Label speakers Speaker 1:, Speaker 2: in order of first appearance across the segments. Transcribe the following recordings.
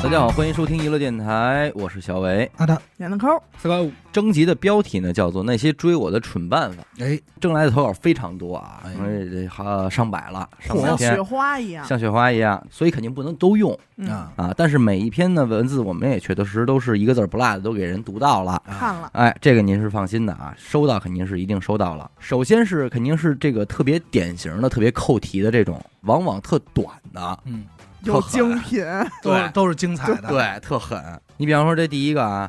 Speaker 1: 大家好，欢迎收听娱乐电台，我是小伟。
Speaker 2: 阿达
Speaker 3: 闫德抠，
Speaker 2: 四八五，
Speaker 1: 征集的标题呢叫做《那些追我的蠢办法》，
Speaker 2: 哎，
Speaker 1: 挣来的投稿非常多啊，
Speaker 2: 哎
Speaker 1: 因为这还上百了，上百
Speaker 3: 像雪
Speaker 1: 篇，
Speaker 3: 花一样。
Speaker 1: 像雪花一样，所以肯定不能都用
Speaker 3: 嗯，
Speaker 2: 啊
Speaker 1: 啊。但是每一篇的文字，我们也确实都是一个字儿不落的，都给人读到了。
Speaker 2: 啊
Speaker 3: 看了，
Speaker 1: 哎，这个您是放心的啊，收到肯定是一定收到了。首先是肯定是这个特别典型的、特别扣题的这种，往往特短的，
Speaker 2: 嗯，
Speaker 3: 有精 品，
Speaker 2: 都是
Speaker 1: 对
Speaker 2: 都是精彩的，，
Speaker 1: 对，特狠。你比方说这第一个啊，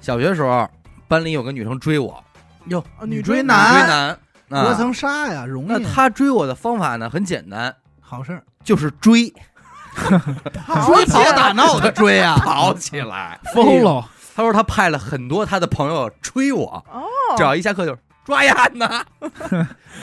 Speaker 1: 小学时候班里有个女生追我，
Speaker 2: 哟
Speaker 3: 哦，
Speaker 2: 女追
Speaker 3: 女追
Speaker 1: 追
Speaker 3: 男
Speaker 2: 男，
Speaker 1: 男
Speaker 2: 隔
Speaker 1: 啊。
Speaker 2: 层纱呀，容
Speaker 1: 那
Speaker 2: 易，
Speaker 1: 她追我的方法呢，很简单，
Speaker 2: 好事儿，
Speaker 1: 就是 追，
Speaker 3: 追
Speaker 2: 跑打闹的追呀，
Speaker 1: 跑起来。
Speaker 2: 疯了，
Speaker 1: 她说她派了很多她的朋友追我，
Speaker 3: 哦，
Speaker 1: 只要一下课就是抓呀呢，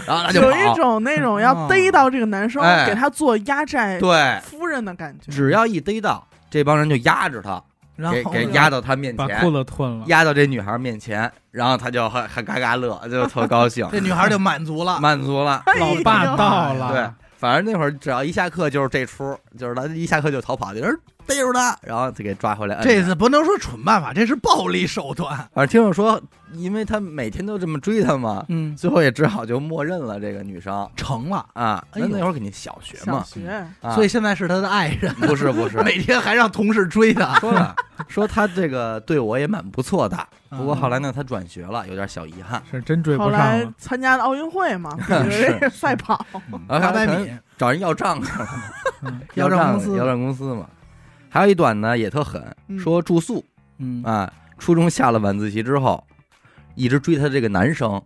Speaker 1: 然后她就
Speaker 3: 有一
Speaker 1: 跑。
Speaker 3: 种那种要逮到这个男生
Speaker 1: 哎，
Speaker 3: 给他做压寨
Speaker 1: 对，
Speaker 3: 夫人的感觉。
Speaker 1: 只要一逮到，这帮人就压着他，
Speaker 2: 然
Speaker 1: 给
Speaker 2: 后
Speaker 1: 给
Speaker 2: 呢，
Speaker 1: 压到他面
Speaker 4: 把裤
Speaker 1: 前，
Speaker 4: 子吞了，
Speaker 1: 压到这女孩面前，然后他就还还嘎嘎乐，就特高兴
Speaker 2: 这女孩就满足 了，
Speaker 1: 满足了。
Speaker 3: 哎
Speaker 4: 老
Speaker 3: 呦
Speaker 4: 霸道了。
Speaker 1: 对，反正那会儿只要一下课就是这出，就是他一下课就逃跑，就是哎逮住他，然后就给抓回来。摁
Speaker 2: 这
Speaker 1: 着
Speaker 2: 次不能说蠢办法，这是暴力手段，
Speaker 1: 反正听我说，因为他每天都这么追他嘛，
Speaker 2: 嗯，
Speaker 1: 最后也只好就默认了这个女生
Speaker 2: 成了，
Speaker 1: 啊。那
Speaker 2: 哎呦
Speaker 1: 那会儿肯定小学
Speaker 3: 小
Speaker 1: 嘛，
Speaker 3: 学，
Speaker 1: 啊
Speaker 2: 所以现在是他的爱人，
Speaker 1: 不是不是，
Speaker 2: 每天还让同事追他，
Speaker 1: 说了说他这个对我也蛮不错的，不过
Speaker 2: 嗯
Speaker 1: 后来呢，他转学了，有点小遗憾。
Speaker 4: 是真追
Speaker 3: 后
Speaker 4: 不上
Speaker 3: 来
Speaker 4: 了，
Speaker 3: 参加奥运会嘛，比
Speaker 1: 是
Speaker 3: 着这赛跑，
Speaker 1: 然后
Speaker 2: 八
Speaker 1: 他
Speaker 2: 百
Speaker 1: 可能
Speaker 2: 米，
Speaker 1: 找人要账去了，
Speaker 4: 嗯
Speaker 2: 要账
Speaker 1: 账
Speaker 2: 公 司
Speaker 1: 要账公司嘛。还有一短呢，也特狠，
Speaker 3: 嗯
Speaker 1: 说住宿
Speaker 2: 嗯，
Speaker 1: 啊，初中下了晚自习之后，一直追她这个男生，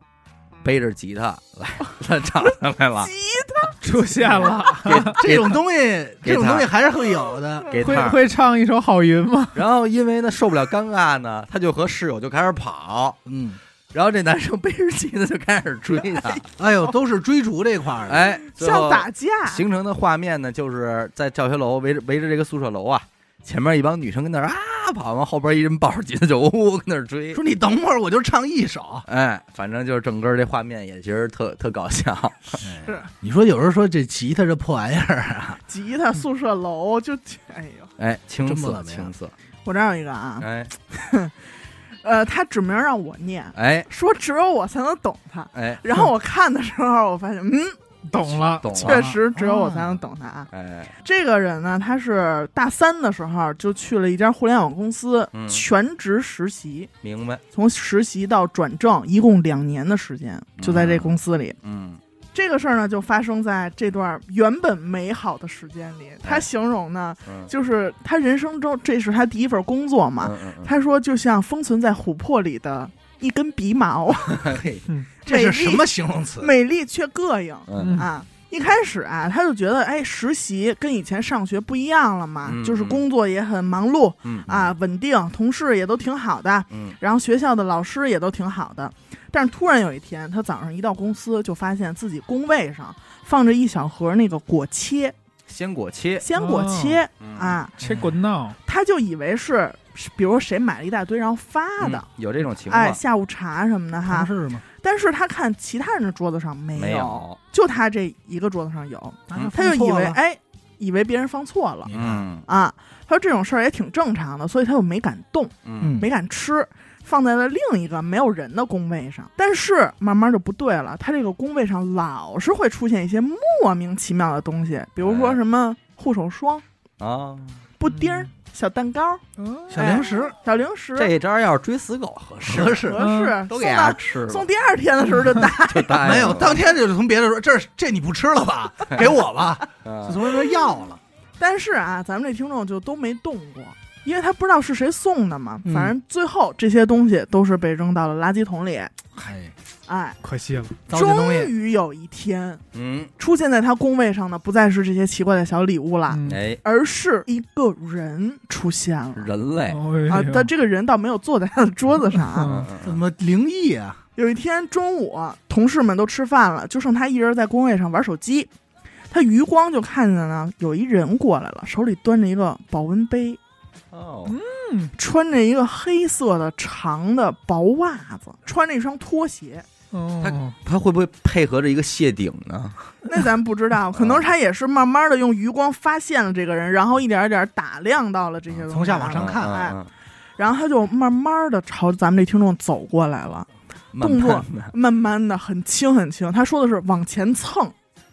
Speaker 1: 背着吉他来来找她来了，
Speaker 4: 出现了，
Speaker 2: 这种东西，
Speaker 1: 给
Speaker 2: 这种
Speaker 1: 他
Speaker 2: 东西还是会有的，
Speaker 1: 给
Speaker 4: 会
Speaker 1: 她。
Speaker 4: 会唱一首《好云》吗？
Speaker 1: 然后因为呢受不了尴尬呢，她就和室友就开始跑，
Speaker 2: 嗯，
Speaker 1: 然后这男生背着吉他就开始追她，
Speaker 2: 哎呦，都是追逐这块儿的，
Speaker 1: 哎，最后
Speaker 3: 像打架，
Speaker 1: 形成的画面呢，就是在教学楼围着围着这个宿舍楼啊，前面一帮女生跟那儿啊跑，完后边一人抱着吉他就呜呜跟那儿追。
Speaker 2: 说你等会儿我就唱一首，
Speaker 1: 哎，反正就是整个这画面也其实特特搞笑，
Speaker 2: 你说有人说这吉他这破玩意儿啊，
Speaker 3: 吉他宿舍楼就，哎呦，
Speaker 1: 哎，青
Speaker 2: 真不
Speaker 1: 涩
Speaker 2: 怎么样
Speaker 1: 青涩，
Speaker 3: 我这儿有一个啊，
Speaker 1: 哎
Speaker 3: 呃，他指名让我念，
Speaker 1: 哎
Speaker 3: 说只有我才能懂他。
Speaker 1: 哎，
Speaker 3: 然后我看的时候，我发现，嗯，
Speaker 4: 懂了，
Speaker 1: 懂了
Speaker 3: 确实只
Speaker 1: 哦
Speaker 3: 有我才能懂他啊。
Speaker 1: 哎，
Speaker 3: 这个人呢，他是大三的时候就去了一家互联网公司、
Speaker 1: 嗯
Speaker 3: 全职实习，
Speaker 1: 明白，
Speaker 3: 从实习到转正，一共两年的时间，就在这公司里。
Speaker 1: 嗯
Speaker 3: 这个事儿呢，就发生在这段原本美好的时间
Speaker 2: 哎
Speaker 3: 里。他形容呢，
Speaker 1: 嗯
Speaker 3: 就是他人生中这是他第一份工作嘛，
Speaker 1: 嗯嗯
Speaker 3: 他说就像封存在琥珀里的一根 鼻毛，
Speaker 1: 嗯，嘿，
Speaker 2: 这是什么形容词？
Speaker 3: 美丽却膈应
Speaker 1: 嗯
Speaker 4: 嗯
Speaker 3: 啊。一开始啊，他就觉得，哎，实习跟以前上学不一样了嘛，
Speaker 1: 嗯
Speaker 3: 就是工作也很忙碌，
Speaker 1: 嗯
Speaker 3: 啊，，稳定，同事也都挺好的，
Speaker 1: 嗯
Speaker 3: 然后学校的老师也都挺好的。但是突然有一天，他早上一到公司，就发现自己工位上放着一小盒那个果切，
Speaker 1: 鲜果切
Speaker 3: 鲜果
Speaker 4: 哦
Speaker 3: 切、
Speaker 1: 嗯
Speaker 3: 啊，
Speaker 4: 切滚闹，
Speaker 3: 他就以为是，比如谁买了一大堆然后发
Speaker 1: 嗯
Speaker 3: 的，
Speaker 1: 有这种情
Speaker 3: 哎，
Speaker 1: 况
Speaker 3: 下午茶什么的
Speaker 4: 同
Speaker 3: 哈。
Speaker 4: 事嘛，
Speaker 3: 但是他看其他人的桌子上没有，
Speaker 1: 没有？
Speaker 3: 就他这一个桌子上有，
Speaker 1: 嗯
Speaker 3: 他就以为
Speaker 2: 哎，
Speaker 3: 哎，以为别人放错了。
Speaker 2: 你看
Speaker 1: 嗯
Speaker 3: 啊，他说这种事儿也挺正常的，所以他又没敢动。
Speaker 1: 嗯
Speaker 3: 没敢吃，放在了另一个没有人的工位上。但是慢慢就不对了，他这个工位上老是会出现一些莫名其妙的东西，比如说
Speaker 1: 哎
Speaker 3: 什么护手霜、
Speaker 1: 啊，
Speaker 3: 布丁儿、小蛋糕、
Speaker 4: 嗯，
Speaker 2: 小零食
Speaker 3: 小零食，
Speaker 1: 这招要是追死狗合适，
Speaker 2: 合适，
Speaker 3: 合适
Speaker 4: 嗯
Speaker 1: 都
Speaker 3: 送
Speaker 1: 给他
Speaker 3: 到
Speaker 1: 吃了
Speaker 3: 送，第二天的时候就打
Speaker 1: 就
Speaker 4: 哎
Speaker 1: 答应
Speaker 2: 没有，
Speaker 1: 了
Speaker 2: 当天就从别的说这是这你不吃了 吧，给我吧，
Speaker 1: 嗯
Speaker 4: 啊
Speaker 2: 就从这要了，
Speaker 3: 但是啊，咱们这听众就都没动过，因为他不知道是谁送的嘛。
Speaker 1: 嗯
Speaker 3: 反正最后这些东西都是被扔到了垃圾桶里。
Speaker 2: 嗨，
Speaker 3: 哎，
Speaker 4: 可惜了，
Speaker 2: 糟践
Speaker 3: 终
Speaker 2: 东西，
Speaker 3: 于有一天，
Speaker 1: 嗯，
Speaker 3: 出现在他工位上的不再是这些奇怪的小礼物了，
Speaker 4: 嗯
Speaker 1: 哎，
Speaker 3: 而是一个人出现了
Speaker 1: 人类，
Speaker 4: 哦哎 呦
Speaker 3: 啊！但这个人倒没有坐在他的桌子上啊。
Speaker 4: 嗯
Speaker 1: 嗯
Speaker 2: 怎么灵异啊？
Speaker 3: 有一天中午，同事们都吃饭了，就剩他一人在工位上玩手机。他余光就看见呢，有一人过来了，手里端着一个保温杯，
Speaker 1: 哦，
Speaker 3: 穿着一个黑色的长的薄袜子，穿着一双拖鞋，
Speaker 4: 哦，
Speaker 1: 他会不会配合着一个谢顶呢？
Speaker 3: 那咱不知道，
Speaker 2: 嗯
Speaker 3: 可能他也是慢慢的用余光发现了这个人，然后一点一点打量到了这些东西，
Speaker 2: 嗯从下往上看
Speaker 3: 哎
Speaker 1: 嗯，嗯
Speaker 3: 然后他就慢慢的朝咱们这听众走过来了，
Speaker 1: 嗯
Speaker 3: 动作
Speaker 1: 慢慢的，
Speaker 3: 慢慢的很轻很轻，他说的是往前蹭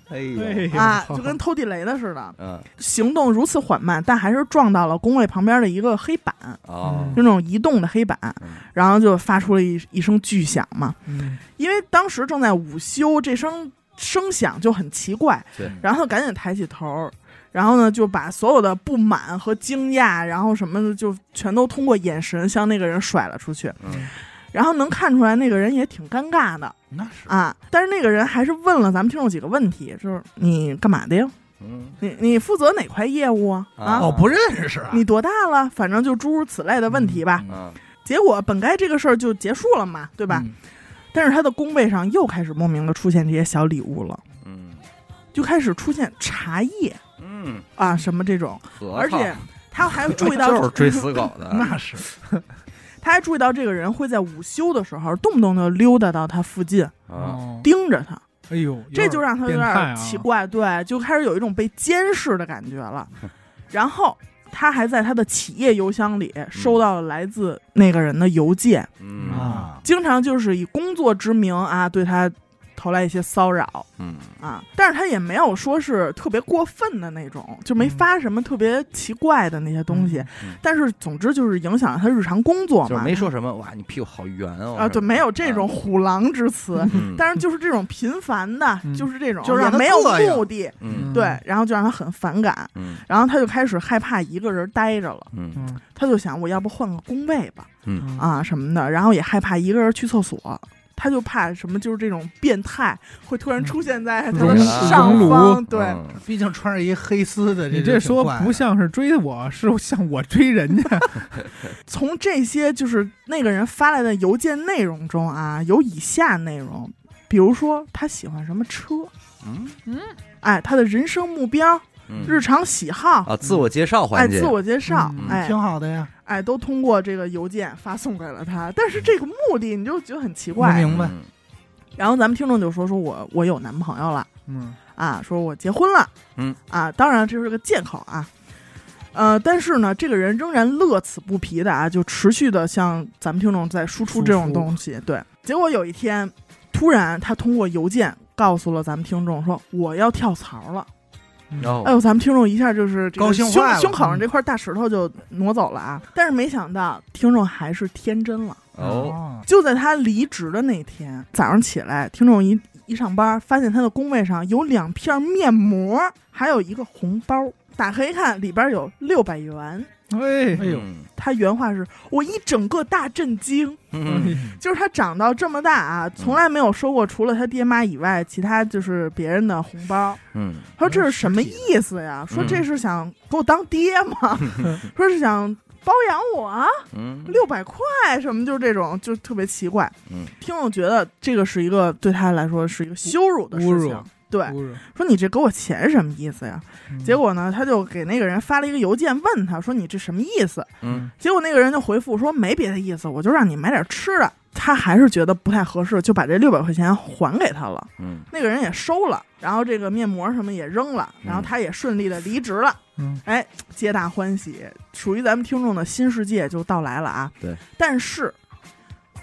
Speaker 1: 哎
Speaker 4: 哎
Speaker 1: 呦，
Speaker 4: 呦
Speaker 3: 啊，就跟偷地雷的似的，
Speaker 1: 嗯，
Speaker 3: 行动如此缓慢，但还是撞到了工位旁边的一个黑板，
Speaker 1: 哦
Speaker 3: 就，那种移动的黑板
Speaker 1: 嗯，
Speaker 3: 然后就发出了一一声巨响嘛，
Speaker 4: 嗯
Speaker 3: 因为当时正在午休，这声声响就很奇怪，
Speaker 1: 对
Speaker 3: 然后赶紧抬起头，然后呢就把所有的不满和惊讶，然后什么的就全都通过眼神向那个人甩了出去，
Speaker 1: 嗯
Speaker 3: 然后能看出来那个人也挺尴尬的
Speaker 2: 那是
Speaker 3: 啊，但是那个人还是问了咱们听众几个问题，就是你干嘛的呀？
Speaker 1: 嗯，
Speaker 3: 你你负责哪块业务啊？
Speaker 1: 啊
Speaker 2: 哦，不认识啊，
Speaker 3: 你多大了？反正就诸如此类的问题吧。
Speaker 1: 嗯
Speaker 3: 结果本该这个事儿就结束了嘛，
Speaker 2: 对
Speaker 3: 对吧？？但是他的工位上又开始莫名的出现这些小礼物了，
Speaker 1: 嗯
Speaker 3: 就开始出现茶叶
Speaker 1: 嗯，
Speaker 3: 啊什么这种，
Speaker 1: 核
Speaker 3: 而
Speaker 1: 桃
Speaker 3: 且他还注意到，
Speaker 1: 就是追死狗的，啊
Speaker 4: 嗯
Speaker 2: 那是
Speaker 3: 他还注意到这个人会在午休的时候动不动就溜达到他附近
Speaker 1: 啊，
Speaker 4: 哦
Speaker 3: 盯着他，
Speaker 4: 哎呦，有
Speaker 3: 这
Speaker 4: 点
Speaker 3: 就让他有
Speaker 4: 变态
Speaker 3: 点
Speaker 4: 啊
Speaker 3: 奇怪，对，就开始有一种被监视的感觉了。然后他还在他的企业邮箱里收到了来自那个人的邮件，
Speaker 1: 嗯
Speaker 2: 啊，
Speaker 3: 经常就是以工作之名啊对他投来一些骚扰。
Speaker 1: 嗯
Speaker 3: 啊，但是他也没有说是特别过分的那种，就没发什么特别奇怪的那些东西。
Speaker 4: 嗯
Speaker 1: 嗯
Speaker 3: 但是总之就是影响了他日常工作
Speaker 1: 就是
Speaker 3: 嘛。
Speaker 1: 没说什么哇，你屁股好圆哦
Speaker 3: 啊，对，没有这种，虎狼之词，
Speaker 1: 嗯
Speaker 3: 但是就是这种频繁的，
Speaker 4: 嗯
Speaker 3: 就是这种，
Speaker 2: 就让
Speaker 3: 也
Speaker 2: 他
Speaker 3: 没有
Speaker 2: 膈应
Speaker 3: 目的，
Speaker 1: 嗯
Speaker 3: 对，然后就让他很反感，
Speaker 1: 嗯
Speaker 3: 然后他就开始害怕一个人待着了，
Speaker 1: 嗯
Speaker 4: 嗯
Speaker 3: 他就想我要不换个工位吧，
Speaker 1: 嗯
Speaker 3: 啊什么的，然后也害怕一个人去厕所。他就怕什么，就是这种变态会突然
Speaker 4: 嗯
Speaker 3: 出现在他
Speaker 4: 熔
Speaker 3: 的
Speaker 1: 炉
Speaker 3: 上
Speaker 4: 熔炉
Speaker 3: 方，对，
Speaker 1: 嗯
Speaker 2: 毕竟穿着一黑丝的，
Speaker 4: 你
Speaker 2: 这
Speaker 4: 这
Speaker 2: 就
Speaker 4: 说
Speaker 2: 挺怪的
Speaker 4: 不像是追我，是像我追人 家。
Speaker 3: 从这些就是那个人发来的邮件内容中啊，有以下内容，比如说他喜欢什么车，
Speaker 1: 嗯
Speaker 3: 哎，他的人生目标、
Speaker 1: 嗯
Speaker 3: 日常喜好，
Speaker 1: 啊，自我介绍
Speaker 3: 哎，
Speaker 1: 环节，
Speaker 3: 自我介绍，
Speaker 4: 嗯
Speaker 3: 哎
Speaker 2: 挺好的呀，
Speaker 3: 哎，都通过这个邮件发送给了他。但是这个目的你就觉得很奇
Speaker 2: 我
Speaker 3: 怪。
Speaker 2: 明白，
Speaker 1: 嗯
Speaker 3: 然后咱们听众就说说我我有男朋友了
Speaker 4: 嗯
Speaker 3: 啊，说我结婚了，
Speaker 1: 嗯
Speaker 3: 啊，当然这是个借口啊。呃，但是呢，这个人仍然乐此不疲的啊，就持续的向咱们听众在输出这
Speaker 4: 输
Speaker 3: 种
Speaker 4: 出
Speaker 3: 东西。对，结果有一天，突然他通过邮件告诉了咱们听众说我要跳槽了。
Speaker 4: 嗯
Speaker 1: 然后
Speaker 3: 哎呦，咱们听众一下就是这个
Speaker 2: 哦高兴
Speaker 3: 胸
Speaker 2: 坏了嗯
Speaker 3: 胸口上这块大石头就挪走了啊！但是没想到听众还是天真了，
Speaker 1: 哦，
Speaker 3: 就在他离职的那天早上起来，听众一一上班，发现他的工位上有两片面膜，还有一个红包。打开一看，里边有六百元。
Speaker 4: 哎
Speaker 2: 哎呦
Speaker 1: 嗯
Speaker 3: 他原话是：“我一整个大震惊，
Speaker 2: 哎
Speaker 1: 嗯
Speaker 3: 就是他长到这么大啊，从来没有收过除了他爹妈以外，其他就是别人的红包。”
Speaker 1: 嗯
Speaker 3: 他说这是什么意思呀？说这是想给我当爹吗？ 说是想包养我啊，
Speaker 1: 嗯，
Speaker 3: 六百块什么，就是这种，就特别奇怪。
Speaker 1: 嗯
Speaker 3: 听众觉得这个是一个对他来说是一个羞辱的事
Speaker 4: 侮
Speaker 3: 情
Speaker 4: 辱。
Speaker 3: 对，
Speaker 4: 侮辱
Speaker 3: 说你这给我钱什么意思呀？
Speaker 4: 嗯
Speaker 3: 结果呢，他就给那个人发了一个邮件，问他说你这什么意思？
Speaker 1: 嗯
Speaker 3: 结果那个人就回复说没别的意思，我就让你买点吃的。他还是觉得不太合适，就把这六百块钱还给他了。
Speaker 1: 嗯
Speaker 3: 那个人也收了，然后这个面膜什么也扔了，然后他也顺利的离职了，
Speaker 4: 嗯
Speaker 3: 哎，皆大欢喜，属于咱们听众的新世界就到来了啊。
Speaker 1: 对，
Speaker 3: 但是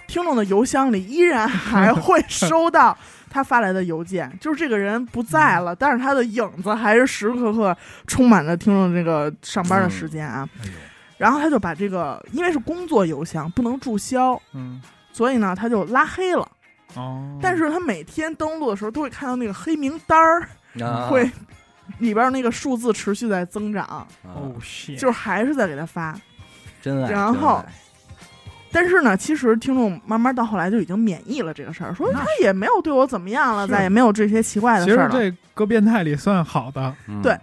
Speaker 3: 听众的邮箱里依然还会收到 他发来的邮件，就是这个人不在了，但是他的影子还是时时刻刻充满着听众这个上班的时间啊。
Speaker 2: 哎呦
Speaker 3: 然后他就把这个，因为是工作邮箱，不能注销，
Speaker 4: 嗯
Speaker 3: 所以呢，他就拉黑了。
Speaker 4: 哦，
Speaker 3: 但是他每天登录的时候都会看到那个黑名单儿，
Speaker 1: 啊
Speaker 3: 会里边儿那个数字持续在增长，
Speaker 1: 啊
Speaker 4: 哦 shit，
Speaker 3: 就是还是在给他发。
Speaker 1: 真爱，
Speaker 3: 然
Speaker 1: 真
Speaker 3: 后
Speaker 1: 爱
Speaker 3: 但是呢，其实听众慢慢到后来就已经免疫了这个事儿，说他也没有对我怎么样了，
Speaker 4: 是
Speaker 3: 再也没有这些奇怪的
Speaker 4: 其
Speaker 3: 事
Speaker 4: 实
Speaker 3: 儿了。
Speaker 4: 这搁变态里算好的，
Speaker 1: 嗯
Speaker 3: 对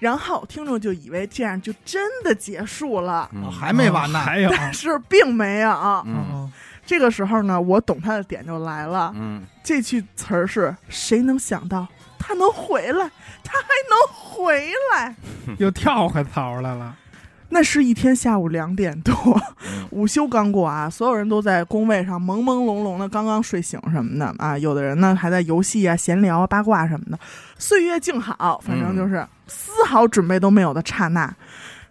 Speaker 3: 然后听众就以为这样就真的结束了，
Speaker 1: 嗯
Speaker 2: 我哦还哦没完呢，
Speaker 4: 哦还 有，哦
Speaker 3: 但是并没有。
Speaker 1: 嗯
Speaker 3: 这个时候呢，我懂他的点就来了，
Speaker 1: 嗯
Speaker 3: 这句词儿是谁能想到他能回来，他还能回来。
Speaker 4: 哦 又跳回槽来了，
Speaker 3: 那是一天下午两点多，
Speaker 1: 嗯
Speaker 3: 午休刚过啊，所有人都在工位上朦朦胧胧的，刚刚睡醒什么的啊。有的人呢还在游戏啊、闲聊啊、八卦什么的，岁月静好，反正就是丝毫准备都没有的刹那，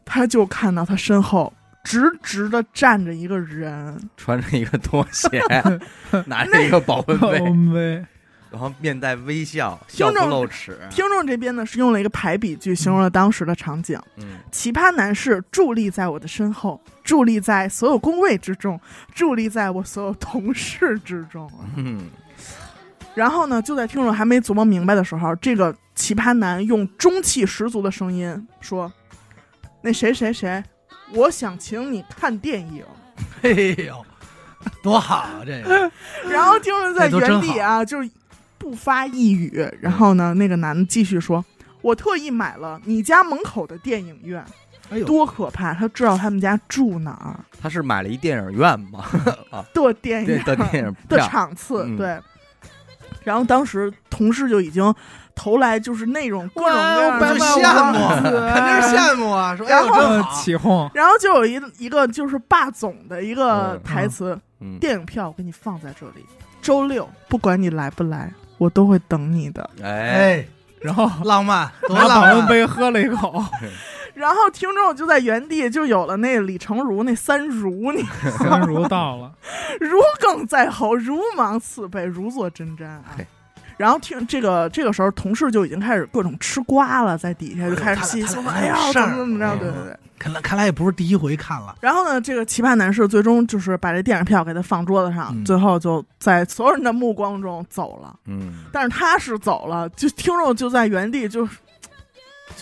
Speaker 3: 他就看到他身后直直的站着一个人，
Speaker 1: 穿着一个拖 鞋，拿着一个保温杯，
Speaker 4: 嗯呗，
Speaker 1: 然后面带微笑，
Speaker 3: 听
Speaker 1: 笑
Speaker 3: 众
Speaker 1: 不露齿。
Speaker 3: 听众这边呢是用了一个排比句形容了当时的场景。
Speaker 1: 嗯，
Speaker 3: 奇葩男士伫立在我的身后，伫立在所有工位之中，伫立在我所有同事之中。
Speaker 1: 嗯
Speaker 3: 然后呢，就在听众还没琢磨明白的时候，这个奇葩男用中气十足的声音说：“那谁谁谁，我想请你看电影。
Speaker 2: 嘿哎呦，多好啊！这个”
Speaker 3: 然后听众在
Speaker 2: 这都真
Speaker 3: 原地啊，就是不发一语。然后呢，那个男的继续说：“我特意买了你家门口的电影院，
Speaker 2: 哎呦，
Speaker 3: 多可怕！他知道他们家住哪儿
Speaker 1: 他是买了一电影院嘛，
Speaker 3: 的电影
Speaker 1: 对
Speaker 3: 院
Speaker 1: 的电影
Speaker 3: 的
Speaker 1: 票，
Speaker 3: 场次，
Speaker 1: 嗯
Speaker 3: 对。然后当时同事就已经投来就是那种各种各样
Speaker 4: 哇
Speaker 3: 的啊
Speaker 2: 就
Speaker 4: 我
Speaker 2: 羡慕，啊
Speaker 4: 我
Speaker 2: 肯定是羡慕啊！说哎
Speaker 3: 然
Speaker 2: 呦
Speaker 3: 后
Speaker 2: 真
Speaker 4: 呃
Speaker 2: 好，
Speaker 4: 起哄，
Speaker 3: 然后就有一一个就是霸总的一个
Speaker 1: 嗯
Speaker 3: 台词：
Speaker 1: 嗯，
Speaker 3: 电影票我给你放在这里，周六不管你来不来，我都会等你的。
Speaker 1: 哎，
Speaker 2: 哎，
Speaker 4: 然后
Speaker 2: 浪漫，多
Speaker 4: 拿
Speaker 2: 浪
Speaker 4: 保温
Speaker 2: 漫！啊
Speaker 4: 杯喝了一 口，
Speaker 3: 然后听众就在原地就有了那李成儒那三如，你
Speaker 4: 三如到了，
Speaker 3: 如鲠在喉，如芒刺背，如坐针毡啊
Speaker 1: 嘿！
Speaker 3: 然后听这个这个时候，同事就已经开始各种吃瓜了，在底下就开始稀
Speaker 2: 他
Speaker 3: 说：“
Speaker 2: 俩
Speaker 3: 哎呀
Speaker 2: 他，俩
Speaker 3: 怎
Speaker 2: 有嗯
Speaker 3: 么怎么着？”
Speaker 1: 事
Speaker 3: 对
Speaker 1: 儿
Speaker 3: 对对。
Speaker 2: 看来看来也不是第一回看了，
Speaker 3: 然后呢，这个奇葩男士最终就是把这电影票给他放桌子上，
Speaker 2: 嗯
Speaker 3: 最后就在所有人的目光中走了。
Speaker 1: 嗯，
Speaker 3: 但是他是走了，就听众就在原地，就是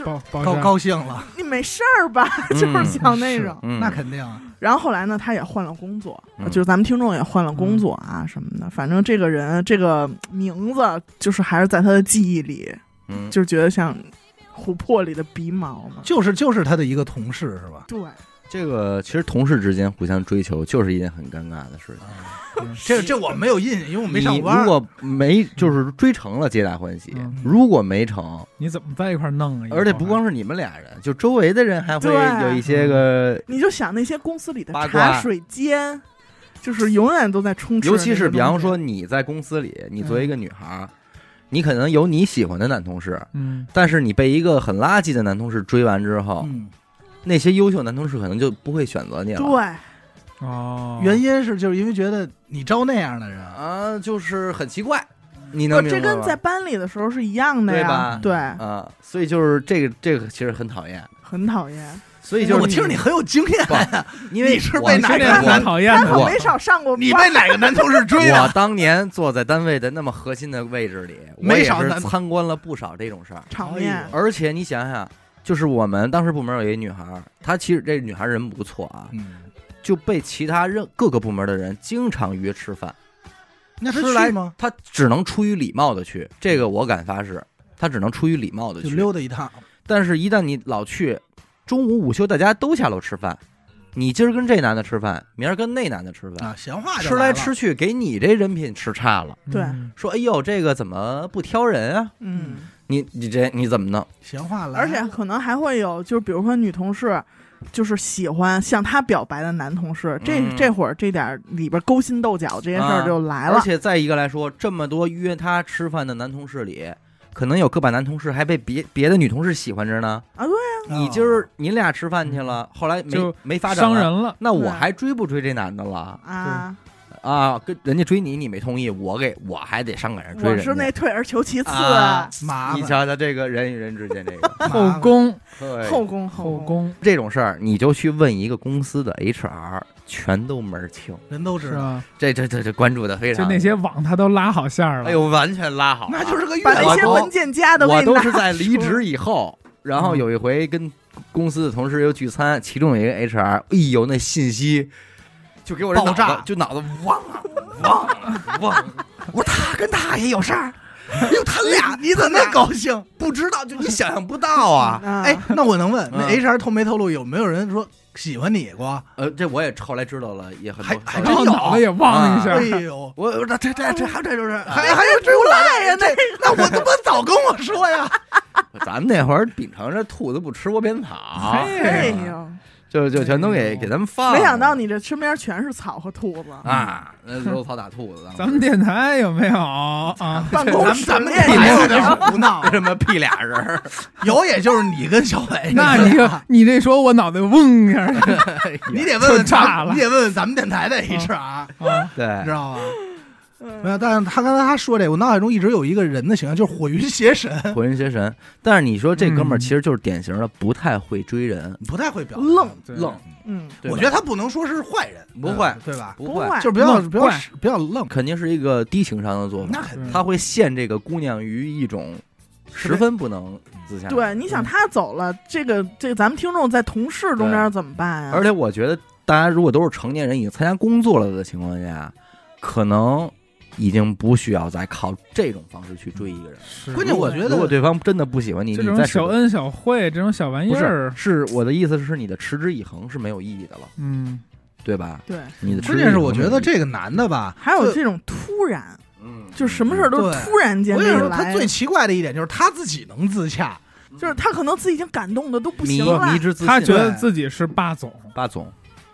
Speaker 4: 保保
Speaker 2: 高
Speaker 4: 山
Speaker 2: 高兴了，
Speaker 3: 你没事 儿吧，就是想那种。
Speaker 1: 嗯
Speaker 2: 那肯定啊。
Speaker 3: 然后后来呢，他也换了工作，
Speaker 1: 嗯
Speaker 3: 就是咱们听众也换了工作啊、什么的。反正这个人这个名字，就是还是在他的记忆里，
Speaker 1: 嗯
Speaker 3: 就是觉得像琥珀里的鼻毛嘛。
Speaker 2: 就是就是他的一个同事是 吧？
Speaker 3: 对，
Speaker 1: 这个其实同事之间互相追求就是一件很尴尬的事情。
Speaker 2: 嗯这这我没有印象，因为我没上
Speaker 1: 你
Speaker 2: 班
Speaker 1: 如。果没就是追成了，皆大欢喜
Speaker 4: 嗯；
Speaker 1: 如果没成，
Speaker 4: 你怎么在一块儿弄啊？一
Speaker 1: 而且
Speaker 4: 会儿
Speaker 1: 不光是你们俩人，就周围的人还会
Speaker 3: 对嗯
Speaker 1: 有一些个，
Speaker 3: 你就想那些公司里的
Speaker 1: 八卦
Speaker 3: 茶水间，就是永远都在充斥着
Speaker 1: 尤
Speaker 3: 那些东
Speaker 1: 其
Speaker 3: 西，嗯
Speaker 1: 是比方说你在公司里，你作为一个女孩儿，你可能有你喜欢的男同事，
Speaker 4: 嗯，
Speaker 1: 但是你被一个很垃圾的男同事追完之后，
Speaker 2: 嗯，
Speaker 1: 那些优秀男同事可能就不会选择你了。
Speaker 3: 对。
Speaker 4: 哦，
Speaker 2: 原因是就是因为觉得你招那样的人，
Speaker 1: 啊，就是很奇怪，你
Speaker 3: 不，
Speaker 1: 能明白
Speaker 3: 这跟
Speaker 1: 吗
Speaker 3: 在班里的时候是一样的
Speaker 1: 对
Speaker 3: 呀
Speaker 1: 吧，
Speaker 3: 对，
Speaker 1: 啊，所以就是这个这个其实很讨厌。
Speaker 3: 很讨厌。
Speaker 1: 所以就是
Speaker 2: 我听着你很有经验
Speaker 1: 不，因
Speaker 2: 你
Speaker 1: 为
Speaker 2: 是
Speaker 1: 我
Speaker 2: 被
Speaker 4: 你
Speaker 2: 哪
Speaker 4: 哦是
Speaker 2: 个
Speaker 4: 这
Speaker 2: 男
Speaker 4: 很讨厌
Speaker 3: 他
Speaker 4: 的，
Speaker 3: 可没少上 过
Speaker 2: 你
Speaker 3: 班
Speaker 2: 被哪个男同事追啊
Speaker 1: 我
Speaker 2: 了？
Speaker 1: 当年坐在单位的那么核心的位置里，我
Speaker 2: 没
Speaker 1: 也
Speaker 2: 少
Speaker 1: 是
Speaker 2: 难
Speaker 1: 参观了不少这种事儿。
Speaker 3: 场
Speaker 2: 哎
Speaker 3: 面
Speaker 2: 呦，
Speaker 1: 而且你想想，就是我们当时部门有一女孩儿，她其实这女孩儿人不错啊，
Speaker 2: 嗯，
Speaker 1: 就被其他任各个部门的人经常约吃饭，
Speaker 2: 那他
Speaker 1: 吃来
Speaker 2: 去吗？
Speaker 1: 她只能出于礼貌的去，这个我敢发誓，她只能出于礼貌的
Speaker 2: 就
Speaker 1: 去。
Speaker 2: 溜达一趟，啊
Speaker 1: 但是，一旦你老去，中午午休大家都下楼吃饭，你今儿跟这男的吃饭，明儿跟那男的吃饭，
Speaker 2: 啊，闲话就
Speaker 1: 吃来
Speaker 2: 了
Speaker 1: 吃去，给你这人品吃差了。
Speaker 3: 对
Speaker 4: 嗯
Speaker 1: 说，哎呦，这个怎么不挑人啊？
Speaker 3: 嗯，
Speaker 1: 你你这你怎么弄？
Speaker 2: 闲话
Speaker 1: 嗯
Speaker 2: 来，哦
Speaker 3: 而且可能还会有，就是比如说女同事，就是喜欢向她表白的男同事，这
Speaker 1: 嗯
Speaker 3: 这会儿这点儿里边勾心斗角这些事
Speaker 1: 啊
Speaker 3: 儿就来
Speaker 1: 而
Speaker 3: 了。
Speaker 1: 且再一个来说，这么多约他吃饭的男同事里，可能有个把男同事还被别别的女同事喜欢着呢。
Speaker 3: 啊
Speaker 2: 哦
Speaker 1: 你今儿你俩吃饭去了，后来没
Speaker 4: 就
Speaker 1: 没发展
Speaker 4: 伤
Speaker 1: 了，
Speaker 4: 人了，
Speaker 1: 那
Speaker 3: 对
Speaker 1: 我还追不追这男的了
Speaker 3: 啊，
Speaker 1: 啊？跟人家追你，你没同意，我给我还得上赶着追
Speaker 3: 我
Speaker 1: 人家。
Speaker 3: 是那退而求其次，
Speaker 1: 啊
Speaker 2: 麻
Speaker 1: 你
Speaker 2: 烦
Speaker 1: 瞧瞧这个人与人之间这 个
Speaker 2: 麻烦
Speaker 4: 后宫
Speaker 1: 对
Speaker 3: 后宫
Speaker 4: 后
Speaker 3: 宫，
Speaker 4: 宫
Speaker 1: 这种事儿，你就去问一个公司的 HR，全都门儿清。
Speaker 2: 人都知
Speaker 4: 是啊
Speaker 2: 道，
Speaker 4: 吧？
Speaker 1: 这这这这关注的非
Speaker 4: 就
Speaker 1: 常，
Speaker 4: 那些网他都拉好线儿了，
Speaker 1: 哎，呦，完全拉好了，
Speaker 2: 那就是个月
Speaker 3: 把那
Speaker 2: 老
Speaker 3: 些
Speaker 1: 我
Speaker 2: 公
Speaker 1: 都
Speaker 3: 文件夹都
Speaker 1: 我
Speaker 3: 给你
Speaker 1: 都
Speaker 3: 拿
Speaker 1: 是在离职以后，然后有一回跟公司的同事又聚餐，其中有一个 HR，哎呦，那信息就给我这
Speaker 2: 爆炸
Speaker 1: 脑子就脑子忘了，忘了，忘了。我说他跟他也有事 儿，
Speaker 2: 哟，他俩你怎么那么高兴？
Speaker 1: 不知道就你想象不到啊。
Speaker 3: 啊
Speaker 2: 哎，那我能问，那
Speaker 1: 嗯
Speaker 2: HR 透没透露有没有人说喜欢你过？
Speaker 1: 呃，这我也后来知道了，也很多
Speaker 2: 还还
Speaker 1: 少
Speaker 4: 然后
Speaker 2: 真有啊
Speaker 4: 脑子也忘一下
Speaker 2: 哎，呦，
Speaker 1: 我我这这这这，
Speaker 2: 还这就是 哎还还有追我来呀？那那我他妈早跟我说呀！
Speaker 1: 咱们那会儿秉承着兔子不吃窝边草，
Speaker 4: 嘿
Speaker 3: 哎
Speaker 4: 哎
Speaker 3: 呦，
Speaker 1: 就就全都给给咱们放了。
Speaker 3: 没想到你这身边全是草和兔子，
Speaker 1: 啊，那都草打兔子了。
Speaker 4: 咱们电台有没有啊？
Speaker 3: 办公室
Speaker 2: 咱们
Speaker 3: 恋
Speaker 2: 咱们
Speaker 3: 爱
Speaker 2: 也
Speaker 1: 有
Speaker 2: 有点胡闹，
Speaker 1: 这么屁俩人儿，
Speaker 2: 有也就是你跟小伟，
Speaker 4: 那你这你这说，我脑袋嗡一下
Speaker 2: 啊你得问问
Speaker 4: 就炸
Speaker 2: 咱
Speaker 4: 了
Speaker 2: 们，你得问问咱们电台的 HR，
Speaker 4: 啊！
Speaker 2: 你
Speaker 1: 对
Speaker 2: 知，道吧？没
Speaker 3: 嗯
Speaker 2: 有，但是他刚才他说这，我脑海中一直有一个人的形象，就是火云邪神，
Speaker 1: 火云邪神。但是你说这哥们儿
Speaker 4: 嗯
Speaker 1: 其实就是典型的不太会追人，
Speaker 2: 不太会表达
Speaker 3: 愣，
Speaker 4: 对，
Speaker 1: 愣，
Speaker 3: 嗯，
Speaker 1: 对吧
Speaker 2: 我觉得他不能说是坏人，
Speaker 1: 不会
Speaker 2: 对吧？
Speaker 1: 不会，
Speaker 2: 就是比较
Speaker 4: 愣
Speaker 2: 比较
Speaker 4: 怪
Speaker 2: 比较愣，
Speaker 1: 肯定是一个低情商的做
Speaker 2: 那
Speaker 1: 法。
Speaker 2: 肯
Speaker 4: 对
Speaker 1: 他会陷这个姑娘于一种十分不能自洽。，
Speaker 3: 对，你
Speaker 1: 嗯
Speaker 3: 想他走了，这个这个咱们听众在同事中间怎么办呀？
Speaker 1: 而且我觉得大家如果都是成年人，已经参加工作了的情况下，可能已经不需要再靠这种方式去追一个人。
Speaker 4: 是
Speaker 2: 关键我觉
Speaker 1: 如果
Speaker 2: 得
Speaker 1: 对方真的不喜欢你，
Speaker 4: 嗯这
Speaker 1: 你
Speaker 4: 种
Speaker 1: 再使
Speaker 4: 小恩小惠这种小玩意
Speaker 1: 不
Speaker 4: 儿
Speaker 1: 是，是我的意思是你的持之以恒是没有意义的了，
Speaker 4: 嗯，
Speaker 1: 对吧？
Speaker 3: 对，
Speaker 1: 你的持
Speaker 2: 关
Speaker 1: 之以
Speaker 2: 键
Speaker 1: 恒
Speaker 2: 是我觉得
Speaker 1: 没有意义，
Speaker 2: 这个男的吧，
Speaker 3: 还有
Speaker 2: 最
Speaker 3: 这种突然，
Speaker 1: 嗯，
Speaker 3: 就什么事儿都
Speaker 2: 对
Speaker 3: 突然间
Speaker 2: 我
Speaker 3: 给
Speaker 2: 跟你
Speaker 3: 你
Speaker 2: 说，
Speaker 3: 来
Speaker 2: 他，最奇怪的一点就是他自己能自洽，
Speaker 3: 就是他可能自己已经感动的都不
Speaker 1: 迷
Speaker 3: 行了
Speaker 1: 迷。之自信，
Speaker 4: 他觉得自己是霸总，
Speaker 1: 霸总，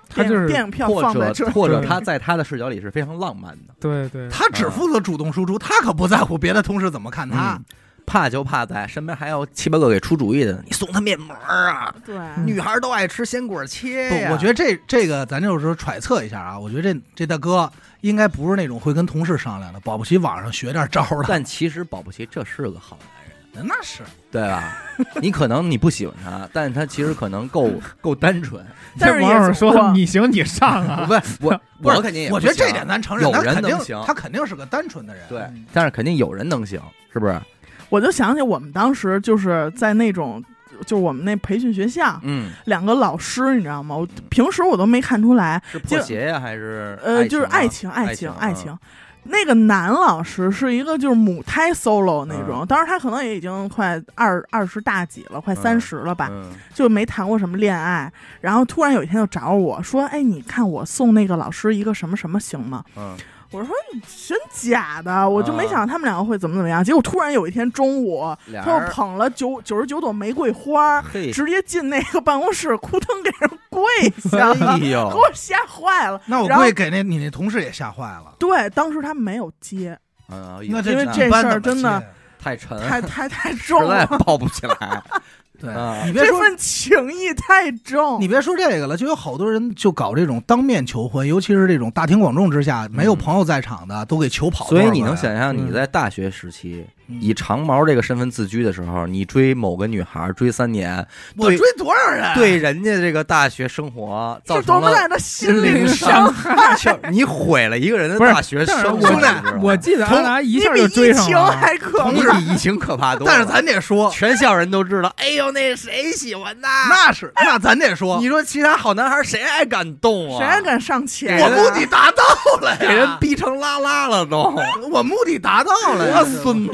Speaker 4: 他
Speaker 3: 电
Speaker 4: 就是
Speaker 3: 电影票
Speaker 1: 或
Speaker 3: 放在这
Speaker 1: 者
Speaker 3: 儿，
Speaker 1: 或者
Speaker 4: 对
Speaker 1: 他在他的视角里是非常浪漫的。
Speaker 4: 对对，
Speaker 2: 他只负责主动输出，他可不在乎别的同事怎么看他
Speaker 1: 嗯。怕就怕在身边还有七八个给出主意的，你送他面膜啊，
Speaker 3: 对，
Speaker 1: 女孩都爱吃鲜果切啊
Speaker 2: 不，我觉
Speaker 1: 得
Speaker 2: 得这这个咱就是说揣测一下啊，我觉得这这大哥应该不是那种会跟同事商量的，保不齐网上学点招儿的。
Speaker 1: 但其实保不齐这是个好男人，
Speaker 2: 那是，
Speaker 1: 对吧？你可能你不喜欢他，但是他其实可能够够单纯。
Speaker 3: 但
Speaker 4: 这
Speaker 3: 是
Speaker 4: 网
Speaker 3: 也
Speaker 4: 友说
Speaker 3: 我
Speaker 4: 你行你上啊，
Speaker 1: 不是 我，
Speaker 2: 不是
Speaker 1: 我肯定也不
Speaker 2: 我
Speaker 1: 行，
Speaker 2: 觉得这点咱承认，
Speaker 1: 有
Speaker 2: 他
Speaker 1: 人
Speaker 2: 肯定
Speaker 1: 能行
Speaker 2: 他肯定是个单纯的人。
Speaker 1: 对
Speaker 4: 嗯，
Speaker 1: 但是肯定有人能行，是不是？
Speaker 3: 我就想起我们当时就是在那种，就是我们那培训学校，
Speaker 1: 嗯，
Speaker 3: 两个老师，你知道吗？我平时我都没看出来，
Speaker 1: 是破鞋呀，还是
Speaker 3: 呃，就是爱
Speaker 1: 爱啊
Speaker 3: 情，
Speaker 1: 爱
Speaker 3: 情，
Speaker 1: 爱
Speaker 3: 爱情。那个男老师是一个就是母胎 solo 那种，当时他可能也已经快二二十大几了，快
Speaker 1: 嗯
Speaker 3: 三十了吧，
Speaker 1: 嗯
Speaker 3: 就没谈过什么恋爱。然后突然有一天就找我说：“哎，你看我送那个老师一个什么什么行吗
Speaker 1: 嗯，？”
Speaker 3: 我说：“真假的？”我就没
Speaker 1: 啊
Speaker 3: 想到他们两个会怎么怎么样。结果突然有一天中午，
Speaker 1: 俩
Speaker 3: 他
Speaker 1: 人
Speaker 3: 又捧了九九十九朵玫瑰花，
Speaker 1: 哎嘿，
Speaker 3: 直接进那个办公室，扑腾给人跪下了
Speaker 1: 哎，呦
Speaker 3: 给，我吓坏了。
Speaker 2: 那我
Speaker 3: 然后
Speaker 2: 估计给那你那同事也吓坏了。
Speaker 3: 对，当时他没有接，
Speaker 1: 嗯，
Speaker 2: 那
Speaker 1: 这
Speaker 3: 因为
Speaker 2: 这
Speaker 3: 这
Speaker 2: 一般
Speaker 3: 事儿
Speaker 2: 怎么
Speaker 3: 真的
Speaker 2: 接
Speaker 1: 太沉，
Speaker 3: 太太太重
Speaker 1: 嗯实在
Speaker 3: 了，
Speaker 1: 抱不起来。
Speaker 2: 对
Speaker 1: 啊，
Speaker 2: 你别
Speaker 3: 这
Speaker 2: 说
Speaker 3: 份情谊太重。
Speaker 2: 你别说这个了，就有好多人就搞这种当面求婚，尤其是这种大庭广众之下，没有朋友在场的都给求跑多
Speaker 1: 嗯所
Speaker 2: 少
Speaker 1: 以
Speaker 2: 个呀。
Speaker 1: 你能想象
Speaker 4: 嗯
Speaker 1: 你在大学时期
Speaker 2: 嗯
Speaker 1: 以长毛这个身份自居的时候，你追某个女孩追三年，
Speaker 2: 我追多少人？
Speaker 1: 对人家这个大学生活造
Speaker 3: 是多
Speaker 1: 成
Speaker 3: 么
Speaker 1: 了
Speaker 3: 大的心灵
Speaker 1: 灵
Speaker 3: 伤
Speaker 1: 伤害，
Speaker 3: 害！
Speaker 1: 就你毁了一个人的
Speaker 4: 不是
Speaker 1: 大学
Speaker 4: 但是
Speaker 1: 生
Speaker 4: 我
Speaker 1: 活。
Speaker 2: 兄弟
Speaker 1: 你知道吗
Speaker 4: 我记得阿达一
Speaker 3: 你
Speaker 4: 下
Speaker 3: 比
Speaker 4: 就追
Speaker 3: 疫
Speaker 4: 上
Speaker 3: 情
Speaker 4: 了，
Speaker 3: 还可
Speaker 1: 同
Speaker 3: 怕。
Speaker 1: 志疫情可怕多了，
Speaker 2: 但是咱得 说，
Speaker 1: 全校人都知道。哎呦，那谁喜欢的？
Speaker 2: 那是那咱得说，
Speaker 1: 啊你说其他好男孩谁还敢啊动啊？
Speaker 3: 谁还？敢上前？
Speaker 2: 我目的达到了
Speaker 1: 给人
Speaker 2: 呀，
Speaker 1: 逼成拉拉了都，
Speaker 2: 我目的达到了呀
Speaker 1: 多，孙子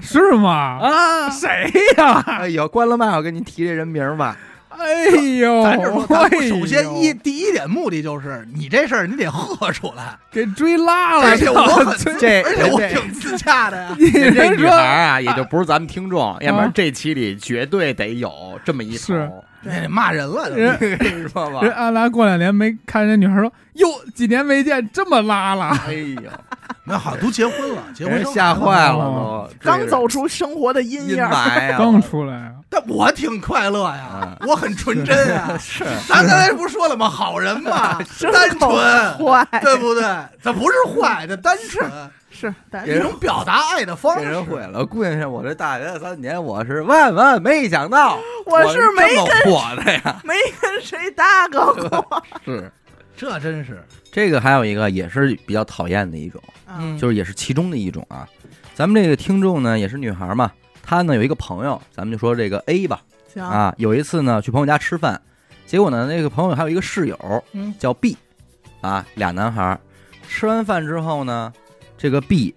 Speaker 4: 是吗？
Speaker 1: 啊！
Speaker 4: 谁呀？
Speaker 1: 哎呦，关了麦，我给您提这人名 吧。
Speaker 4: 哎呦，
Speaker 2: 咱这说，咱
Speaker 4: 哎呦
Speaker 2: 首先
Speaker 1: 哦
Speaker 2: 一第一点目的就是你这事儿你得喝出来，
Speaker 4: 给追拉了，
Speaker 2: 而且 我很
Speaker 4: 这
Speaker 1: 这
Speaker 2: 而且我
Speaker 1: 人家
Speaker 2: 挺自洽 的呀。
Speaker 1: 人啊这
Speaker 4: 人
Speaker 1: 女
Speaker 4: 说
Speaker 1: 孩啊，也就不是咱们听众，要不然这期里绝对得有这么一头，
Speaker 4: 是
Speaker 2: 你得哎骂人了，
Speaker 4: 人
Speaker 1: 知道吧？
Speaker 4: 人阿拉过两年没看人女孩说，哟，几年没见这么拉了，
Speaker 1: 哎呦，
Speaker 2: 那好像都结婚了，结
Speaker 1: 给
Speaker 2: 婚
Speaker 1: 人
Speaker 2: 生
Speaker 1: 哎吓
Speaker 2: 孩子了
Speaker 1: 坏了都，
Speaker 3: 刚走出生活的阴
Speaker 1: 啊阴
Speaker 3: 影 儿，
Speaker 1: 霾啊，
Speaker 4: 刚出来，
Speaker 2: 但我挺快乐呀，我很纯真呀。
Speaker 1: 嗯 是
Speaker 2: 咱刚才不是说了吗？好人嘛， 单
Speaker 3: 够
Speaker 2: 纯，
Speaker 3: 啊坏
Speaker 2: 对不对？这不是坏，这单纯，
Speaker 3: 是，但
Speaker 1: 给人
Speaker 2: 一种表达爱的方
Speaker 1: 被
Speaker 2: 式。
Speaker 1: 人毁了。姑娘是我这大学三年，我是万万没想到，
Speaker 3: 我是
Speaker 1: 这
Speaker 3: 没
Speaker 1: 么火的呀。
Speaker 3: 没跟谁搭个过。
Speaker 1: 是
Speaker 2: 这真是，
Speaker 1: 这个还有一个也是比较讨厌的一种，
Speaker 3: 嗯
Speaker 1: 就是也是其中的一种啊。咱们这个听众呢也是女孩嘛，她呢有一个朋友，咱们就说这个 A 吧，
Speaker 3: 行，
Speaker 1: 啊，有一次呢去朋友家吃饭，结果呢那个朋友还有一个室友，
Speaker 2: 嗯
Speaker 1: 叫 B，啊，俩男孩儿。吃完饭之后呢，这个 B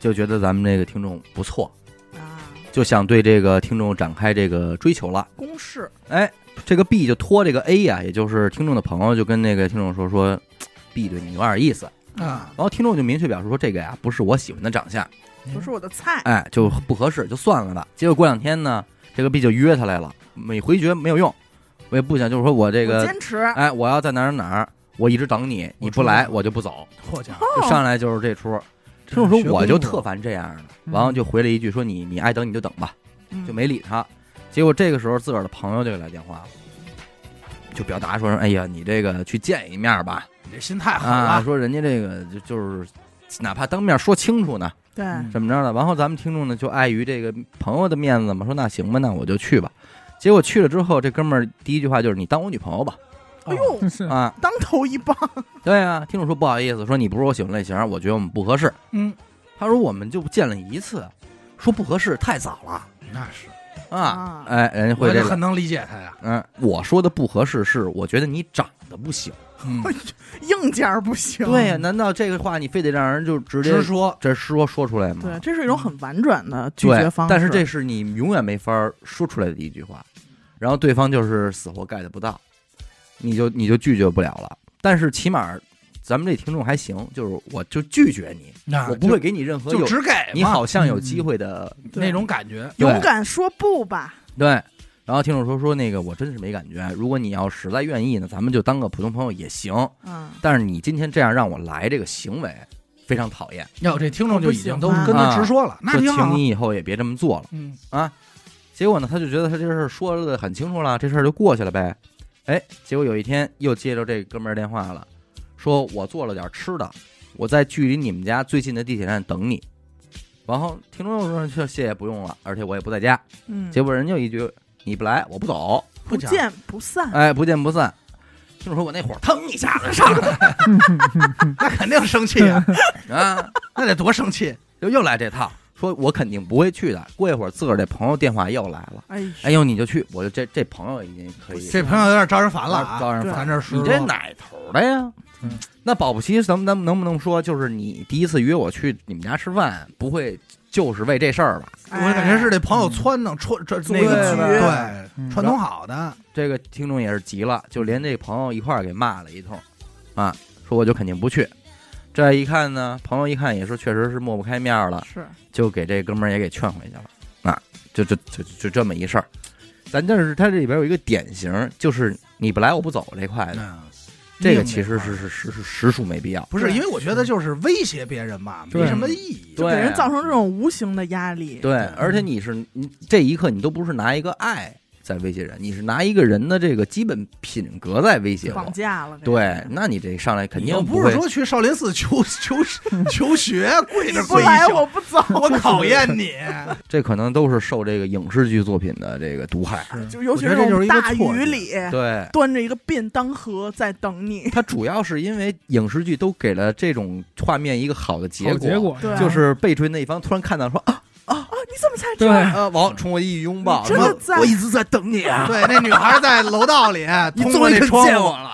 Speaker 1: 就觉得咱们这个听众不错，
Speaker 3: 啊，
Speaker 1: 就想对这个听众展开这个追求了。
Speaker 3: 公式
Speaker 1: 哎，这个 B 就托这个 A 呀、也就是听众的朋友，就跟那个听众说说，B 对你有点意思。
Speaker 2: 啊，
Speaker 1: 然后听众就明确表示说，这个呀不是我喜欢的长相，
Speaker 3: 不是我的菜。
Speaker 1: 哎，就不合适，就算了吧。结果过两天呢，这个 B 就约他来了，每回绝没有用，我也不想，就是说我这
Speaker 3: 我
Speaker 1: 个，
Speaker 3: 坚持，
Speaker 1: 哎，我要在哪儿哪儿哪儿，我一直等你，你不来我就不走，
Speaker 2: 破家伙，
Speaker 1: 就上来就是这出。这种
Speaker 2: 学
Speaker 1: 说
Speaker 2: 工
Speaker 1: 我就嗯
Speaker 2: 作
Speaker 1: 特烦这样的，完了就回了一句说你你爱等你就等吧，
Speaker 3: 嗯
Speaker 1: 就没理他。结果这个时候自个儿的朋友就给来电话了，就表达说哎呀你这个去见一面吧，
Speaker 2: 你这心太狠
Speaker 1: 啊，
Speaker 2: 了，
Speaker 1: 说人家这个就就是哪怕当面说清楚呢，
Speaker 3: 对，
Speaker 2: 嗯
Speaker 1: 怎么着的？然后咱们听众呢，就碍于这个朋友的面子嘛，说那行吧，那我就去吧。结果去了之后，这哥们儿第一句话就是你当我女朋友吧？
Speaker 3: 哎呦，
Speaker 4: 真
Speaker 2: 嗯
Speaker 4: 是
Speaker 1: 啊，
Speaker 3: 当头一棒，
Speaker 1: 对啊。听众说不好意思，说你不是我喜欢类型，我觉得我们不合适。
Speaker 2: 嗯，
Speaker 1: 他说我们就见了一次，说不合适太早了
Speaker 2: 那是，
Speaker 1: 啊
Speaker 3: 啊。
Speaker 1: 哎，人家
Speaker 2: 我
Speaker 1: 会这
Speaker 2: 就
Speaker 1: 个
Speaker 2: 很。能理解他呀，
Speaker 1: 嗯，我说的不合适是我觉得你长得不行。
Speaker 2: 嗯，
Speaker 3: 硬件儿不行。
Speaker 1: 对呀、难道这个话你非得让人就直接
Speaker 2: 直说，
Speaker 1: 这说说出来吗？
Speaker 3: 对，这是一种很婉转的拒
Speaker 1: 对，
Speaker 3: 绝方式。
Speaker 1: 但是这是你永远没法儿说出来的一句话，然后对方就是死活 get 不到，你就你就拒绝不了了。但是起码咱们这听众还行，就是我就拒绝你，
Speaker 3: 啊
Speaker 2: 那
Speaker 1: 我不会给你任何
Speaker 2: 就
Speaker 1: 有
Speaker 2: 只给
Speaker 1: 你
Speaker 2: 嘛
Speaker 1: 好像
Speaker 3: 嗯
Speaker 1: 有机会的、
Speaker 3: 对
Speaker 2: 那种感觉，
Speaker 1: 对
Speaker 3: 勇敢说不吧，
Speaker 1: 对。然后听众说说那个我真是没感觉，如果你要实在愿意呢，咱们就当个普通朋友也行。
Speaker 3: 嗯，
Speaker 1: 但是你今天这样让我来这个行为非常讨厌，
Speaker 2: 哟，这听众就已经都跟
Speaker 1: 啊
Speaker 2: 他直说了，那
Speaker 1: 说
Speaker 2: 挺好
Speaker 1: 请。你以后也别这么做了。啊
Speaker 2: 嗯，
Speaker 1: 结果呢，他就觉得他这事儿说的很清楚了，这事儿就过去了呗。哎，结果有一天又接着这哥们儿电话了，说我做了点吃的，我在距离你们家最近的地铁站等你。然后听众又说谢谢不用了，而且我也不在家。
Speaker 3: 嗯，
Speaker 1: 结果人家一句你不来我不走，
Speaker 3: 不
Speaker 2: 讲
Speaker 3: 见不散。
Speaker 1: 哎，不见不散。听众说我那火腾一下子上来
Speaker 2: 那肯定生 气呀，
Speaker 1: 啊，
Speaker 2: 那得多生气！
Speaker 1: 又又来这套，说我肯定不会去的。过一会儿自个儿这朋友电话又来了，
Speaker 3: 哎呦，
Speaker 1: 哎呦你就去，我就这这朋友已经可以
Speaker 2: 这朋友有点招人烦了啊，
Speaker 1: 招人烦
Speaker 2: 咱这说
Speaker 1: 你这哪头的呀
Speaker 2: 嗯？
Speaker 1: 那保不齐咱们咱们能不能说，就是你第一次约我去你们家吃饭，不会就是为这事儿吧？
Speaker 3: 哎
Speaker 2: 我感觉是这
Speaker 1: 哎
Speaker 2: 朋友撺弄戳这那个
Speaker 1: 对
Speaker 3: 吧
Speaker 1: 嗯
Speaker 2: 对串通好的，
Speaker 1: 这个听众也是急了，就连这朋友一块儿给骂了一通，啊，说我就肯定不去。这一看呢，朋友一看也是确实是抹不开面儿了
Speaker 3: 哎，是
Speaker 1: 就给这哥们儿也给劝回去了。啊，就就就就这么一事儿。咱这是他这里边有一个典型，就是你不来我不走这块的，
Speaker 2: 嗯
Speaker 1: 这个其实
Speaker 2: 硬
Speaker 1: 是
Speaker 2: 的
Speaker 1: 是是是实属没必要。
Speaker 2: 不是
Speaker 3: 对
Speaker 2: 因为我觉得就是威胁别人吧，
Speaker 4: 对
Speaker 2: 没什么意义。
Speaker 1: 对
Speaker 3: 给人造成这种无形的压力。
Speaker 1: 对，嗯而且你是你这一刻，你都不是拿一个爱在威胁人，你是拿一个人的这个基本品格在威胁
Speaker 3: 绑
Speaker 1: 我。
Speaker 3: 架了。
Speaker 1: 对，那你这上来肯定
Speaker 2: 我不
Speaker 1: 会
Speaker 2: 是说去少林寺求求求学，跪
Speaker 3: 你
Speaker 2: 着
Speaker 3: 不
Speaker 2: 跪
Speaker 3: 来
Speaker 2: 一 宿，
Speaker 3: 我不走，
Speaker 2: 我考验你。
Speaker 1: 这可能都是受这个影视剧作品的这个毒害。
Speaker 3: 啊就尤 其
Speaker 2: 我觉得这就是
Speaker 3: 那种
Speaker 2: 一个
Speaker 3: 大
Speaker 2: 错
Speaker 3: 雨
Speaker 2: 觉
Speaker 3: 里，
Speaker 1: 对，
Speaker 3: 端着一个便当盒在等你。
Speaker 1: 它主要是因为影视剧都给了这种画面一个好的结
Speaker 4: 好
Speaker 1: 果，啊
Speaker 4: 结果
Speaker 3: 对
Speaker 1: 就是被追那一方突然看到说啊
Speaker 3: 啊，你怎么才这
Speaker 4: 对
Speaker 3: 样？
Speaker 1: 啊，王冲我一拥抱，
Speaker 3: 真
Speaker 1: 什
Speaker 3: 的
Speaker 1: 么
Speaker 3: 在
Speaker 1: 我一直在等你啊，
Speaker 2: 对，那女孩在楼道 里
Speaker 1: 你
Speaker 2: 通
Speaker 1: 终
Speaker 2: 过
Speaker 1: 于
Speaker 2: 那
Speaker 1: 看
Speaker 2: 窗
Speaker 1: 见
Speaker 2: 户
Speaker 1: 我，了，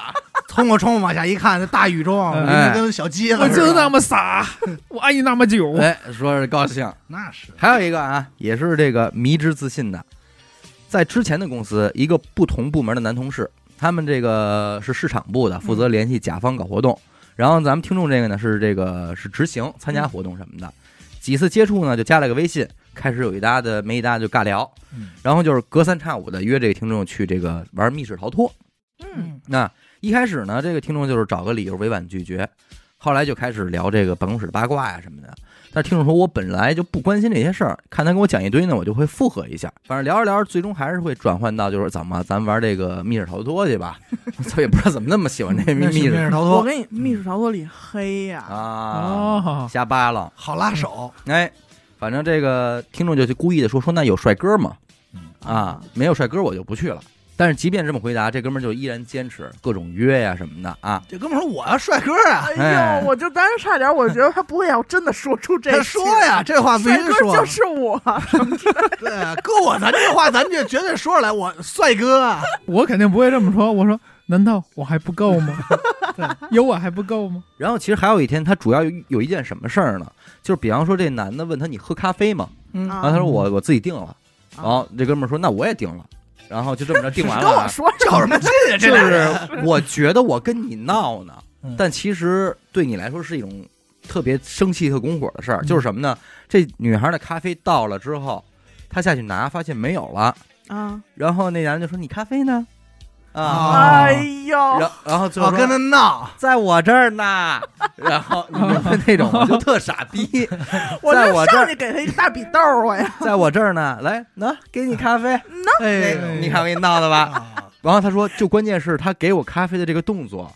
Speaker 2: 通过窗户往下一看，那大雨中，啊我
Speaker 1: 哎
Speaker 2: 就跟小鸡
Speaker 4: 我
Speaker 2: 了似的。
Speaker 4: 就那么傻，我爱你那么久，
Speaker 1: 哎，说是高兴。
Speaker 2: 那是
Speaker 1: 还有一个啊，也是这个迷之自信的，在之前的公司，一个不同部门的男同事，他们这个是市场部的，负责联系甲方搞活动。然后咱们听众这个呢是这个是执
Speaker 2: 嗯
Speaker 1: 行参加活动什么的，几次接触呢就加了个微信，开始有一搭的没一搭就尬聊
Speaker 2: 嗯，
Speaker 1: 然后就是隔三差五的约这个听众去这个玩密室逃脱。
Speaker 3: 嗯，
Speaker 1: 那一开始呢，这个听众就是找个理由委婉拒绝，后来就开始聊这个办公室的八卦呀、什么的。但是听众说，我本来就不关心这些事儿，看他跟我讲一堆呢，我就会附和一下。反正聊着聊着，最终还是会转换到就是怎么咱玩这个密室逃脱去 吧。我也不知道怎么那么喜欢这密
Speaker 2: 那是
Speaker 1: 密
Speaker 2: 密
Speaker 1: 室
Speaker 2: 室逃
Speaker 3: 我
Speaker 2: 脱，
Speaker 3: 跟你密室逃脱里黑呀、
Speaker 1: 啊，
Speaker 4: 哦，
Speaker 1: 瞎扒拉。
Speaker 2: 好拉手，
Speaker 1: 哎，反正这个听众就去故意的说说那有帅哥吗？啊，没有帅哥我就不去了。但是即便这么回答，这哥们儿就依然坚持各种约呀、什么的啊。
Speaker 2: 这哥们儿说我要帅哥啊，
Speaker 3: 哎
Speaker 1: 哎
Speaker 3: 呦，我就当时差点，我觉得他不会要真的说出 这
Speaker 2: 他
Speaker 3: 些
Speaker 2: 说。呀，这话必
Speaker 3: 帅
Speaker 2: 须
Speaker 3: 哥
Speaker 2: 说，
Speaker 3: 就是我，
Speaker 2: 对，啊搁我咱这话，咱这绝对说出来，我帅哥啊，
Speaker 4: 我肯定不会这么说。我说，难道我还不够吗？ 有我还不够吗？
Speaker 1: 然后其实还有一天，他主要有有一件什么事儿呢？就是比方说这男的问他你喝咖啡吗？
Speaker 2: 嗯
Speaker 1: 然后他说我我自己订了。
Speaker 3: 啊
Speaker 1: 然后这哥们儿说那我也订了。然后就这么着订完
Speaker 3: 跟
Speaker 1: 了
Speaker 3: 我
Speaker 1: 啊。
Speaker 3: 说
Speaker 2: 较什么劲 啊，这
Speaker 1: 就
Speaker 2: 俩人
Speaker 1: 是我觉得我跟你闹呢
Speaker 2: 嗯，
Speaker 1: 但其实对你来说是一种特别生气、特拱火的事儿。
Speaker 4: 嗯
Speaker 1: 就是什么呢？这女孩的咖啡到了之后，她下去拿，发现没有了。
Speaker 3: 啊，
Speaker 1: 然后那男的就说：“你咖啡呢？”啊。
Speaker 3: 哎呦，
Speaker 1: 然然后最后
Speaker 2: 我
Speaker 1: 说
Speaker 2: 哦跟他闹，
Speaker 1: 在我这儿呢，然后你明白那种，我就特傻逼，
Speaker 3: 我
Speaker 1: 在
Speaker 3: 就
Speaker 1: 我这
Speaker 3: 上
Speaker 1: 儿
Speaker 3: 去给他一大笔豆儿，我呀，
Speaker 1: 在我这儿呢，来，那给你咖啡，
Speaker 2: 哎
Speaker 1: 那
Speaker 2: 呦，
Speaker 1: 你看我给你闹的吧。
Speaker 2: 啊，
Speaker 1: 然后他说，就关键是他给我咖啡的这个动作，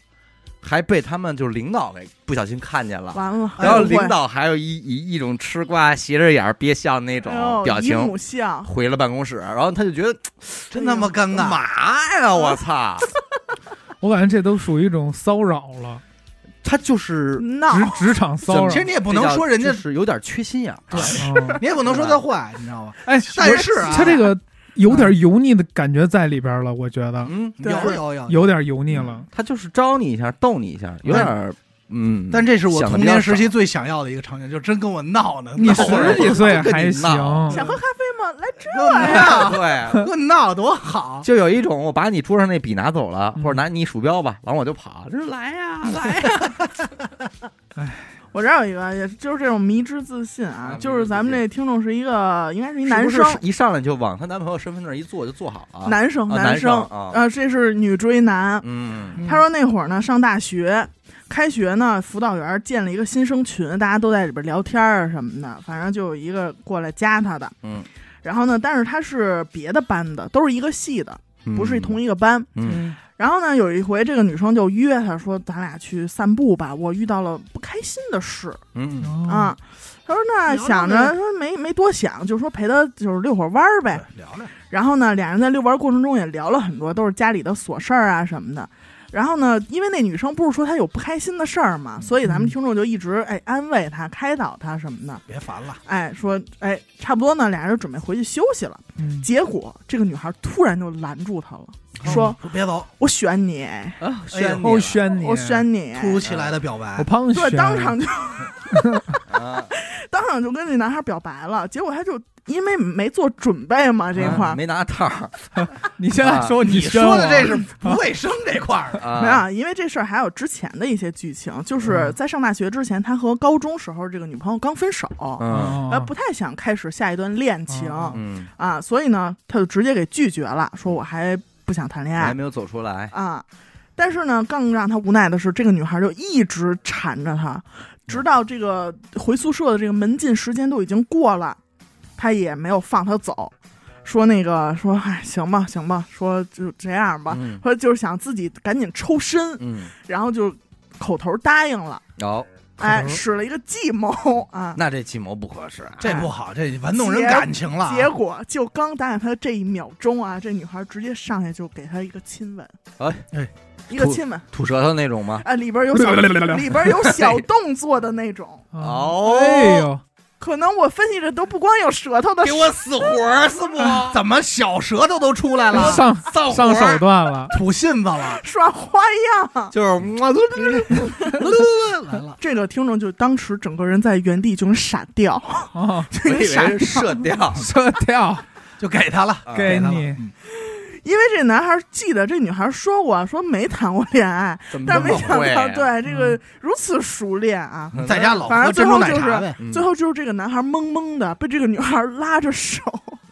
Speaker 1: 还被他们就是领导给不小心看见了。
Speaker 3: 完了，
Speaker 1: 啊然后
Speaker 3: 哎呦
Speaker 1: 领导还有一一一种吃瓜斜着眼儿憋笑那
Speaker 3: 喂哎呦
Speaker 1: 种表
Speaker 3: 姨
Speaker 2: 嗯
Speaker 1: 情，
Speaker 3: 母像，
Speaker 1: 回了办公室，然后他就觉 得
Speaker 2: 真他妈尴
Speaker 1: 干
Speaker 2: 尬，
Speaker 1: 嘛呀，我 操！
Speaker 4: 我感觉这都属于一种骚扰了，
Speaker 1: 他就是
Speaker 3: 闹，
Speaker 4: 职职场骚扰。
Speaker 2: 其实你也不能
Speaker 1: 这叫
Speaker 2: 说人家
Speaker 1: 就，是有点缺心眼儿，
Speaker 4: 嗯
Speaker 2: 你也不能说他坏，你知道吧？
Speaker 4: 哎，
Speaker 2: 但是啊
Speaker 4: 他这个有点油腻的感觉在里边了，我觉得
Speaker 1: 嗯，
Speaker 3: 对
Speaker 2: 有有有，
Speaker 4: 有点油腻了。
Speaker 1: 他就是招你一下，逗你一下，有点儿嗯，
Speaker 2: 但这是我
Speaker 1: 想得
Speaker 2: 童
Speaker 1: 比较
Speaker 2: 年时
Speaker 1: 少
Speaker 2: 期最想要的一个场景，就真跟我闹呢，
Speaker 4: 你
Speaker 2: 闹
Speaker 4: 十
Speaker 2: 我
Speaker 4: 几岁
Speaker 1: 我就跟
Speaker 4: 还
Speaker 1: 你
Speaker 4: 行，
Speaker 1: 闹
Speaker 3: 想喝咖啡吗？来这
Speaker 2: 跟我
Speaker 1: 啊
Speaker 2: 闹，
Speaker 1: 对，
Speaker 2: 跟我闹多
Speaker 3: 啊
Speaker 2: 好，
Speaker 1: 就有一种我把你桌上那笔拿走了，
Speaker 4: 嗯
Speaker 1: 或者拿你鼠标吧，完我就跑，这来呀来呀，
Speaker 3: 我这儿有一个，也就是这种迷之自信啊
Speaker 1: 啊，
Speaker 3: 就是咱们这听众是一个，应该是一男
Speaker 1: 是不
Speaker 3: 生，
Speaker 1: 是一上来就往她男朋友身份证一坐就坐好了，
Speaker 3: 男生，
Speaker 1: 啊男
Speaker 3: 生，
Speaker 1: 啊，
Speaker 3: 呃，这是女追男。
Speaker 1: 嗯
Speaker 4: 嗯
Speaker 3: 他说那会儿呢，上大学，开学呢，辅导员建了一个新生群，大家都在里边聊天啊什么的，反正就有一个过来加他的，
Speaker 1: 嗯，
Speaker 3: 然后呢，但是他是别的班的，都是一个系的，不是同
Speaker 1: 一，
Speaker 3: 一个班。
Speaker 1: 嗯
Speaker 3: 然后呢，有一回这个女生就约他说：“咱俩去散步吧，我遇到了不开心的事。”
Speaker 1: 嗯嗯
Speaker 4: 哦
Speaker 3: 啊，他说
Speaker 2: 聊
Speaker 3: 那
Speaker 2: 聊
Speaker 3: 想
Speaker 2: 呗
Speaker 3: 着说没没多想，就说陪他就是遛会儿弯儿呗。
Speaker 2: 聊聊，
Speaker 3: 然后呢，俩人在遛弯儿过程中也聊了很多，都是家里的琐事儿啊什么的。然后呢，因为那女生不是说她有不开心的事儿嘛，所以咱们
Speaker 4: 嗯
Speaker 3: 听众就一直哎安慰她、开导她什么的，
Speaker 2: 别烦了，
Speaker 3: 哎说哎差不多呢，俩人准备回去休息了。
Speaker 4: 嗯
Speaker 3: 结果这个女孩突然就拦住他了，说
Speaker 2: 说嗯别走，：“
Speaker 3: 我选你，
Speaker 1: 啊，
Speaker 2: 哎呦
Speaker 1: 炫你了
Speaker 4: 哦，宣你，
Speaker 3: 我选你。”
Speaker 2: 突如其来的表白
Speaker 4: 我，胖
Speaker 3: 对，
Speaker 4: 选，
Speaker 3: 当场就
Speaker 1: 啊
Speaker 3: 当场就跟那男孩表白了，结果他就因为没做准备嘛这块儿，
Speaker 1: 嗯没拿套儿
Speaker 4: 你啊现在说
Speaker 2: 你
Speaker 4: 宣
Speaker 2: 说的
Speaker 4: 我
Speaker 2: 这
Speaker 1: 嗯
Speaker 2: 是
Speaker 3: 啊
Speaker 2: 不卫生这块 儿，
Speaker 3: 没
Speaker 1: 啊，
Speaker 3: 有，因为这事儿还有之前的一些剧情，就是
Speaker 4: 嗯
Speaker 3: 在上大学之前，他和高中时候这个女朋友刚分手，
Speaker 1: 嗯
Speaker 4: 哦
Speaker 3: 呃，不太想开始下一段恋情
Speaker 1: 嗯，
Speaker 4: 嗯
Speaker 3: 啊，所以呢，他就直接给拒绝了，说我还不想谈恋
Speaker 1: 还
Speaker 4: 哎
Speaker 3: 爱
Speaker 1: 没有走出来，
Speaker 3: 啊。但是呢，更让他无奈的是，这个女孩就一直缠着他，直到这个回宿舍的这个门禁时间都已经过了，他也没有放他走，说那个说，哎，行吧，行吧，说就这样吧，
Speaker 1: 嗯
Speaker 3: 说就是想自己赶紧抽身，
Speaker 1: 嗯，
Speaker 3: 然后就口头答应了，
Speaker 1: 有，
Speaker 3: 哎，
Speaker 4: 口头
Speaker 3: 使了一个计谋啊，
Speaker 1: 那这计谋不合适啊，
Speaker 2: 这不好，这玩弄人感情了，
Speaker 3: 结果就刚答应他这一秒钟啊，这女孩直接上去就给他一个亲吻，
Speaker 1: 哎
Speaker 2: 哎，
Speaker 3: 一个
Speaker 1: 吐
Speaker 3: 亲吻，
Speaker 1: 吐舌头那种吗？
Speaker 3: 啊，里边有小里边有小动作的那种，
Speaker 1: 哦
Speaker 4: 哎呦，
Speaker 3: 可能我分析着都不光有舌头的
Speaker 1: 给，我死活儿是不？
Speaker 3: 嗯
Speaker 2: 怎么小舌头都出来了，
Speaker 4: 上
Speaker 1: 造活
Speaker 4: 上
Speaker 1: 儿
Speaker 4: 手段了，
Speaker 2: 吐信子了，
Speaker 3: 耍花样。
Speaker 1: 就是 我
Speaker 2: 来了，
Speaker 3: 这个听众就当时整个人在原地就跟傻掉，
Speaker 4: 哦，
Speaker 3: 就
Speaker 1: 我以
Speaker 3: 跟
Speaker 1: 为
Speaker 3: 傻
Speaker 1: 是射掉，
Speaker 4: 射掉，
Speaker 2: 就给他了，
Speaker 1: 啊
Speaker 4: 给
Speaker 2: 他了
Speaker 4: 你，
Speaker 2: 嗯
Speaker 3: 因为这男孩记得这女孩说过，说没谈过恋爱，
Speaker 1: 怎么
Speaker 3: 但是没想
Speaker 1: 会
Speaker 3: 到
Speaker 1: 啊？
Speaker 3: 对这个如此熟练啊。
Speaker 2: 在家老
Speaker 3: 反
Speaker 2: 喝
Speaker 3: 正
Speaker 2: 珍
Speaker 3: 最后
Speaker 2: 珠奶
Speaker 3: 就是
Speaker 2: 茶呗，
Speaker 1: 嗯
Speaker 3: 最后就是这个男孩懵懵的被这个女孩拉着手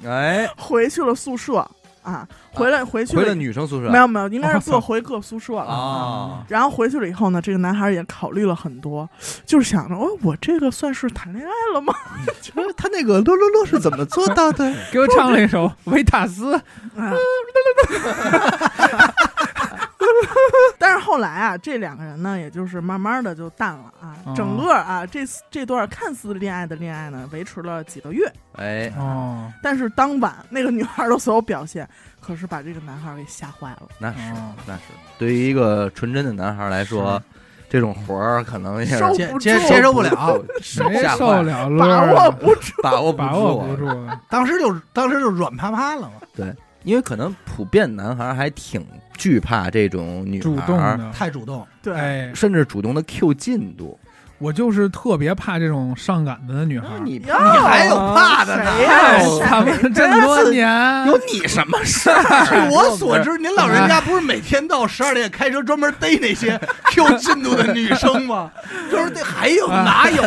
Speaker 1: 哎，
Speaker 3: 回去了宿舍啊，回来回去
Speaker 1: 回
Speaker 3: 了
Speaker 1: 了女生宿舍
Speaker 3: 没有没有，应该是
Speaker 4: 哦
Speaker 3: 各回各宿舍了。
Speaker 1: 啊，
Speaker 3: 然后回去了以后呢，这个男孩也考虑了很多，就是想着，哦，我这个算是谈恋爱了吗？
Speaker 1: 就是他那个噜噜噜是怎么做到的？
Speaker 4: 给我唱了一首维塔斯，
Speaker 3: 啊 但是后来啊，这两个人呢，也就是慢慢的就淡了啊。
Speaker 4: 哦
Speaker 3: 整个啊，这这段看似恋爱的恋爱呢，维持了几个月。
Speaker 1: 哎，
Speaker 4: 哦，
Speaker 3: 但是当晚那个女孩的所有表现，可是把这个男孩给吓坏了。
Speaker 1: 那是
Speaker 4: 哦
Speaker 1: 那是，对于一个纯真的男孩来说，这种活儿可能也是
Speaker 3: 受
Speaker 2: 接
Speaker 3: 不
Speaker 2: 接
Speaker 3: 住
Speaker 2: 接受不 了，
Speaker 4: 谁
Speaker 1: 吓坏
Speaker 4: 受了乐
Speaker 3: 把
Speaker 4: 儿
Speaker 3: 握
Speaker 4: 啊？
Speaker 3: 不住。
Speaker 1: 把握不
Speaker 4: 把握不
Speaker 1: 住，
Speaker 4: 住啊了，
Speaker 2: 当时就当时就软趴趴了嘛，
Speaker 1: 因为可能普遍男孩还挺惧怕这种女
Speaker 4: 主动
Speaker 1: 孩儿，
Speaker 4: 的，
Speaker 2: 太主动，
Speaker 3: 对，
Speaker 4: 哎，
Speaker 1: 甚至主动的 Q 进度。
Speaker 4: 我就是特别怕这种上赶子的女孩儿。
Speaker 1: 哎你
Speaker 3: 哟
Speaker 2: 你还有怕的呢
Speaker 3: 谁呀
Speaker 4: 哎
Speaker 3: 谁
Speaker 4: 他们这么多年，
Speaker 1: 有你什么事儿？啊
Speaker 2: 据我所知，您老人家不是每天到十二点开车专门逮那些 Q 进度的女生吗？就是这还有哪有？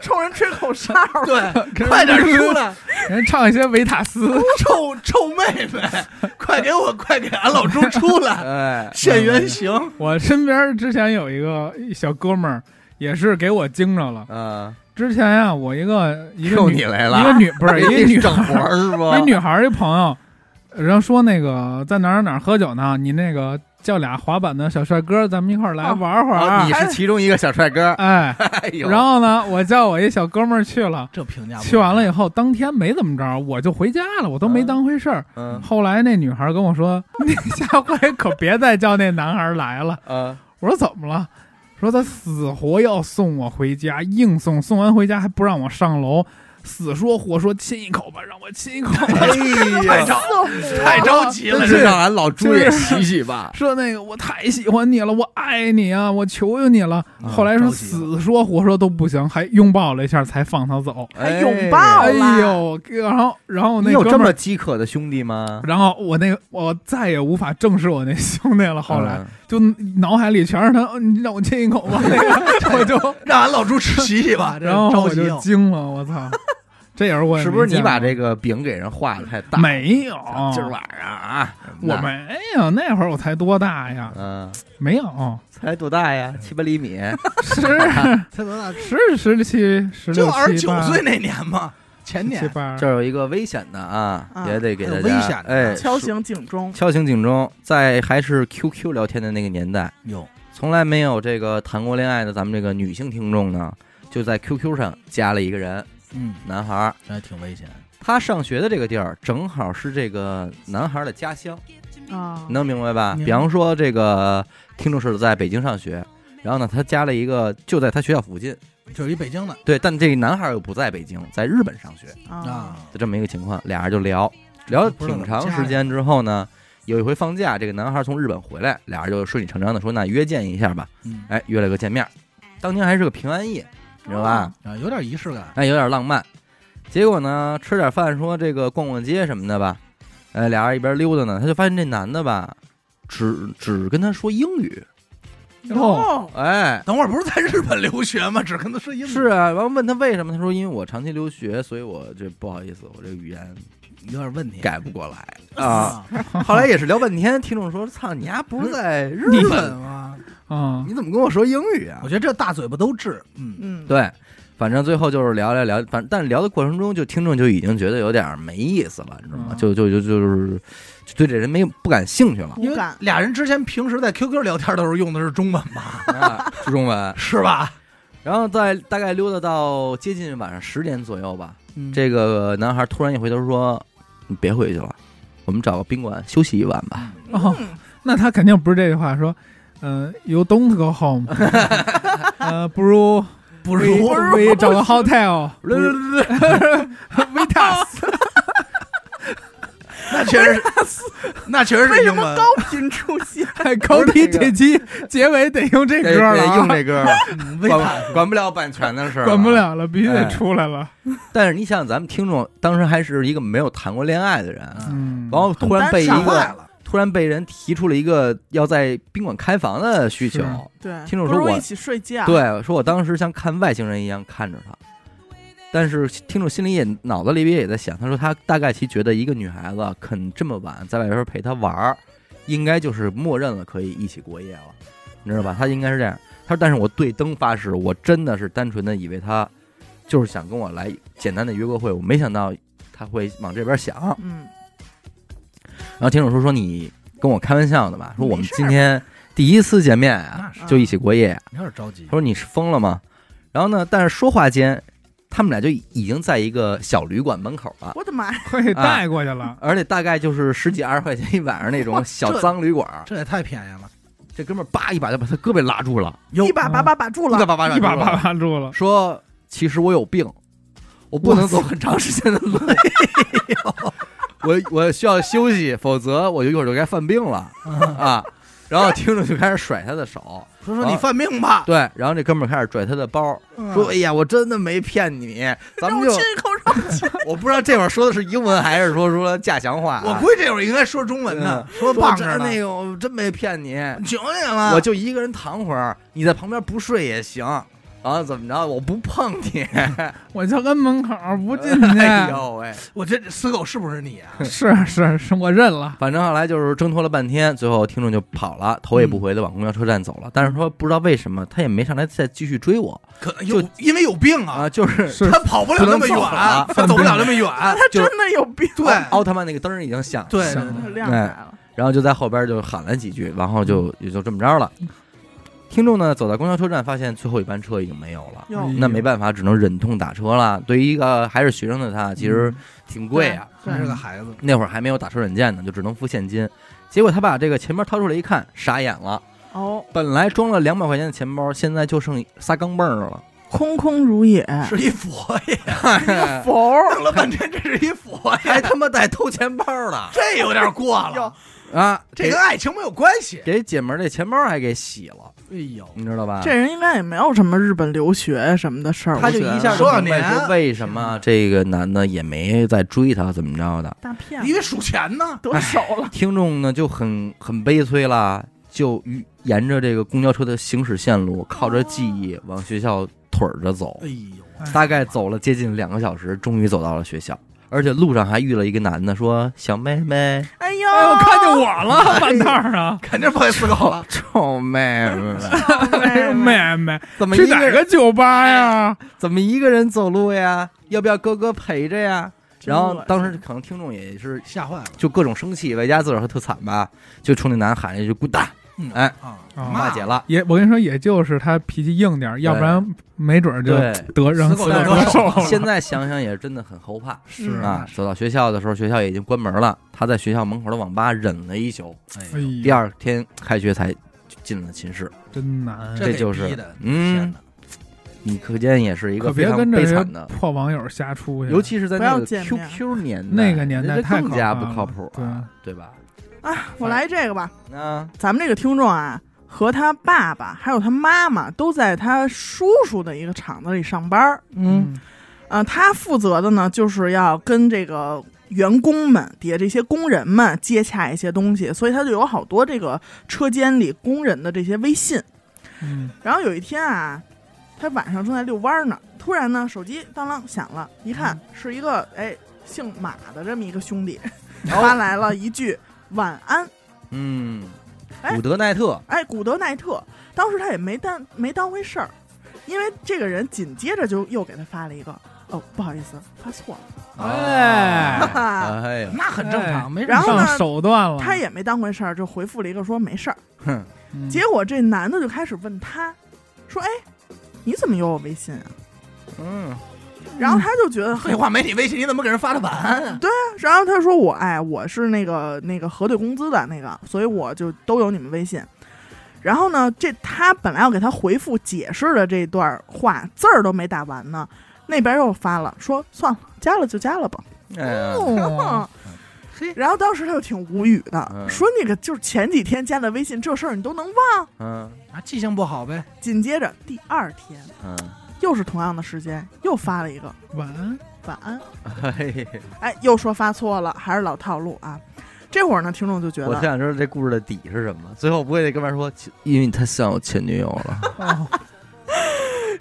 Speaker 3: 冲人吹口哨，
Speaker 2: 对，快点出来，
Speaker 4: 人唱一些维塔斯，
Speaker 2: 臭臭妹妹，快给我，快给俺老朱出来，
Speaker 1: 哎，
Speaker 2: 现原形。
Speaker 4: 我身边之前有一个小哥们儿，也是给我惊着了。
Speaker 1: 嗯，
Speaker 4: 之前呀、我一个一个
Speaker 1: 又
Speaker 4: 女
Speaker 1: 你来了
Speaker 4: 一个女不 是一个女
Speaker 1: 整活
Speaker 4: 孩儿，
Speaker 1: 儿是吧？
Speaker 4: 一女孩儿一朋友，然后说那个在哪儿哪儿喝酒呢？你那个叫俩滑板的小帅哥，咱们一块儿来
Speaker 3: 哦
Speaker 4: 玩会儿。啊
Speaker 1: 哦你是其中一个小帅哥，
Speaker 4: 哎，
Speaker 1: 哎呦，
Speaker 4: 然后呢，我叫我一小哥们儿去了。
Speaker 2: 这评价
Speaker 4: 去完了以后，当天没怎么着，我就回家了，我都没当回事儿。
Speaker 1: 嗯
Speaker 4: 后来那女孩跟我说：“你下回可别再叫那男孩来了。
Speaker 1: 呃，”
Speaker 4: 我说：“怎么了？”说他死活要送我回家，硬送，送完回家还不让我上楼，死说活说亲一口吧，让我亲一口。
Speaker 1: 哎
Speaker 2: 太
Speaker 1: 呀，
Speaker 2: 着太着急了，
Speaker 1: 真
Speaker 2: 这
Speaker 1: 是让俺老朱也洗洗吧。
Speaker 4: 说那个我太喜欢你了，我爱你啊，我求求你了。
Speaker 1: 啊
Speaker 4: 后来说
Speaker 2: 着急了
Speaker 4: 死说活说都不行，还拥抱了一下才放他走。
Speaker 3: 还拥抱好
Speaker 4: 哎
Speaker 3: 了啦
Speaker 4: 呦，然后然后
Speaker 1: 你
Speaker 4: 那
Speaker 1: 有这
Speaker 4: 哥们
Speaker 1: 么
Speaker 4: 儿，
Speaker 1: 饥渴的兄弟吗？
Speaker 4: 然后我那我再也无法正视我那兄弟了。后来。
Speaker 1: 嗯
Speaker 4: 就脑海里全是他，哦你让我亲一口吧，那个 我就，
Speaker 2: 让俺老朱吃洗洗吧，这
Speaker 4: 然后
Speaker 2: 着
Speaker 4: 我
Speaker 2: 急
Speaker 4: 就
Speaker 2: 哦。
Speaker 4: 惊了，我操，这也是我也
Speaker 1: 是不是
Speaker 4: 没见
Speaker 1: 你把
Speaker 4: 过
Speaker 1: 这个饼给人画的太大？
Speaker 4: 没有？
Speaker 1: 今儿晚上啊，
Speaker 4: 我没有，那会儿我才多大呀？
Speaker 1: 嗯，
Speaker 4: 没有，
Speaker 1: 才多大呀？七八厘米，
Speaker 4: 是
Speaker 2: 才多大？
Speaker 4: 是十七、十
Speaker 2: 就
Speaker 4: 六、
Speaker 2: 二十
Speaker 4: 七
Speaker 2: 九
Speaker 4: 八
Speaker 2: 岁那年嘛，前
Speaker 4: 七
Speaker 2: 年。
Speaker 4: 八
Speaker 1: 这，儿有一个危险的啊，
Speaker 3: 啊
Speaker 1: 也得给大家
Speaker 2: 还有危险的
Speaker 1: 哎
Speaker 3: 敲
Speaker 1: 说
Speaker 3: 醒警钟，
Speaker 1: 敲醒警钟，在还是 QQ 聊天的那个年代，
Speaker 2: 有
Speaker 1: 从来没有这个谈过恋爱的咱们这个女性听众呢，就在 QQ 上加了一个人，
Speaker 2: 嗯，
Speaker 1: 男孩儿。
Speaker 2: 这还挺危险。
Speaker 1: 他上学的这个地儿正好是这个男孩儿的家乡，
Speaker 3: 啊
Speaker 1: 你，能明白吧？
Speaker 2: 明白
Speaker 1: 比方说这个听众是在北京上学，然后呢，他加了一个就在他学校附近，
Speaker 2: 就是一北京的
Speaker 1: 对，但这个男孩儿又不在北京，在日本上学，
Speaker 3: 啊
Speaker 2: 啊，，
Speaker 1: 就这么一个情况，俩人就聊聊了挺长时间之后呢，有一回放假，这个男孩从日本回来，俩人就顺理成章的说，那约见一下吧，
Speaker 2: 嗯，
Speaker 1: 哎，约了个见面，当天还是个平安夜，你知道吧？
Speaker 2: 啊，有点仪式感。
Speaker 1: 哎，有点浪漫。结果呢，吃点饭，说这个逛逛街什么的吧，哎，俩人一边溜达呢，他就发现这男的吧，只只跟他说英语，
Speaker 4: 哦，
Speaker 3: 哦，
Speaker 1: 哎。
Speaker 2: 等会儿不是在日本留学吗？只跟他说英语。
Speaker 1: 是啊，完问他为什么，他说因为我长期留学，所以我这不好意思，我这语言
Speaker 2: 有点问题。
Speaker 1: 改不过来 啊。
Speaker 2: 啊，
Speaker 1: 后来也是聊半天，听众说：“操，你丫不是在日
Speaker 2: 日
Speaker 1: 本
Speaker 2: 本，啊，
Speaker 4: 嗯，
Speaker 1: 你怎么跟我说英语啊
Speaker 2: 我觉得这大嘴巴都治。嗯，
Speaker 3: 嗯，？”
Speaker 1: 对，反正最后就是聊聊聊，反但聊的过程中，就听众就已经觉得有点没意思了，你知道吗？
Speaker 4: 嗯
Speaker 1: 就就就就是就对这人没有不感兴趣了，
Speaker 2: 因
Speaker 3: 不
Speaker 2: 为
Speaker 3: 敢，
Speaker 2: 俩人之前平时在 QQ 聊天的时候用的是中文吧，
Speaker 1: 啊是中文。
Speaker 2: 是吧？
Speaker 1: 然后在大概溜达到接近晚上十点左右吧，
Speaker 2: 嗯
Speaker 1: 这个男孩突然一回头说：“你别回去了，我们找个宾馆休息一晚吧。
Speaker 4: 哦，
Speaker 3: 嗯
Speaker 4: 那他肯定不是这句话，说，嗯，You don't go home，呃，不如
Speaker 2: 不如
Speaker 4: we we 找个 hotel，
Speaker 1: 对对对对，
Speaker 2: 那确实，那确实
Speaker 3: 为
Speaker 2: 是
Speaker 3: 什
Speaker 2: 英
Speaker 3: 么
Speaker 2: 文
Speaker 3: 高。频出 现？
Speaker 4: 哎高低这期结尾得用这歌了
Speaker 1: 得
Speaker 4: 啊，
Speaker 1: 用这歌 了，
Speaker 2: 嗯微塔
Speaker 1: 管管不了版权的事儿，
Speaker 4: 管不。了了，必须得
Speaker 1: 哎
Speaker 4: 出来了。
Speaker 1: 但是你想，咱们听众当时还是一个没有谈过恋爱的人，
Speaker 4: 嗯，
Speaker 1: 然后突然被一
Speaker 2: 吓坏
Speaker 4: 啊
Speaker 1: 个
Speaker 2: 了，
Speaker 1: 突然被人提出了一个要在宾馆开房的需求
Speaker 4: 是，
Speaker 3: 对，
Speaker 1: 听众
Speaker 3: 不
Speaker 1: 说
Speaker 3: 如
Speaker 1: 我
Speaker 3: 一起睡觉，，
Speaker 1: 对，说我当时像看外星人一样看着他，但是听众心里也脑子里边也在想，他说他大概其觉得一个女孩子肯这么晚在外边陪他玩儿，应该就是默认了可以一起过夜了，你知道吧？他应该是这样。他说，但是我对灯发誓，我真的是单纯的以为他就是想跟我来简单的约个会，我没想到他会往这边想。
Speaker 3: 嗯，
Speaker 1: 然后听众说说你跟我开玩笑的吧？说我们
Speaker 3: 没事儿
Speaker 1: 今天第一次见面啊，
Speaker 2: 那是
Speaker 1: 就一起过夜啊。
Speaker 2: 有点着急
Speaker 1: 他。说你是疯了吗？然后呢，但是说话间，他们俩就已经在一个小旅馆门口了，
Speaker 3: 我的妈呀，
Speaker 4: 会带过去了。
Speaker 1: 而且大概就是十几二十块钱一晚上那种小
Speaker 2: 这
Speaker 1: 脏旅馆。
Speaker 2: 这也太便宜了，
Speaker 1: 这哥们儿叭一把就把他胳膊拉住了，
Speaker 2: 哟
Speaker 3: 一把把把把住
Speaker 1: 一
Speaker 3: 了，
Speaker 1: 把拉
Speaker 4: 一把
Speaker 1: 住了
Speaker 4: 把拉住了，
Speaker 1: 说其实我有病，我不能走很长时间的路，哎我我需要休息，否则我就一会儿就该犯病了啊。然后听众就开始甩他的手，
Speaker 2: 说说你犯病吧，
Speaker 1: 对，然后这哥们儿开始拽他的包，
Speaker 2: 嗯
Speaker 1: 说：“哎呀，我真的没骗你，咱
Speaker 3: 让
Speaker 1: 们
Speaker 3: 我
Speaker 1: 就
Speaker 3: 亲一口肉，
Speaker 1: 我不知道这会儿说的是英文还是说说家乡话、
Speaker 2: 我
Speaker 1: 啊。
Speaker 2: 估计这会儿应该说中文呢，说
Speaker 1: 我
Speaker 2: 棒着
Speaker 1: 真
Speaker 2: 呢嗯
Speaker 1: 那，个，我真没骗你，
Speaker 2: 求你了，
Speaker 1: 我就一个人躺会儿，你在旁边不睡也行。然后怎么着，我不碰你。
Speaker 4: 我就跟门口儿不进去。
Speaker 1: 哎呦喂！
Speaker 2: 我这死狗是不是你啊？
Speaker 4: 是是是，我认了。
Speaker 1: 反正后来就是挣脱了半天，最后听众就跑了，头也不回的往公交车站走了。但是说不知道为什么，他也没上来再继续追我
Speaker 2: 可能有因为有病啊，
Speaker 1: 啊，就是
Speaker 4: 是
Speaker 2: 他跑不了那么
Speaker 1: 不能走啊
Speaker 2: 远，他走不了那么远，
Speaker 3: 他
Speaker 1: 就
Speaker 3: 真的有病，
Speaker 2: 对
Speaker 1: 奥特曼那个灯儿已经响了，
Speaker 2: 对
Speaker 4: 是
Speaker 2: 对对
Speaker 3: 他亮起来了。
Speaker 1: 然后就在后边就喊了几句，然后就也就这么着了。听众呢走到公交车站，发现最后一班车已经没有了。
Speaker 3: 哟，
Speaker 1: 那没办法，只能忍痛打车了。对于一个还是学生的他，其实挺贵啊。
Speaker 3: 嗯
Speaker 2: 还是个孩子，
Speaker 1: 那会儿还没有打车软件呢，就只能付现金。结果他把这个钱包掏出来一看，傻眼了。
Speaker 3: 哦，
Speaker 1: 本来装了两百块钱的钱包，现在就剩仨钢镚儿了。
Speaker 3: 空空如也，
Speaker 2: 是一佛爷，
Speaker 3: 佛儿
Speaker 2: 弄了半天这是一佛爷，
Speaker 1: 还他妈带偷钱包了
Speaker 2: 这有点过了
Speaker 3: 哟，
Speaker 1: 啊！
Speaker 2: 这跟爱情没有关系。
Speaker 1: 给给姐们儿这钱包还给洗了，
Speaker 2: 哎呦，
Speaker 1: 你知道吧？
Speaker 3: 这人应该也没有什么日本留学什么的事儿，
Speaker 1: 他就
Speaker 3: 我觉得
Speaker 1: 一下就
Speaker 2: 说
Speaker 1: 明白嗯
Speaker 2: 你
Speaker 1: 说为什么这个男的也没再追她，怎么着的。
Speaker 3: 大骗
Speaker 2: 因
Speaker 3: 子
Speaker 2: 为数钱呢，
Speaker 3: 得手了，
Speaker 1: 听众呢就很很悲催啦，就于沿着这个公交车的行驶线路，靠着记忆往学校腿儿着走
Speaker 2: 哎，呦，
Speaker 1: 大概走了接近两个小时，终于走到了学校。而且路上还遇了一个男的，说：“小妹妹，
Speaker 3: 哎呦，
Speaker 4: 哎呦，看见我了，半道儿啊，
Speaker 2: 肯定不会死狗 了。
Speaker 1: 臭妹 妹，
Speaker 3: 我妹
Speaker 4: 哎妹妹，
Speaker 1: Oh, 哎怎么
Speaker 4: 去
Speaker 1: 一
Speaker 4: 哪啊
Speaker 1: 个
Speaker 4: 个酒吧呀？
Speaker 1: 怎么一个人走路呀？要不要哥哥陪着呀？”
Speaker 3: 真
Speaker 1: 然后
Speaker 3: 恶
Speaker 1: 当
Speaker 3: 心
Speaker 1: 时可能听众也是
Speaker 2: 吓坏了
Speaker 1: 就各种生气，外加自个儿还特惨吧，就冲那男喊了一句“滚蛋
Speaker 2: 嗯
Speaker 1: 哎
Speaker 2: 啊！”，
Speaker 1: 骂姐了。
Speaker 4: 也，我跟你说，也就是他脾气硬点儿，要不然没准儿就
Speaker 1: 对
Speaker 4: 得让
Speaker 2: 死
Speaker 4: 死
Speaker 2: 狗
Speaker 4: 狗
Speaker 2: 当
Speaker 4: 得
Speaker 2: 受
Speaker 4: 手了。嗯
Speaker 1: 现在想想也真的很后 怕。
Speaker 4: 是
Speaker 1: 啊，走到学校的时候，学校也已经关门了。他在学校门口的网吧忍了一宿，
Speaker 4: 哎
Speaker 2: 哎呦，
Speaker 4: 呀，
Speaker 1: 第二天开学才进了寝室。
Speaker 4: 真难。
Speaker 1: 这就是
Speaker 2: 给逼的
Speaker 1: 嗯
Speaker 2: 天哪
Speaker 1: 你可见也是一个
Speaker 4: 可
Speaker 1: 非
Speaker 4: 别
Speaker 1: 常
Speaker 4: 跟这
Speaker 1: 悲
Speaker 4: 些
Speaker 1: 惨的，
Speaker 4: 破网友瞎出去，啊
Speaker 1: 尤其是在那
Speaker 3: 不
Speaker 1: 个
Speaker 3: 要见面
Speaker 1: QQ 年代，
Speaker 4: 那个年代
Speaker 1: 人家
Speaker 4: 太
Speaker 1: 更
Speaker 4: 可
Speaker 1: 加
Speaker 4: 怕
Speaker 1: 不
Speaker 4: 了
Speaker 1: 靠谱啊，对吧？
Speaker 3: 啊，我来这个吧。
Speaker 1: 啊，
Speaker 3: 咱们这个听众啊，和他爸爸还有他妈妈都在他叔叔的一个厂子里上班儿。
Speaker 4: 嗯，
Speaker 3: 呃，他负责的呢，就是要跟这个员工们底下这些工人们接洽一些东西，所以他就有好多这个车间里工人的这些微信。
Speaker 4: 嗯，
Speaker 3: 然后有一天啊，他晚上正在遛弯儿呢，突然呢，手机当啷响了，一看
Speaker 4: 嗯
Speaker 3: 是一个哎姓马的这么一个兄弟
Speaker 4: 哦
Speaker 3: 发来了一句晚安。
Speaker 1: 嗯，
Speaker 3: 哎
Speaker 1: 伍德奈特，
Speaker 3: 哎，古德奈特，当时他也没当没当回事儿，因为这个人紧接着就又给他发了一个，哦，不好意思，发错了，
Speaker 4: 哎
Speaker 1: 哦哎呀，
Speaker 2: 啊 那很正
Speaker 4: 哎
Speaker 2: 常，没
Speaker 3: 然后呢
Speaker 4: 上手段了。
Speaker 3: 他也没当回事儿，就回复了一个说没事儿。
Speaker 1: 哼，
Speaker 4: 嗯
Speaker 3: 结果这男的就开始问他，说，哎，你怎么有我微信啊？
Speaker 1: 嗯，
Speaker 3: 然后他就觉得很
Speaker 2: 废，话，没你微信，你怎么给人发的晚安啊？
Speaker 3: 然后他说我哎，我是那个那个核对工资的那个，所以我就都有你们微信。然后呢，这他本来要给他回复解释的这段话字儿都没打完呢，那边又发了说算了，加了就加了吧。
Speaker 1: 哎呀，
Speaker 4: 哦，
Speaker 2: 嘿，
Speaker 3: 然后当时他就挺无语的
Speaker 1: 嗯，
Speaker 3: 说那个就是前几天加的微信这事儿你都能忘。
Speaker 1: 嗯
Speaker 2: 啊，记性不好呗。
Speaker 3: 紧接着第二天
Speaker 1: 嗯，
Speaker 3: 又是同样的时间，又发了一个
Speaker 4: 晚安，
Speaker 3: 晚安，
Speaker 1: 嘿，
Speaker 3: 哎，又说发错了，还是老套路啊。这会儿呢，听众就觉
Speaker 1: 我特
Speaker 3: 得
Speaker 1: 想知道这故事的底是什么。最后不会那哥们儿说，因为他像我前女友了，
Speaker 4: 哦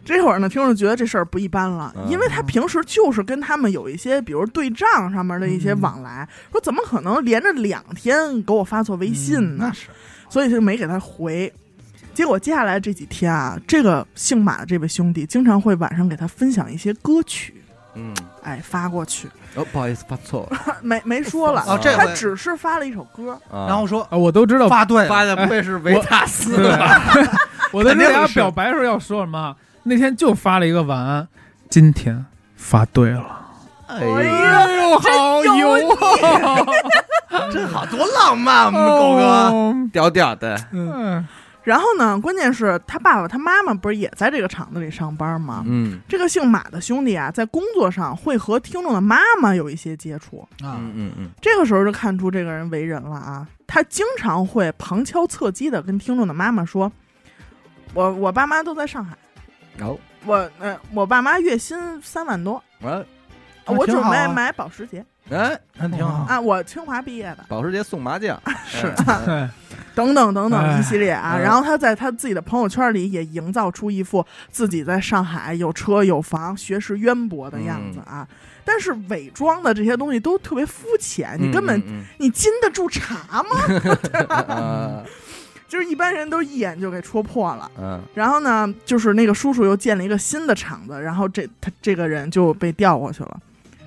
Speaker 3: 这会儿呢，听众觉得这事儿不一般了，
Speaker 1: 嗯
Speaker 3: 因为他平时就是跟他们有一些，比如对账上面的一些往来，
Speaker 1: 嗯
Speaker 3: 说怎么可能连着两天给我发错微信
Speaker 1: 嗯
Speaker 3: 呢？
Speaker 2: 是
Speaker 3: 所以就没给他回。结果接下来这几天啊，这个姓马的这位兄弟经常会晚上给他分享一些歌曲，
Speaker 1: 嗯，
Speaker 3: 哎，发过去，
Speaker 1: 哦，不好意思，发错了，
Speaker 3: 没没说了，
Speaker 1: 哦这
Speaker 3: 他
Speaker 2: 回
Speaker 3: 只是发了一首歌，
Speaker 1: 啊
Speaker 2: 然后说
Speaker 4: 啊，我都知道
Speaker 2: 发对了，
Speaker 1: 发的不会是维塔斯
Speaker 4: 对
Speaker 1: 吧？，
Speaker 4: 我在
Speaker 2: 肯定
Speaker 4: 这俩
Speaker 2: 是
Speaker 4: 表白的时候要说什么？那天就发了一个晚安，今天发对了。
Speaker 1: 哎
Speaker 3: 呀
Speaker 4: 呦，好
Speaker 3: 哎
Speaker 4: 油啊！
Speaker 2: 啊
Speaker 4: 嗯
Speaker 1: 嗯
Speaker 2: 真好，多浪漫，我们狗哥。
Speaker 4: 哦，
Speaker 1: 屌屌的，
Speaker 4: 嗯，
Speaker 3: 然后呢，关键是他爸爸他妈妈不是也在这个厂子里上班吗？
Speaker 1: 嗯
Speaker 3: 这个姓马的兄弟啊，在工作上会和听众的妈妈有一些接触，
Speaker 1: 嗯
Speaker 2: 啊，
Speaker 1: 嗯嗯，
Speaker 3: 这个时候就看出这个人为人了啊。他经常会旁敲侧击的跟听众的妈妈说：“我我爸妈都在上海，
Speaker 1: 然后
Speaker 3: 我呃我爸妈月薪三万多，
Speaker 1: 完，
Speaker 4: 那
Speaker 3: 我
Speaker 4: 挺
Speaker 3: 准
Speaker 4: 好
Speaker 3: 备
Speaker 4: 啊
Speaker 3: 买保时捷
Speaker 1: 哦哎，
Speaker 4: 那挺
Speaker 2: 好
Speaker 4: 好。
Speaker 3: 啊，我清华毕业的，
Speaker 1: 保时捷送麻将，是
Speaker 4: 对，
Speaker 3: 等等等等
Speaker 4: 哎
Speaker 3: 一系列啊。
Speaker 1: 嗯
Speaker 3: 然后他在他自己的朋友圈里也营造出一副自己在上海有车有房、学识渊博的样子啊。
Speaker 1: 嗯
Speaker 3: 但是伪装的这些东西都特别肤浅，你根本
Speaker 1: 嗯
Speaker 3: 你禁得住查吗？
Speaker 1: 嗯
Speaker 3: 就是一般人都一眼就给戳破了。
Speaker 1: 嗯
Speaker 3: 然后呢，就是那个叔叔又建了一个新的厂子，然后这他这个人就被调过去了。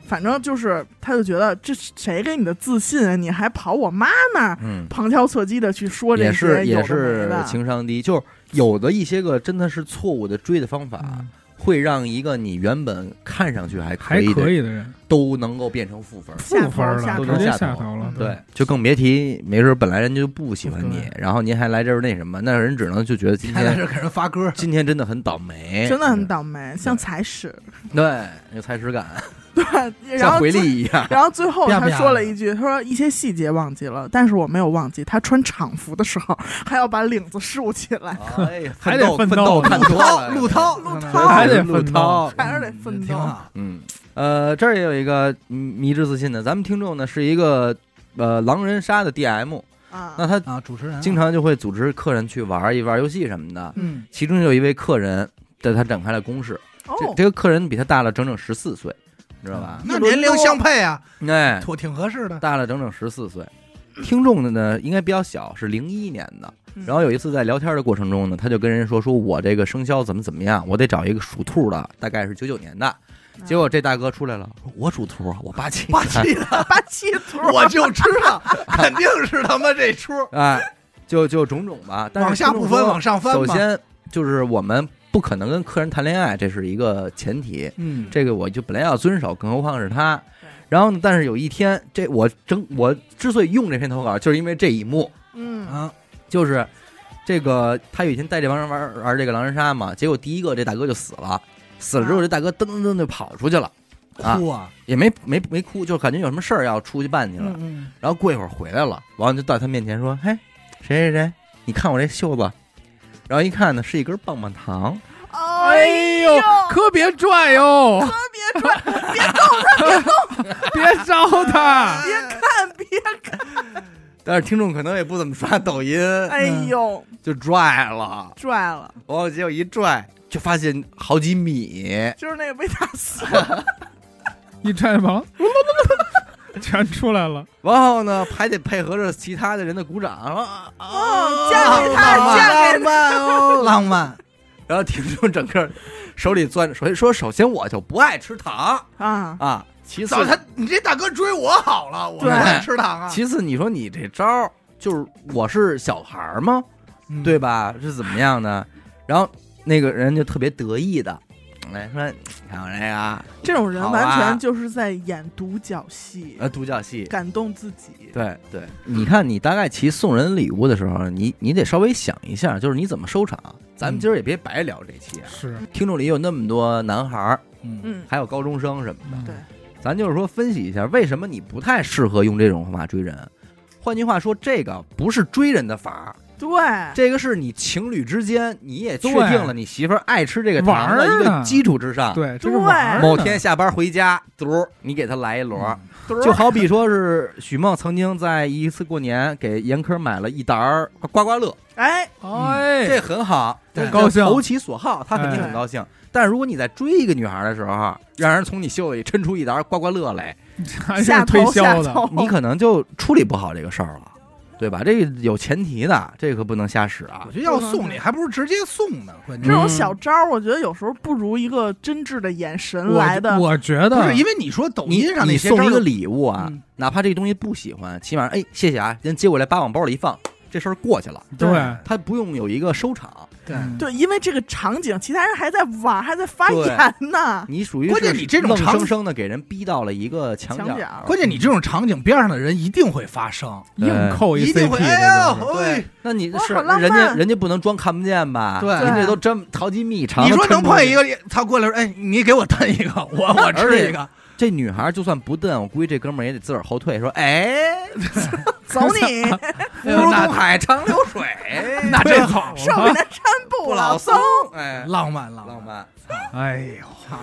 Speaker 3: 反正就是，他就觉得这谁给你的自信啊？你还跑我妈那儿
Speaker 1: 嗯，
Speaker 3: 旁敲侧击的去说这
Speaker 1: 也
Speaker 3: 些有的
Speaker 1: 是
Speaker 3: 没的，
Speaker 1: 也是情商低，就是有的一些个真的是错误的追的方法
Speaker 4: 嗯，
Speaker 1: 会让一个你原本看上去还可
Speaker 4: 还
Speaker 1: 以的
Speaker 4: 可以的人，
Speaker 1: 都能够变成负分。
Speaker 4: 负
Speaker 3: 下头
Speaker 4: 分
Speaker 3: 下
Speaker 4: 了，
Speaker 1: 头嗯
Speaker 4: 直接
Speaker 1: 下
Speaker 4: 下
Speaker 1: 头
Speaker 4: 头了。
Speaker 1: 对，就更别提，没准本来人家就不喜欢你
Speaker 4: 对，
Speaker 1: 然后您还来这儿那什么，那人只能就觉得今
Speaker 2: 还在
Speaker 1: 天
Speaker 2: 这给人发歌，
Speaker 1: 今天真的很倒霉，
Speaker 3: 真的很倒霉，像踩 屎。
Speaker 1: 对，有踩屎感，
Speaker 3: 对，然
Speaker 1: 像
Speaker 3: 后
Speaker 1: 回
Speaker 3: 最
Speaker 1: 力一 样。
Speaker 3: 然后最后
Speaker 4: 啪
Speaker 3: 他
Speaker 4: 啪
Speaker 3: 说了
Speaker 4: 的
Speaker 3: 一句，他说一些细节忘记了，但是我没有忘记，他穿厂服的时候 还要把领子竖起来，
Speaker 1: 哎呀，
Speaker 4: 还得
Speaker 1: 奋
Speaker 4: 奋
Speaker 1: 斗
Speaker 4: 斗
Speaker 1: 看
Speaker 2: 陆
Speaker 1: 多
Speaker 2: 涛，
Speaker 1: 了，
Speaker 2: 陆涛，
Speaker 3: 陆
Speaker 4: 对
Speaker 3: 涛
Speaker 4: 还得
Speaker 1: 陆
Speaker 4: 奋斗
Speaker 1: 涛，
Speaker 3: 还是得奋
Speaker 2: 挺
Speaker 3: 斗。
Speaker 2: 好。
Speaker 1: 嗯，呃，这儿也有一个嗯迷之自信的，咱们听众呢是一个呃狼人杀的 DM，
Speaker 3: 啊，
Speaker 1: 那他
Speaker 2: 啊，主持人啊
Speaker 1: 经常就会组织客人去玩一玩游戏什么的。
Speaker 3: 嗯，
Speaker 1: 其中有一位客人对他展开了攻势，这
Speaker 3: 哦
Speaker 1: 这，个客人比他大了整整十四岁，你知道吧？
Speaker 2: 那年龄相配啊，
Speaker 1: 哎，
Speaker 2: 妥挺合 适的。
Speaker 1: 大了整整十四岁。听众的呢应该比较小，是零一年的。
Speaker 3: 嗯
Speaker 1: 然后有一次在聊天的过程中呢，他就跟人说：“说我这个生肖怎么怎么样，我得找一个属兔的，大概是九九年的。”结果这大哥出来了，说我属兔啊，我嗯 八七，
Speaker 2: 八七的，
Speaker 3: 八七图，
Speaker 2: 我就知道，肯定是他妈这出。
Speaker 1: 哎，就就种种吧。但是
Speaker 2: 往下不分，往上翻
Speaker 1: 首
Speaker 2: 嘛。
Speaker 1: 先就是我们不可能跟客人谈恋爱，这是一个前提，
Speaker 2: 嗯，
Speaker 1: 这个我就本来要遵守，更何况是他
Speaker 3: 对。
Speaker 1: 然后呢，但是有一天，这我争我之所以用这篇投稿，就是因为这一幕，
Speaker 3: 嗯，
Speaker 2: 啊，
Speaker 1: 就是这个他有一天带这帮人玩玩这个狼人杀嘛，结果第一个这大哥就死了，死了之后
Speaker 3: 啊
Speaker 1: 这大哥噔噔噔就跑出去了，啊
Speaker 2: 哭啊，
Speaker 1: 也没没没哭，就感觉有什么事儿要出去办去了。
Speaker 2: 嗯
Speaker 1: 然后过一会儿回来了，完了就到他面前说：“嘿，谁谁谁，你看我这袖子。”然后一看呢，是一根棒棒糖。
Speaker 3: 哎
Speaker 1: 啊
Speaker 4: 哎呦
Speaker 3: 呦，，
Speaker 4: 可别拽哟，
Speaker 3: 别穿，
Speaker 4: 别招他。
Speaker 3: 别看，别看，
Speaker 1: 但是听众可能也不怎么刷抖音，
Speaker 3: 哎呦，
Speaker 1: 就拽了。
Speaker 3: 拽了，
Speaker 1: 完了，结果一拽，就发现好几米。
Speaker 3: 就是那个被打死，
Speaker 4: 一拽膀， 全出来了。
Speaker 1: 然后呢，还得配合着其他的人的鼓掌。啊
Speaker 3: 哦
Speaker 1: 啊！
Speaker 3: 嫁给他
Speaker 1: 浪漫
Speaker 3: 嫁给
Speaker 2: 浪漫哦，浪漫。
Speaker 1: 然后听众整个手里攥着，首先说，首先我就不爱吃糖
Speaker 3: 啊，
Speaker 1: 啊，其次
Speaker 2: 嗯早他，你这大哥追我好了，我
Speaker 1: 对
Speaker 2: 爱吃糖啊。
Speaker 1: 其次，你说你这招儿就是我是小孩儿吗？
Speaker 2: 嗯
Speaker 1: 对，吧？是怎么样的？然后那个人就特别得意的，哎，说你看我这个
Speaker 3: 这种人
Speaker 1: 好啊
Speaker 3: 完全就是在演独角戏，
Speaker 1: 呃独角戏，
Speaker 3: 感动自己。
Speaker 1: 对对。你看你大概其送人礼物的时候，你你得稍微想一下，就是你怎么收场。咱们今儿也别白聊这期啊，
Speaker 4: 是，
Speaker 1: 听众里有那么多男孩儿，
Speaker 2: 嗯，
Speaker 3: 嗯，
Speaker 1: 还有高中生什么的，
Speaker 4: 嗯
Speaker 3: 对
Speaker 1: 咱就是说分析一下，为什么你不太适合用这种方法追人。换句话说，这个不是追人的法儿，
Speaker 3: 对，
Speaker 1: 这个是你情侣之间，你也确
Speaker 4: 对
Speaker 1: 定了你媳妇儿爱吃这个
Speaker 4: 玩
Speaker 1: 糖
Speaker 4: 儿
Speaker 1: 的一个
Speaker 4: 呢
Speaker 1: 基础之上，
Speaker 4: 对，这是玩儿呢
Speaker 1: 某天下班回家，嘟儿，你给她来一摞，
Speaker 3: 嘟儿
Speaker 1: 就好比说是许梦曾经在一次过年给严科买了一沓儿刮刮乐，
Speaker 3: 哎，
Speaker 1: 这
Speaker 4: 哎，
Speaker 1: 很好，
Speaker 2: 对
Speaker 1: 这
Speaker 4: 高兴
Speaker 1: 投其所好，她肯定
Speaker 3: 哎
Speaker 1: 很高兴。但如果你在追一个女孩的时候，让人从你袖子里抻出一沓刮刮乐来，
Speaker 4: 还是
Speaker 3: 下头
Speaker 4: 推销
Speaker 3: 下
Speaker 4: 的，
Speaker 2: 哦
Speaker 3: 头
Speaker 1: 你可能就处理不好这个事儿了，对吧？这个有前提的，这可不能瞎使啊
Speaker 2: 我。觉得要送你，还不如直接送呢。关
Speaker 3: 这
Speaker 2: 键
Speaker 4: 嗯
Speaker 3: 种小招儿，我觉得有时候不如一个真挚的眼神来的。
Speaker 4: 我觉
Speaker 2: 不
Speaker 4: 得
Speaker 2: 是因为你说抖
Speaker 1: 你
Speaker 2: 音上
Speaker 1: 你
Speaker 2: 那些
Speaker 1: 送一
Speaker 2: 招
Speaker 1: 个
Speaker 2: 儿
Speaker 1: 礼物啊，
Speaker 2: 嗯
Speaker 1: 哪怕这个东西不喜欢，起码哎谢谢啊，人接过来，把往包里一放，这事儿过去了，
Speaker 4: 对
Speaker 1: 他不用有一个收场。
Speaker 4: 对
Speaker 3: 对，因为这个场景，其他人还在玩，还在发言 呢。
Speaker 1: 你属于
Speaker 2: 关键
Speaker 1: 是
Speaker 2: 你这种
Speaker 1: 愣
Speaker 2: 场
Speaker 1: 生生的给人逼到了一个墙
Speaker 3: 墙角
Speaker 2: 关键你这种场景边上的人一定会发声，
Speaker 4: 硬扣一
Speaker 2: 一定
Speaker 4: CP
Speaker 2: 会哎
Speaker 4: 那
Speaker 2: 呦
Speaker 4: 种。，
Speaker 2: 哎
Speaker 1: 对，那你
Speaker 3: 哇
Speaker 1: 是
Speaker 3: 好浪漫
Speaker 1: 人家人家不能装看不见吧？
Speaker 2: 对
Speaker 1: 人家都这么好几米长，
Speaker 2: 你说能碰
Speaker 1: 碰
Speaker 2: 一个，他过来说，哎，你给我蹬一个，我我吃一个，
Speaker 1: 这女孩就算不瞪，我估计这哥们儿也得自个儿后退，说：“哎，
Speaker 3: 走你，
Speaker 1: 福如东海长流水，
Speaker 4: 那真好
Speaker 3: 少
Speaker 4: 啊
Speaker 3: 不！南山不
Speaker 1: 不
Speaker 3: 老
Speaker 1: 老
Speaker 3: 松
Speaker 1: 松。”哎，
Speaker 2: 浪漫浪
Speaker 1: 浪漫，
Speaker 4: 哎呦，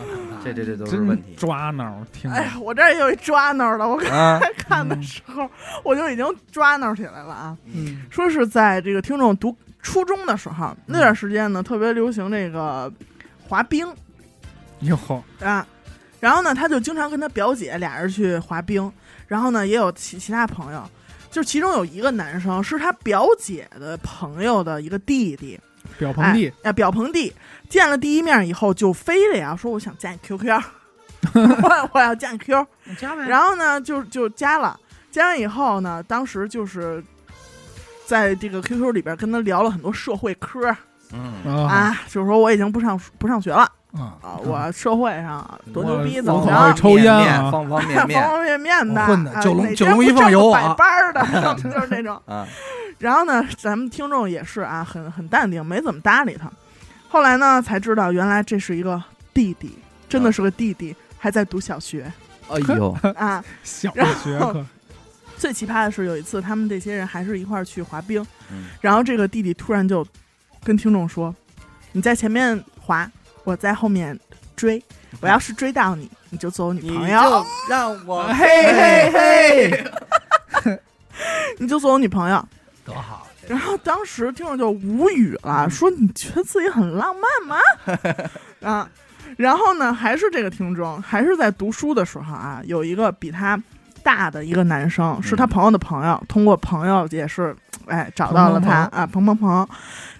Speaker 1: 这这这都是
Speaker 4: 真
Speaker 1: 问题
Speaker 4: 抓挠，听嗯着
Speaker 3: 哎呀，我这儿也有一抓挠的，我刚
Speaker 1: 啊！
Speaker 3: 才看的时候、我就已经抓挠起来了啊。
Speaker 2: 嗯，
Speaker 3: 说是在这个听众读初中的时候，那
Speaker 4: 嗯
Speaker 3: 段时间呢，特别流行这个滑冰
Speaker 4: 哟，
Speaker 3: 啊。然后呢，他就经常跟他表姐俩人去滑冰，然后呢，也有其其他朋友，就其中有一个男生是他表姐的朋友的一个弟弟，
Speaker 4: 表朋弟
Speaker 3: 哎，哎表朋弟见了第一面以后就非得要说我想加你 QQ，我我要加你 Q，
Speaker 2: 加呗
Speaker 3: 然后呢，就就加了，加完以后呢，当时就是在这个 QQ 里边跟他聊了很多社会科儿
Speaker 1: 嗯，
Speaker 4: 啊，
Speaker 3: 啊，就是说我已经不上不上学了
Speaker 2: 嗯，
Speaker 3: 啊，我社会上多牛逼，
Speaker 4: 我
Speaker 3: 怎么
Speaker 4: 我可爱
Speaker 3: 着？
Speaker 4: 抽烟啊
Speaker 1: 面面方方面
Speaker 3: 方
Speaker 1: 面
Speaker 3: 方面面的，
Speaker 2: 我哦混的
Speaker 3: 啊
Speaker 2: 九龙
Speaker 3: 哪
Speaker 2: 九
Speaker 3: 天
Speaker 2: 龙
Speaker 3: 不
Speaker 2: 一凤
Speaker 3: 正
Speaker 2: 有我
Speaker 3: 百
Speaker 2: 啊
Speaker 3: 班儿的， 就是那种。
Speaker 1: 啊，
Speaker 3: 然后呢，咱们听众也是啊，很很淡定，没怎么搭理他。后来呢，才知道原来这是一个弟弟，真
Speaker 2: 啊
Speaker 3: 的是个弟弟，还在读 小学
Speaker 1: 哎呦，
Speaker 2: 嗯
Speaker 3: 啊。
Speaker 4: 小
Speaker 3: 然
Speaker 4: 学
Speaker 3: 后
Speaker 4: 可
Speaker 3: 最奇葩的是，有一次他们这些人还是一块儿去滑冰，
Speaker 1: 嗯
Speaker 3: 然后这个弟弟突然就跟听众说：“你在前面滑，我在后面追，
Speaker 2: 嗯
Speaker 3: 我要是追到你，你就做我女朋友，
Speaker 2: 让我
Speaker 4: 嘿
Speaker 2: 嘿嘿，
Speaker 3: 你就做我女朋友。
Speaker 2: 多好。”
Speaker 3: 然后当时听众就无语了，说：“你觉得自己很浪漫吗？”啊，然后呢，还是这个听众，还是在读书的时候啊，有一个比他。大的一个男生是他朋友的朋友，通过朋友也是，哎，找到了他啊，彭彭彭。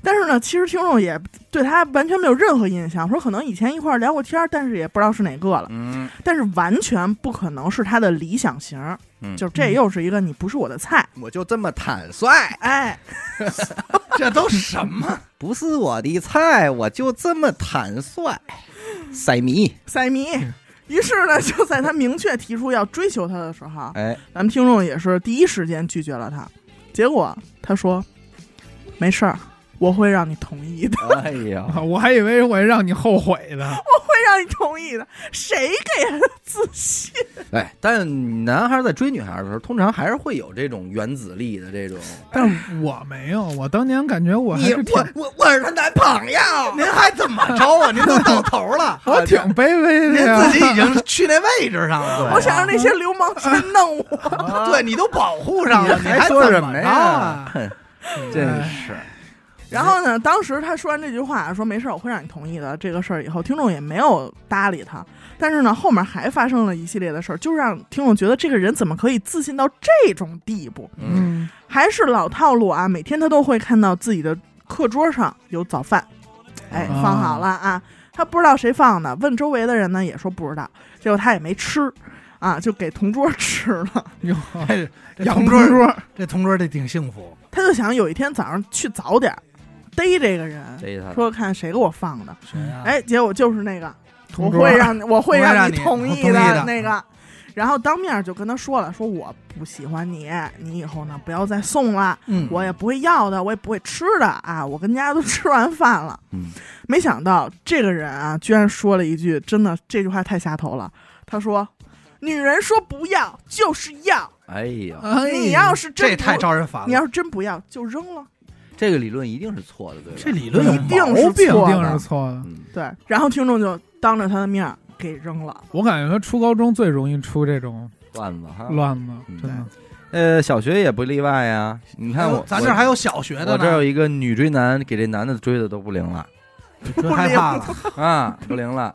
Speaker 3: 但是呢，其实听众也对他完全没有任何印象，说可能以前一块儿聊过天儿，但是也不知道是哪个了。
Speaker 1: 嗯
Speaker 3: 但是完全不可能是他的理想型儿，
Speaker 1: 嗯，
Speaker 3: 就是这又是一个你不是我的菜，
Speaker 1: 我就这么坦率，
Speaker 3: 哎，
Speaker 1: 嗯
Speaker 2: 这都什么？
Speaker 1: 不是我的菜，我就这么坦率， 塞米，
Speaker 3: 塞米。
Speaker 1: 嗯
Speaker 3: 于是呢，就在他明确提出要追求他的时候，
Speaker 1: 哎，
Speaker 3: 咱们听众也是第一时间拒绝了他。结果他说：“没事儿，我会让你同意的，
Speaker 1: 哎呦，
Speaker 4: 啊我还以为我让你后悔呢。
Speaker 3: 会让你同意的。”谁给他的自信？
Speaker 1: 哎，但男孩在追女孩的时候，通常还是会有这种原子力的这种。
Speaker 4: 但是我没有，我当年感觉我还
Speaker 1: 你
Speaker 4: 是挺
Speaker 1: 我我我是她男朋友，
Speaker 2: 您还怎么着啊？您都到头了，
Speaker 4: 我啊挺卑微
Speaker 2: 您
Speaker 4: 的呀
Speaker 2: 自。己已经去那位置上了。
Speaker 3: 我想让那些流氓先弄我。
Speaker 2: 对你都保护上了，
Speaker 1: 你
Speaker 2: 你还
Speaker 1: 说
Speaker 2: 怎
Speaker 1: 什
Speaker 2: 么
Speaker 1: 么
Speaker 2: 着
Speaker 1: 呀
Speaker 2: 啊？？哎
Speaker 1: 哼，真是，
Speaker 3: 然后呢，当时他说完这句话，说没事，我会让你同意的这个事儿以后，听众也没有搭理他。但是呢，后面还发生了一系列的事儿，就让听众觉得这个人怎么可以自信到这种地步？
Speaker 1: 嗯，
Speaker 4: 嗯，
Speaker 3: 还是老套路啊，每天他都会看到自己的课桌上有早饭，哎，
Speaker 4: 啊
Speaker 3: 放好了啊，他不知道谁放的，问周围的人呢也说不知道，结果他也没吃。啊，就给同桌吃了。
Speaker 4: 哟，
Speaker 2: 这这
Speaker 4: 养
Speaker 2: 同
Speaker 4: 猪
Speaker 2: 桌，
Speaker 4: 桌
Speaker 2: 这同桌这挺幸福。
Speaker 3: 他就想有一天早上去早点儿，逮这个人，
Speaker 1: 这一套
Speaker 3: 说看谁给我放的。
Speaker 2: 谁呀？
Speaker 3: 哎，结果就是那个，我
Speaker 4: 同桌
Speaker 3: 会让你我会
Speaker 2: 啊我会
Speaker 3: 让
Speaker 2: 让
Speaker 3: 你
Speaker 2: 你
Speaker 3: 同
Speaker 2: 我
Speaker 3: 意
Speaker 2: 同意的
Speaker 3: 那个，然后当面就跟他说了，说我不喜欢你，你以后呢不要再送了，
Speaker 2: 嗯，
Speaker 3: 我也不会要的，我也不会吃的啊，我跟家都吃完饭了。
Speaker 1: 嗯，
Speaker 3: 没想到这个人啊，居然说了一句，真的这句话太下头了。他说：“女人说不要就是要，
Speaker 1: 哎呦，
Speaker 4: 哎呀
Speaker 3: 你要是真
Speaker 2: 这
Speaker 3: 不
Speaker 2: 也太招人烦
Speaker 3: 你
Speaker 2: 了。
Speaker 3: 要是真不要就扔了。
Speaker 1: 这个理论一定是错的，对吧？
Speaker 2: 这理论
Speaker 4: 有
Speaker 2: 有
Speaker 3: 一定
Speaker 2: 毛
Speaker 3: 是
Speaker 4: 毛病，
Speaker 3: 错的
Speaker 4: 一定是错的。
Speaker 1: 嗯”
Speaker 3: 对，然后听众就当着他的面儿给扔了。
Speaker 4: 我感觉初高中最容易出这种
Speaker 1: 段子哈，
Speaker 4: 乱子，
Speaker 1: 嗯
Speaker 4: 真的。
Speaker 1: 呃，小学也不例外呀。你看我，
Speaker 2: 咱
Speaker 1: 我
Speaker 2: 这还有小学的
Speaker 1: 我这儿有
Speaker 2: 呢，
Speaker 1: 一个女追男，给这男的追的都不灵 了
Speaker 2: 真害怕了。
Speaker 1: 啊，不灵了。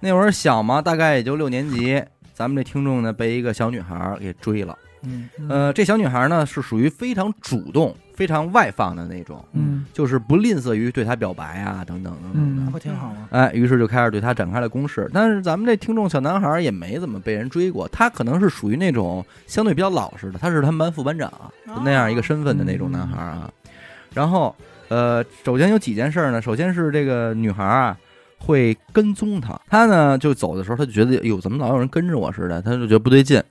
Speaker 1: 那会儿小嘛，大概也就六年级，咱们这听众呢被一个小女孩儿给追了。
Speaker 4: 嗯，
Speaker 1: 呃，这小女孩呢是属于非常主动、非常外放的那种，
Speaker 4: 嗯
Speaker 1: 就是不吝啬于对他表白啊，等等等等的。
Speaker 4: 嗯
Speaker 2: 不挺好吗？
Speaker 1: 哎，于是就开始对他展开了攻势。但是咱们这听众小男孩也没怎么被人追过，他可能是属于那种相对比较老实的，他是他们班副班长就那样一个身份的那种男孩啊。然后，呃，首先有几件事儿呢，首先是这个女孩啊会跟踪他，他呢就走的时候，他就觉得哟怎么老有人跟着我似的，他就觉得不对劲。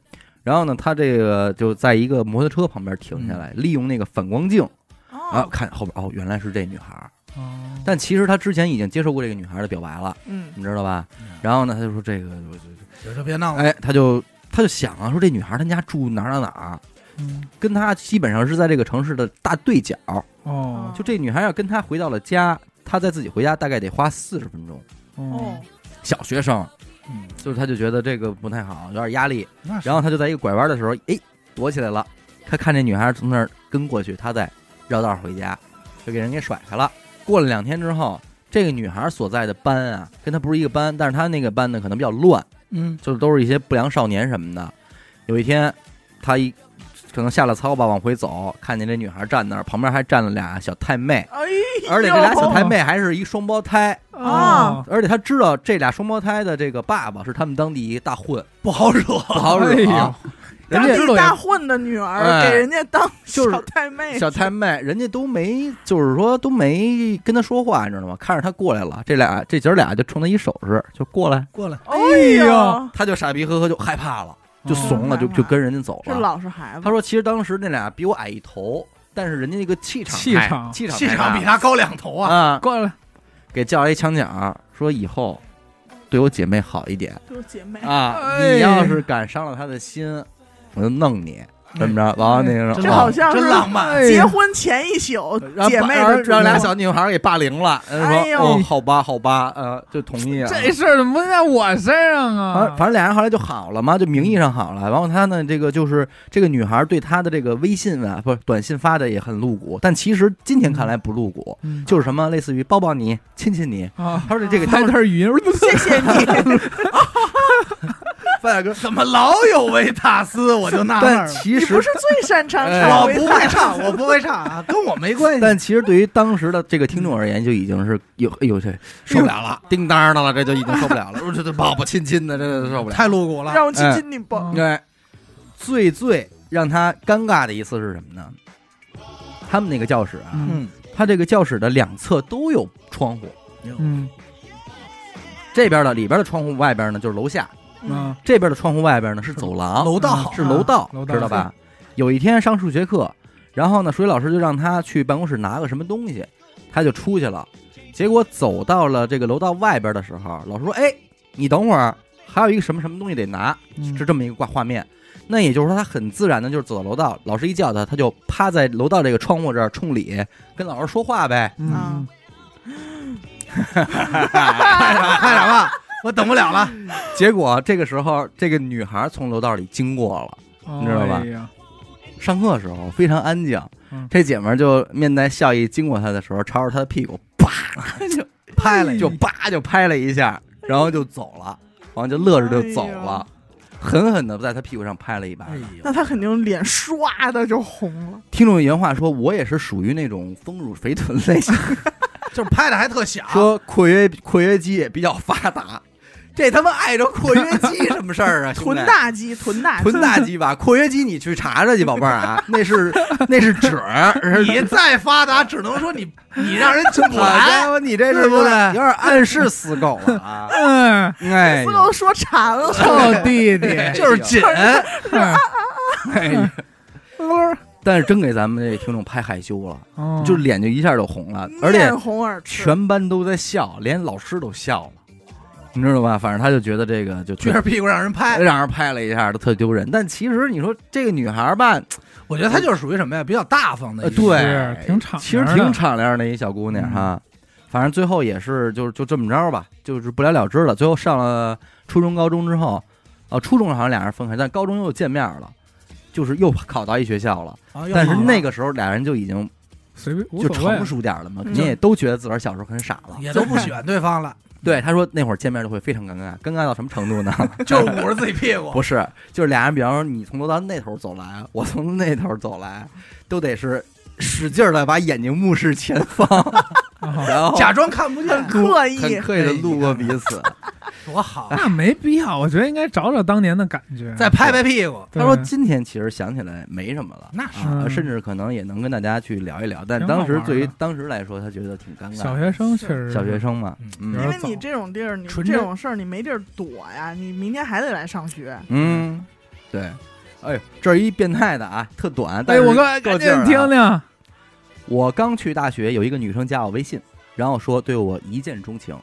Speaker 1: 然后呢，他这个就在一个摩托车旁边停下来，利用那个反光镜啊
Speaker 3: 哦，
Speaker 1: 看后边哦，原来是这女孩儿。
Speaker 4: 哦
Speaker 1: 但其实他之前已经接受过这个女孩的表白了。
Speaker 3: 嗯，
Speaker 1: 你知道吧
Speaker 2: 嗯？
Speaker 1: 然后呢，他就说这个，我就
Speaker 2: 就就别闹了。
Speaker 1: 哎，他就他就想啊，说这女孩她家住哪儿哪儿哪儿，
Speaker 4: 嗯
Speaker 1: 跟他基本上是在这个城市的大对角。
Speaker 4: 哦
Speaker 1: 就这女孩要跟他回到了家，他再自己回家大概得花四十分钟。
Speaker 3: 哦
Speaker 4: 哦，，
Speaker 1: 小学生
Speaker 2: 嗯，
Speaker 1: 就是他就觉得这个不太好，有点压力。
Speaker 4: 那是
Speaker 1: 然后他就在一个拐弯的时候，哎，躲起来了。他看这女孩从那儿跟过去，他再绕道回家，就给人给甩开了。过了两天之后，这个女孩所在的班啊，跟他不是一个班，但是他那个班呢可能比较乱。
Speaker 2: 嗯，
Speaker 1: 就是都是一些不良少年什么的。有一天，他一可能下了操吧，往回走，看见这女孩站那儿，旁边还站了俩小太妹，
Speaker 3: 哎呦，
Speaker 1: 而且这俩小太妹还是一双胞胎，
Speaker 3: 啊，
Speaker 4: 哦，
Speaker 1: 而且他知道这俩双胞胎的这个爸爸是他们当地一大混，
Speaker 2: 不好惹。
Speaker 1: 不好
Speaker 4: 哎
Speaker 1: 惹、
Speaker 4: 呦
Speaker 1: 啊。人
Speaker 3: 当
Speaker 1: 家
Speaker 3: 地大混的女儿
Speaker 1: 哎
Speaker 3: 给人家当
Speaker 1: 就是
Speaker 3: 小太妹，
Speaker 1: 小太妹，人家都没，就是说都没跟他说话，你知道吗？看着他过来了，这俩这姐儿俩就冲他一手势，就过来，
Speaker 2: 过来，
Speaker 3: 哎
Speaker 4: 哎
Speaker 3: 呦
Speaker 4: 呀，
Speaker 1: 他就傻逼呵呵就害怕了，就
Speaker 4: 哦
Speaker 1: 怂了，就就跟人家走
Speaker 3: 这
Speaker 1: 了。
Speaker 3: 老实孩子，
Speaker 1: 他说：“其实当时那俩比我矮一头，但是人家那个气场太，
Speaker 4: 气场
Speaker 1: 气场
Speaker 2: 气
Speaker 1: 太大
Speaker 2: 场比他高两头啊！
Speaker 1: 啊，
Speaker 4: 过来，
Speaker 1: 给叫来一墙角，说以后对我姐妹好一点
Speaker 3: 就是姐妹，
Speaker 1: 啊，
Speaker 4: 哎
Speaker 1: 你要是敢伤了她的心，我就弄你，怎么着？完了那个说
Speaker 4: 真
Speaker 3: 这
Speaker 1: 哦
Speaker 3: 哎好
Speaker 2: 嗯
Speaker 3: 像
Speaker 2: 真
Speaker 3: 是
Speaker 2: 浪漫，
Speaker 4: 哎
Speaker 3: 结
Speaker 4: 呀
Speaker 3: 婚前一宿
Speaker 1: 让
Speaker 3: 姐妹
Speaker 1: 让
Speaker 3: 的
Speaker 1: 让俩
Speaker 3: 主
Speaker 1: 小女孩给霸凌了，人
Speaker 3: 哎
Speaker 1: 说
Speaker 3: 呦
Speaker 1: 哦，好吧，好吧，呃，就同意了。”
Speaker 4: 这事儿怎么不在我身上
Speaker 1: 反
Speaker 4: 啊？
Speaker 1: 反正俩人后来就好了嘛，就名义上好了。然后他呢，这个就是这个女孩对他的这个微信啊，不是短信发的也很露骨，但其实今天看来不露骨，
Speaker 4: 嗯
Speaker 1: 就是什么类似于抱抱你、亲亲你。
Speaker 4: 啊，
Speaker 1: 他说 这个
Speaker 4: 拍段语音，
Speaker 3: 谢谢 你，
Speaker 1: 范大哥，
Speaker 2: 怎么老有维塔斯，我就纳闷
Speaker 1: 但
Speaker 2: 儿了。
Speaker 1: 其
Speaker 3: 你
Speaker 1: 实
Speaker 3: 不是最擅长
Speaker 1: 哎
Speaker 3: 唱
Speaker 2: 我
Speaker 3: 维
Speaker 2: 不
Speaker 3: 塔
Speaker 2: 会唱，我不会唱 啊，跟我没关系。
Speaker 1: 但其实对于当时的这个听众而言，就已经是有哎呦这受不了了，叮当的了，这就已经受不 了了，我这这抱抱亲亲的，这这受不了。
Speaker 2: 太露骨
Speaker 1: 哎
Speaker 2: 了，
Speaker 3: 让我亲亲你吧。
Speaker 4: 嗯
Speaker 1: 对，最最让他尴尬的一次是什么呢？他们那个教室啊，
Speaker 4: 嗯
Speaker 2: 嗯，
Speaker 1: 他这个教室的两侧都有窗户，
Speaker 4: 嗯
Speaker 1: 这边的里边的窗户，外边呢就是楼下，
Speaker 3: 嗯
Speaker 4: 啊，
Speaker 1: 这边的窗户外边呢是走廊，
Speaker 2: 楼道
Speaker 1: 是楼道
Speaker 4: 啊，楼道
Speaker 1: 知道吧？有一天上数学课，然后呢，数学老师就让他去办公室拿个什么东西，他就出去了。结果走到了这个楼道外边的时候，老师说：“哎，你等会儿，还有一个什么什么东西得拿。”
Speaker 4: 嗯
Speaker 1: 是这么一个挂画面。那也就是说，他很自然的就是走到楼道，老师一叫他，他就趴在楼道这个窗户这儿冲礼，跟老师说话 呗。
Speaker 4: 嗯
Speaker 2: 快点吧，快点吧，我等不了了。
Speaker 1: 啊结果这个时候，这个女孩从楼道里经过了。
Speaker 4: 嗯
Speaker 1: 你知道吧
Speaker 4: 哎呀
Speaker 1: 上课的时候非常安静，
Speaker 4: 嗯！
Speaker 1: 这姐们儿就面带笑意经过他的时候，朝着他的屁股啪就 拍了，就叭就拍了一下，然后就走了，完就乐着就走了，狠狠的在他屁股上拍了一巴。
Speaker 3: 那他肯定脸唰的就红了，
Speaker 1: 听众原话说：“我也是属于那种丰乳肥臀类型，
Speaker 2: 就是拍的还特响，
Speaker 1: 说括约括约肌也比较发达。这他妈碍着括约肌什么事儿 啊？
Speaker 3: 臀
Speaker 1: 兄弟
Speaker 3: 大肌，臀大肌，
Speaker 1: 臀大肌吧，括约肌你去查查去，宝贝儿啊，那是那是褶儿，是
Speaker 2: 你再发达，只能说你你让人进不
Speaker 1: 好家
Speaker 2: 来。
Speaker 1: 伙，你这
Speaker 2: 对
Speaker 1: 是
Speaker 2: 不
Speaker 1: 有
Speaker 2: 对
Speaker 1: 点有点暗示死狗了啊
Speaker 4: 嗯，
Speaker 1: 哎
Speaker 3: 不
Speaker 1: 呦，
Speaker 3: 都说馋了，
Speaker 4: 臭弟弟，
Speaker 2: 就是紧，
Speaker 1: 哎呦但是真给咱们这听众拍害羞了，
Speaker 4: 哦
Speaker 1: 就脸就嗯一下就红了， 而且
Speaker 3: 面红耳赤，
Speaker 1: 全班都在笑，连老师都笑了，你知道吧？反正他就觉得这个就
Speaker 2: 撅
Speaker 1: 确
Speaker 2: 着
Speaker 1: 实
Speaker 2: 屁股让人拍。
Speaker 1: 让人拍了一下，都特丢人。但其实你说这个女孩吧，
Speaker 2: 我觉得她就是属于什么呀？比较大方的
Speaker 1: 呃，
Speaker 2: 一个，
Speaker 1: 对，
Speaker 4: 是挺敞
Speaker 1: 其实
Speaker 4: 亮的嗯
Speaker 1: 挺敞亮的一小姑娘哈。反正最后也是就就这么着吧，就是不了了之了。最后上了初中、高中之后，呃，初中好像俩人分开，但高中又见面了，就是又考到一学校了。
Speaker 2: 啊又
Speaker 1: 但是
Speaker 2: 好了
Speaker 1: 那个时候俩人就已经
Speaker 4: 随便无
Speaker 1: 就
Speaker 4: 所谓
Speaker 1: 成，熟点儿了嘛，
Speaker 3: 嗯
Speaker 1: 你也都觉得自个儿小时候很傻了。
Speaker 2: 也都不喜欢对 方了，
Speaker 1: 对，他说那会儿见面就会非常尴尬，尴尬到什么程度呢？
Speaker 2: 就是捂着自己屁股。
Speaker 1: 不是，就是俩人，比方说你从楼道那头走来，我从那头走来，都得是使劲的把眼睛目视前方，
Speaker 4: 啊
Speaker 1: 然后
Speaker 2: 假装看不见，
Speaker 3: 刻
Speaker 1: 很
Speaker 3: 意
Speaker 1: 刻意的路过彼 此。
Speaker 2: 多好！啊
Speaker 4: 那没必要，我觉得应该找找当年的感觉。
Speaker 2: 再拍拍屁股，
Speaker 1: 他说今天其实想起来没什么了。
Speaker 2: 那是
Speaker 1: 啊，
Speaker 4: 嗯
Speaker 1: 甚至可能也能跟大家去聊一聊，但
Speaker 4: 挺好
Speaker 1: 当时
Speaker 4: 玩
Speaker 1: 对于
Speaker 4: 的
Speaker 1: 当时来说，他觉得挺尴尬。
Speaker 4: 小学生确实
Speaker 1: 小学生嘛，
Speaker 2: 嗯
Speaker 3: 因
Speaker 1: 嗯
Speaker 3: 为你这种地儿，你
Speaker 2: 纯
Speaker 3: 这
Speaker 2: 真
Speaker 3: 种事儿你没地儿躲呀，你明天还得来上学。
Speaker 1: 嗯，对，哎呦，这是一变态的啊，特短。但
Speaker 4: 哎，
Speaker 1: 是
Speaker 4: 我哥
Speaker 1: 够劲
Speaker 4: 赶紧
Speaker 1: 儿啊
Speaker 4: 听听，
Speaker 1: 我刚去大学，有一个女生加我微信，然后说对我一见钟情，
Speaker 4: 啊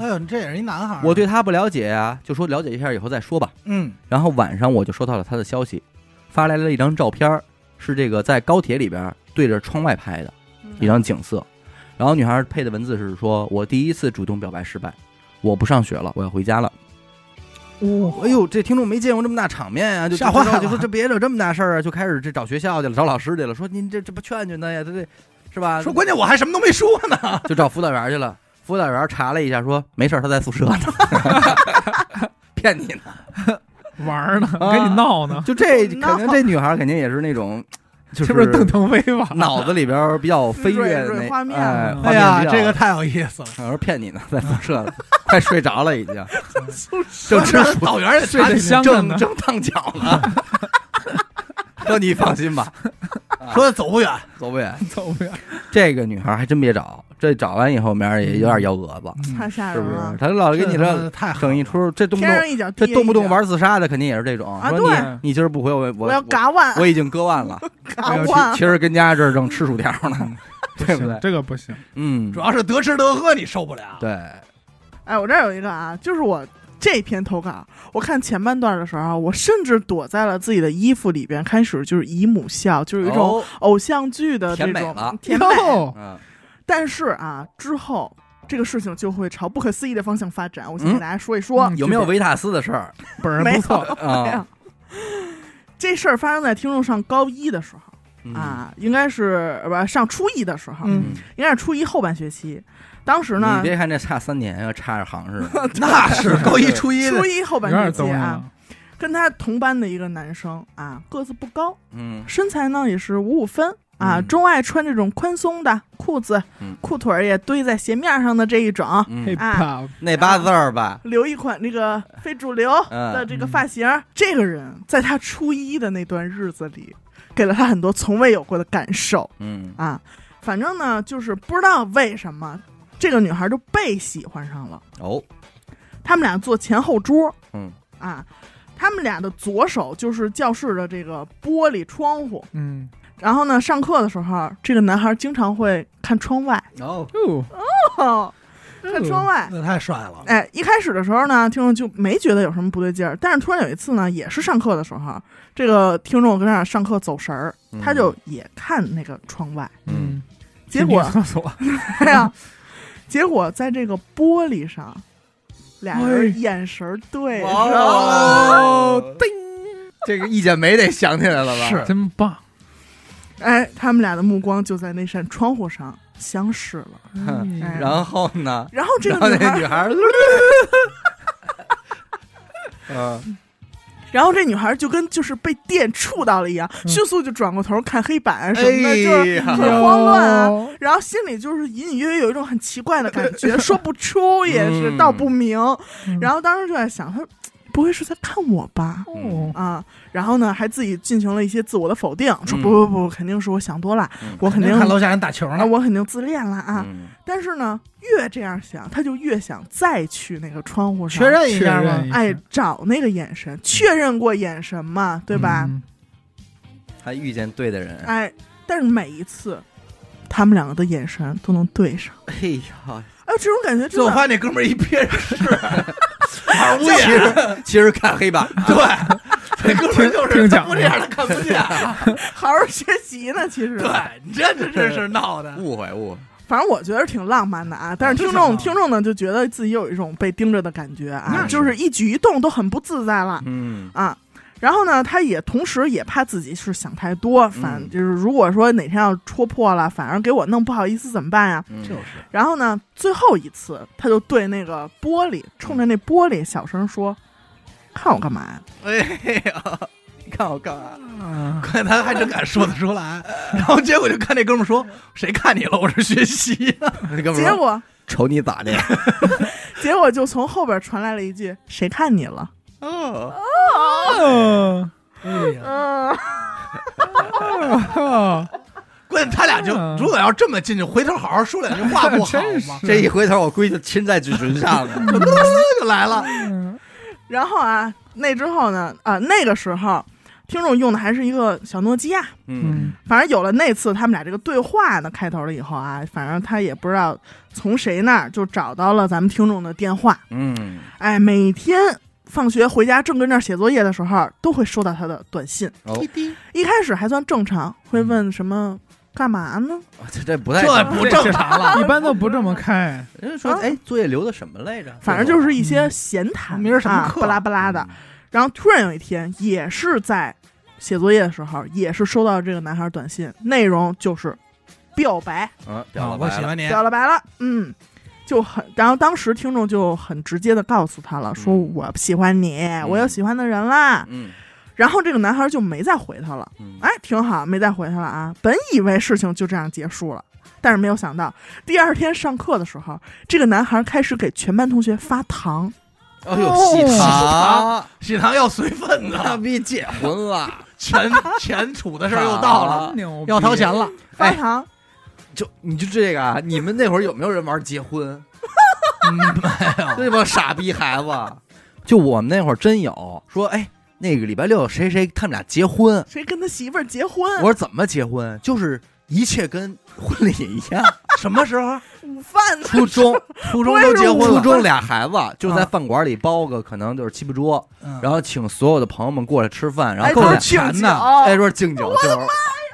Speaker 2: 哎呦，你这也是一男孩儿。
Speaker 1: 我对她不了解啊，就说了解一下以后再说吧。
Speaker 2: 嗯，
Speaker 1: 然后晚上我就收到了她的消息，发来了一张照片儿，是这个在高铁里边儿对着窗外拍的一张景色，然后女孩配的文字是说：“我第一次主动表白失败，我不上学了，我要回家了。”
Speaker 4: 哦，
Speaker 1: 哎呦，这听众没见过这么大场面啊，就
Speaker 2: 吓坏了
Speaker 1: 就就说这别惹这么大事儿啊，就开始这找学校去了，找老师去了，说您这这不劝劝他呀，他这是吧？
Speaker 2: 说关键我还什么都没说呢。
Speaker 1: 就找辅导员去了，辅导员查了一下，说没事儿，他在宿舍 呢，骗你呢。
Speaker 4: 玩儿呢，
Speaker 1: 啊
Speaker 4: 跟你闹呢，
Speaker 1: 就这
Speaker 3: 闹
Speaker 1: 肯定这女孩肯定也是那种， 就是嗯
Speaker 4: 不是邓腾飞吧？
Speaker 1: 脑子里边比较飞跃的
Speaker 3: 蕊
Speaker 1: 那
Speaker 3: 蕊画面
Speaker 1: 哎
Speaker 4: 了
Speaker 1: 画
Speaker 2: 哎
Speaker 1: 面
Speaker 2: 呀，
Speaker 1: 比较
Speaker 2: 这个太有意思了。
Speaker 1: 我说骗你呢，在宿舍呢，快睡着了已经，就吃
Speaker 2: 这导员也
Speaker 4: 睡
Speaker 2: 查
Speaker 4: 得香着
Speaker 1: 正
Speaker 4: 呢，
Speaker 1: 正烫脚呢。 说你放心吧，
Speaker 2: 说走不远，
Speaker 1: 走不远。
Speaker 4: 走不了。
Speaker 1: 这个女孩还真别找，这找完以后明儿也有点幺蛾子，
Speaker 3: 太吓
Speaker 1: 是
Speaker 3: 人
Speaker 1: 不是
Speaker 3: 了？，
Speaker 1: 她老跟你
Speaker 2: 这
Speaker 1: 这
Speaker 2: 太狠
Speaker 1: 整一
Speaker 2: 了，
Speaker 1: 出，这动不
Speaker 3: 天上
Speaker 1: 动
Speaker 3: 一脚地
Speaker 1: 这
Speaker 3: 下一脚，
Speaker 1: 动不动玩自杀的肯定也是这种，
Speaker 3: 啊
Speaker 1: 说
Speaker 3: 对
Speaker 1: 你你今儿不回我我
Speaker 3: 我要嘎腕，
Speaker 1: 我已经割腕了，
Speaker 3: 嘎
Speaker 1: 其
Speaker 3: 腕
Speaker 1: 其，实跟家这儿正吃薯条呢，
Speaker 4: 嗯
Speaker 1: 对不
Speaker 4: 行
Speaker 1: 对？
Speaker 4: 这个不行，
Speaker 1: 嗯
Speaker 2: 主，要是得吃得喝你受不了。
Speaker 1: 对，
Speaker 3: 哎，我这儿有一个啊，就是我这篇投稿，我看前半段的时候，啊我甚至躲在了自己的衣服里边，开始就是姨母笑，就是有一种
Speaker 1: 哦
Speaker 3: 偶像剧的这
Speaker 1: 甜
Speaker 3: 种
Speaker 1: 美了
Speaker 3: 甜美
Speaker 4: 哟
Speaker 1: 嗯
Speaker 3: 但是啊，之后这个事情就会朝不可思议的方向发展。我先给
Speaker 1: 嗯
Speaker 3: 大家说一说，
Speaker 4: 嗯
Speaker 1: 有没有维塔斯的事儿
Speaker 4: 本 儿
Speaker 3: 没
Speaker 4: 不
Speaker 3: 有
Speaker 4: 错，
Speaker 3: 哎
Speaker 1: 啊
Speaker 3: 呀？ 这事儿发生在听众上高一的时候、
Speaker 1: 嗯
Speaker 3: 啊，应该是呃不上初一的时候，
Speaker 2: 嗯，
Speaker 3: 应该是初一后半学期。当时呢
Speaker 1: 你，别看这差三年，要差着行似 的。
Speaker 2: 那是高一初一的
Speaker 3: 初，一后
Speaker 4: 有
Speaker 3: 半
Speaker 4: 点
Speaker 3: 学
Speaker 4: 东
Speaker 3: 期
Speaker 4: 西
Speaker 3: 啊，
Speaker 4: 了。
Speaker 3: 跟他同班的一个男生啊，个子不高，
Speaker 1: 嗯
Speaker 3: 身材呢也是五五分啊，
Speaker 1: 嗯
Speaker 3: 钟爱穿这种宽松的裤子，
Speaker 1: 嗯
Speaker 3: 裤腿儿也堆在鞋面上的这一种，
Speaker 4: 嘿
Speaker 1: 嗯，
Speaker 3: 啊
Speaker 4: 吧，
Speaker 1: 那八字儿吧，
Speaker 3: 留一款这个非主流
Speaker 1: 嗯
Speaker 3: 的这个发型。这个人在他初一的那段日子里，给了他很多从未有过的感受
Speaker 1: 嗯
Speaker 3: 啊。反正呢，就是不知道为什么，这个女孩就被喜欢上了。
Speaker 1: 哦，
Speaker 3: 他们俩坐前后桌
Speaker 1: 嗯
Speaker 3: 啊，他们俩的左手就是教室的这个玻璃窗户。
Speaker 4: 嗯，
Speaker 3: 然后呢，上课的时候，这个男孩经常会看窗外，
Speaker 2: 哦，
Speaker 4: 哟，
Speaker 3: 看窗外。
Speaker 2: 那太帅了。
Speaker 3: 哎，一开始的时候呢，听众就没觉得有什么不对劲儿，但是突然有一次呢，也是上课的时候，这个听众跟那儿上课走神儿，
Speaker 1: 嗯
Speaker 3: 他就也看那个窗外，
Speaker 1: 嗯
Speaker 4: 嗯，
Speaker 3: 结果
Speaker 4: 进女厕 所，
Speaker 3: 哎呀， 结果在这个玻璃上，俩
Speaker 4: 哎
Speaker 3: 人眼神儿对
Speaker 1: 哎
Speaker 3: 上了，
Speaker 1: 哦，叮， 这个易剪梅得想起来了吧？
Speaker 2: 是
Speaker 4: 真 棒，
Speaker 3: 哎，他们俩的目光就在那扇窗户上相视了。
Speaker 1: 哼
Speaker 3: 哎
Speaker 1: 然后呢？
Speaker 3: 然后 这
Speaker 1: 然后
Speaker 3: 个女
Speaker 1: 那
Speaker 3: 孩儿，
Speaker 1: 女孩
Speaker 3: 然后
Speaker 1: 儿， 嗯，
Speaker 3: 这女孩儿就跟就是被电触到了一样，
Speaker 4: 嗯
Speaker 3: 迅速就转过头看黑板啊
Speaker 1: 哎
Speaker 3: 什么的，就是
Speaker 1: 呀，
Speaker 3: 很慌乱啊
Speaker 4: 哟，
Speaker 3: 然后心里就是隐隐约约有一种很奇怪的感 觉，说不出也是道不明。
Speaker 4: 嗯
Speaker 3: 然后当时就在想，他嘖不会是在看我吧？
Speaker 1: 嗯
Speaker 3: 啊，然后呢，还自己进行了一些自我的否定，说
Speaker 1: 嗯
Speaker 3: 不不不，肯定是我想多了，
Speaker 1: 嗯
Speaker 3: 我肯定
Speaker 2: 看楼下人打球
Speaker 3: 啊，
Speaker 2: 呢，
Speaker 3: 我肯定自恋了啊。
Speaker 1: 嗯
Speaker 3: 但是呢，越这样想，他就越想再去那个窗户上
Speaker 2: 确认一
Speaker 4: 确
Speaker 2: 下
Speaker 4: 认
Speaker 2: 吗
Speaker 4: 一？下，
Speaker 3: 哎，找那个眼神，确认过眼神嘛，对吧？
Speaker 4: 嗯？
Speaker 1: 还遇见对的人，
Speaker 3: 哎，但是每一次，他们两个的眼神都能对上，
Speaker 1: 哎呀，
Speaker 3: 哎，这种感觉
Speaker 2: 最
Speaker 3: 真
Speaker 2: 后
Speaker 3: 的
Speaker 2: 发现那哥们儿一边是二五
Speaker 1: 其
Speaker 2: 眼，
Speaker 1: 实其实看黑板，
Speaker 2: 对，那哥们儿就是他
Speaker 4: 听讲
Speaker 2: 不这样他看不见。
Speaker 3: 好好学习呢，其实。
Speaker 2: 对你这这这是闹的，
Speaker 1: 误会误会，
Speaker 3: 反正我觉得挺浪漫的啊，但是听
Speaker 2: 是
Speaker 3: 众
Speaker 2: 吗
Speaker 3: 听众呢就觉得自己有一种被盯着的感觉
Speaker 1: 那
Speaker 3: 啊，
Speaker 1: 是
Speaker 3: 就是一举一动都很不自在了
Speaker 1: 嗯
Speaker 3: 啊。然后呢，他也同时也怕自己是想太多，反
Speaker 1: 嗯
Speaker 3: 就是如果说哪天要戳破了，反而给我弄不好意思怎么办呀？
Speaker 1: 嗯，
Speaker 2: 就是
Speaker 3: 然后呢，最后一次他就对那个玻璃，冲着那玻璃小声说：“看我干嘛呀？
Speaker 1: 哎呀，看我干嘛？
Speaker 4: 啊，
Speaker 2: 看他还真敢说得出来， 然后结果就看那哥们儿说：“谁看你了？我是学习 的。
Speaker 1: 那哥们
Speaker 3: 结
Speaker 1: 儿说
Speaker 3: 果
Speaker 1: 瞅你咋的？
Speaker 3: 结果就从后边传来了一句：“谁看你了
Speaker 1: 哦，
Speaker 4: 嗯？”
Speaker 2: 哎
Speaker 3: 嗯，
Speaker 4: 啊，
Speaker 2: 关键他俩就
Speaker 4: 嗯
Speaker 2: 如果要这么进去，回头好好说两句话 不好
Speaker 4: 真是
Speaker 2: 吗？
Speaker 1: 这一回头我估计就亲在嘴唇上了。嗯
Speaker 2: 这就来了，
Speaker 4: 嗯
Speaker 3: 然后啊，那之后呢，啊、那个时候听众用的还是一个小诺基亚，
Speaker 1: 嗯
Speaker 4: 嗯，
Speaker 3: 反正有了那次他们俩这个对话呢，开头了以后啊，反正他也不知道从谁那儿就找到了咱们听众的电话。
Speaker 1: 嗯，
Speaker 3: 哎，每天放学回家正跟那儿写作业的时候，都会收到他的短信。
Speaker 1: 哦，
Speaker 3: 一开始还算正常，会问什么干嘛呢？
Speaker 1: 啊这这不太
Speaker 2: 这不正常了。
Speaker 4: 一般都不这么开。
Speaker 1: 人家说
Speaker 3: 啊
Speaker 1: 哎，作业留的什么来着？
Speaker 3: 反正就是一些闲谈，
Speaker 2: 明儿什么
Speaker 3: 啊
Speaker 2: 课嗯
Speaker 3: 巴拉巴拉的。然后突然有一天，也是在写作业的时候，也是收到这个男孩短信，内容就是表白，
Speaker 1: 嗯，表
Speaker 2: 啊
Speaker 1: 了
Speaker 2: 我
Speaker 1: 白
Speaker 2: 喜
Speaker 1: 了。
Speaker 2: 欢你，
Speaker 3: 表了白了，嗯。就很，然后当时听众就很直接的告诉他了，说
Speaker 1: 嗯
Speaker 3: 我喜欢你，我有喜欢的人啦。
Speaker 1: 嗯
Speaker 3: 然后这个男孩就没再回他了，
Speaker 1: 嗯，
Speaker 3: 哎，挺好，没再回他了啊。本以为事情就这样结束了，但是没有想到，第二天上课的时候，这个男孩开始给全班同学发糖，
Speaker 1: 哦呦，喜糖，啊
Speaker 2: 喜糖要随份子，啊
Speaker 1: 大逼 结婚了，
Speaker 2: 钱钱杵的事儿又到了，
Speaker 1: 啊
Speaker 4: 牛 逼
Speaker 2: 要掏钱了。
Speaker 3: 发
Speaker 1: 哎
Speaker 3: 糖，
Speaker 1: 就你就这个啊？你们那会儿有没有人玩结婚？
Speaker 2: 没有，
Speaker 1: 那帮傻逼孩子，就我们那会儿真有说，哎，那个礼拜六谁谁他们俩结婚，
Speaker 3: 谁跟他媳妇儿结婚？
Speaker 1: 我说怎么结婚？就是一切跟婚礼一样，
Speaker 2: 什么时候？
Speaker 3: 午饭呢？
Speaker 1: 初中
Speaker 2: 初中都结婚
Speaker 1: 初
Speaker 2: 了，
Speaker 1: 中俩孩子就在饭馆里包个可能就是七八桌，
Speaker 2: 嗯
Speaker 1: 然后请所有的朋友们过来吃饭，然
Speaker 3: 哎
Speaker 1: 后
Speaker 2: 够
Speaker 1: 各
Speaker 2: 点
Speaker 1: 俩
Speaker 2: 钱呢
Speaker 1: 哎说敬酒，就是哎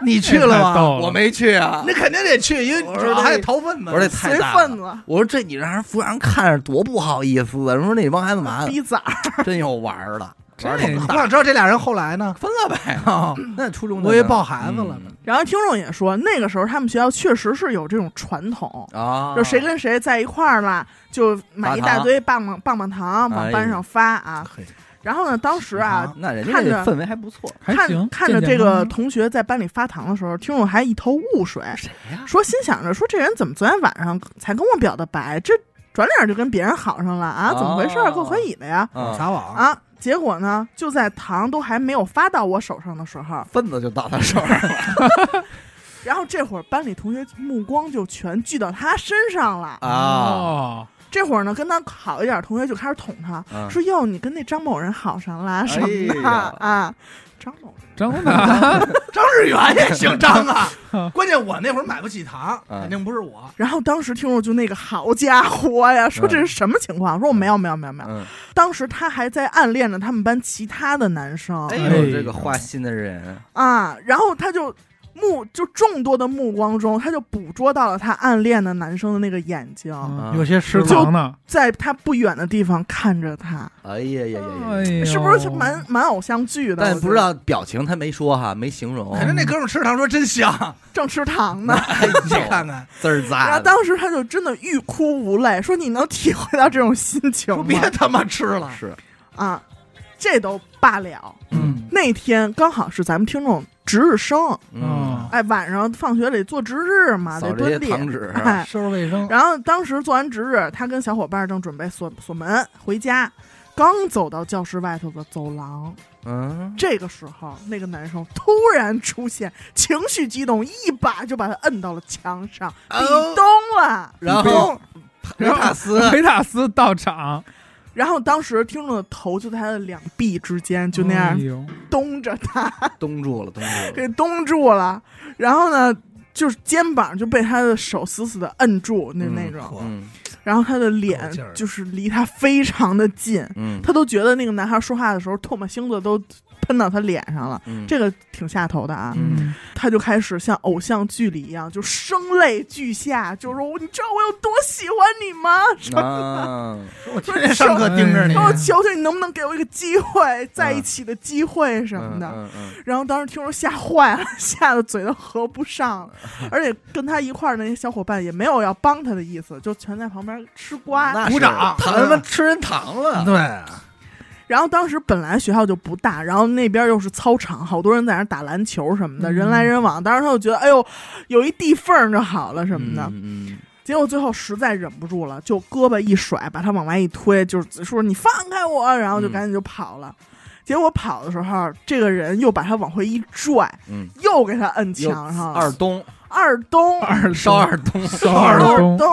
Speaker 2: 你去了
Speaker 4: 太
Speaker 2: 吗？
Speaker 4: 逗了
Speaker 1: 我没去啊
Speaker 2: 那，肯定得去，因为
Speaker 1: 我说这
Speaker 2: 还得掏嗯份子。
Speaker 1: 我说这
Speaker 3: 随
Speaker 1: 太大
Speaker 3: 份
Speaker 1: 了。
Speaker 3: 子，
Speaker 1: 我说这你让人服务员看着多不好意思啊！人说那帮孩子 嘛，
Speaker 3: 逼崽儿，
Speaker 1: 真有玩儿的，
Speaker 4: 这
Speaker 1: 玩儿挺
Speaker 2: 我
Speaker 1: 大，
Speaker 2: 想知道这俩人后来呢？
Speaker 1: 分了呗。
Speaker 2: 啊，
Speaker 1: 那初中
Speaker 2: 我以为抱孩子了呢
Speaker 1: 呢
Speaker 3: 然后听众也说，那个时候他们学校确实是有这种传统，
Speaker 1: 啊，
Speaker 3: 就谁跟谁在一块儿了，就买一大堆棒棒棒棒糖
Speaker 1: 哎
Speaker 3: 往班上发啊。
Speaker 2: 嘿
Speaker 3: 然后呢，当时啊，
Speaker 1: 那人家
Speaker 3: 看
Speaker 1: 这
Speaker 3: 着
Speaker 1: 氛围还不错，
Speaker 4: 还
Speaker 3: 看
Speaker 4: 行，
Speaker 3: 看着
Speaker 4: 健健
Speaker 3: 这个
Speaker 4: 康康
Speaker 3: 同学在班里发糖的时候，听众还一头雾水，
Speaker 1: 谁呀？
Speaker 3: 说心想着说这人怎么昨天晚上才跟我表的白，这转脸就跟别人好上了啊？怎么回事儿？
Speaker 1: 哦
Speaker 3: 够可以的呀！
Speaker 1: 啊，
Speaker 2: 撒网！
Speaker 3: 啊，结果呢，就在糖都还没有发到我手上的时候，
Speaker 1: 份子就到他手上了
Speaker 3: 然后这会儿班里同学目光就全聚到他身上了。
Speaker 1: 啊。
Speaker 4: 哦，
Speaker 3: 这会儿呢，跟他好一点儿同学就开始捅他，
Speaker 1: 嗯
Speaker 3: 说：“哟，你跟那张某人好上了啊什么的、
Speaker 1: 哎呀
Speaker 3: 啊？”张某人
Speaker 4: 真的
Speaker 2: 张志远也姓张 啊。关键我那会儿买不起糖，
Speaker 1: 嗯
Speaker 2: 肯定不是我。
Speaker 3: 然后当时听众就那个好家伙呀，说
Speaker 1: 嗯
Speaker 3: 这是什么情况？说我没有没有没有没有。
Speaker 1: 嗯，
Speaker 3: 当时他还在暗恋着他们班其他的男生、
Speaker 1: 哎
Speaker 4: 哎
Speaker 1: 呦，
Speaker 4: 呦
Speaker 1: 这个花心的人，
Speaker 3: 啊，然后他就目就众多的目光中，他就捕捉到了他暗恋的男生的那个眼睛，
Speaker 1: 啊
Speaker 4: 嗯
Speaker 2: 有些失
Speaker 4: 吃
Speaker 2: 落，
Speaker 4: 糖呢，
Speaker 3: 在他不远的地方看着他，
Speaker 1: 哎呀呀呀
Speaker 4: 哎
Speaker 1: 呀！
Speaker 4: 呦
Speaker 3: 是不是
Speaker 4: 哎
Speaker 3: 蛮蛮偶像剧的？
Speaker 1: 但
Speaker 3: 我
Speaker 1: 不
Speaker 3: 觉
Speaker 1: 知
Speaker 3: 得
Speaker 1: 道表情，他没说哈，没形容，
Speaker 2: 肯定那哥们儿吃糖说真香，
Speaker 3: 正吃糖呢。
Speaker 1: 哎呦
Speaker 2: 你看看，
Speaker 1: 滋儿
Speaker 3: 然
Speaker 1: 咋
Speaker 3: 后
Speaker 1: 的？
Speaker 3: 当时他就真的欲哭无泪，说：“你能体会到这种心情
Speaker 2: 说
Speaker 3: 吗？
Speaker 2: 别他妈吃了，
Speaker 1: 是，
Speaker 3: 啊，这都罢了。
Speaker 1: 嗯
Speaker 3: 那天刚好是咱们听众值日生，
Speaker 1: 嗯，
Speaker 3: 哎，晚上放学得做值日嘛，
Speaker 1: 扫
Speaker 3: 得
Speaker 1: 这些
Speaker 3: 蹲地。
Speaker 1: 糖纸，
Speaker 3: 哎，
Speaker 2: 收拾卫生。
Speaker 3: 然后当时做完值日，他跟小伙伴正准备锁锁门回家，刚走到教室外头的走廊，
Speaker 1: 嗯，
Speaker 3: 这个时候那个男生突然出现，情绪激动，一把就把他摁到了墙上，壁
Speaker 1: 哦
Speaker 3: 咚了。
Speaker 1: 然后维塔斯
Speaker 4: 维塔斯到场，
Speaker 3: 然后当时听众的头就在他的两臂之间，就那
Speaker 4: 哎
Speaker 3: 样
Speaker 4: 呦
Speaker 3: 东着他，
Speaker 1: 冻住了，冻住了，
Speaker 3: 给东住了。然后呢，就是肩膀就被他的手死死的摁住，那
Speaker 1: 嗯
Speaker 3: 那种。
Speaker 1: 嗯
Speaker 3: 然后他的脸
Speaker 2: 够劲儿
Speaker 3: 就是离他非常的近，
Speaker 1: 嗯
Speaker 3: 他都觉得那个男孩说话的时候，唾沫星子都喷到他脸上了。
Speaker 1: 嗯，
Speaker 3: 这个挺下头的啊，
Speaker 1: 嗯
Speaker 3: 他就开始像偶像剧里一样，就声泪俱下，就说：“你知道我有多喜欢你吗？
Speaker 1: 哎啊，
Speaker 2: 说我天天上课盯着你啊
Speaker 3: 说
Speaker 4: 哎，
Speaker 3: 我求求你，能不能给我一个机会，在一起的机会什么的。
Speaker 1: 嗯嗯
Speaker 3: 然后当时听说吓坏了， 吓得嘴都合不上了，而且跟他一块儿的那些小伙伴也没有要帮他的意思，就全在旁边吃瓜。呃
Speaker 1: 那是
Speaker 2: 鼓掌啊
Speaker 1: 糖他妈吃人糖了，
Speaker 2: 对，
Speaker 3: 然后当时本来学校就不大，然后那边又是操场，好多人在那儿打篮球什么的，
Speaker 4: 嗯
Speaker 3: 人来人往。当时他就觉得，哎呦，有一地缝儿就好了什么的。
Speaker 1: 嗯嗯
Speaker 3: 结果最后实在忍不住了，就胳膊一甩，把他往外一推，就是说你放开我，然后就
Speaker 1: 嗯
Speaker 3: 赶紧就跑了。结果跑的时候，这个人又把他往回一拽，
Speaker 1: 嗯，
Speaker 3: 又给他摁墙
Speaker 1: 又
Speaker 3: 上了。
Speaker 1: 二东
Speaker 3: 二东，
Speaker 4: 二
Speaker 1: 烧二东，
Speaker 4: 烧 二东，
Speaker 3: 东，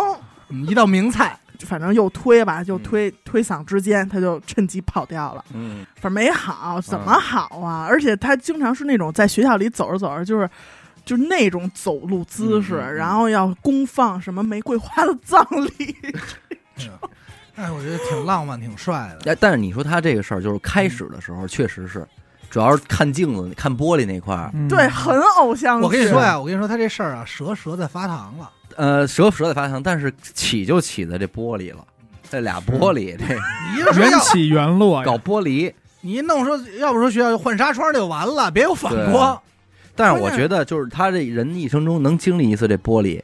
Speaker 2: 嗯一道名菜，
Speaker 3: 反正又推吧，就
Speaker 1: 嗯
Speaker 3: 推、推搡之间，他就趁机跑掉了。
Speaker 1: 嗯，
Speaker 3: 反正没好，怎么好啊？而且他经常是那种在学校里走着走着，就是就是那种走路姿势，
Speaker 1: 嗯嗯嗯
Speaker 3: 然后要公放什么玫瑰花的葬礼，
Speaker 1: 嗯
Speaker 2: 哎，我觉得挺浪漫，挺帅的。
Speaker 1: 哎，但是你说他这个事儿，就是开始的时候确实是，主要是看镜子、看玻璃那块儿，
Speaker 4: 嗯
Speaker 3: 对，很偶像剧。
Speaker 2: 我跟你说呀，我跟你说，他这事儿啊，折折在发糖了。
Speaker 1: 呃，折折在发烫，但是起就起在这玻璃了，这俩玻璃，这
Speaker 2: 你就说
Speaker 4: 缘
Speaker 2: 要
Speaker 4: 起缘落呀
Speaker 1: 搞。玻璃。
Speaker 2: 你一弄说，要不说学校就换纱窗就完了，别有反
Speaker 1: 啊
Speaker 2: 光，
Speaker 1: 但是我觉得，就是他这人一生中能经历一次这玻璃，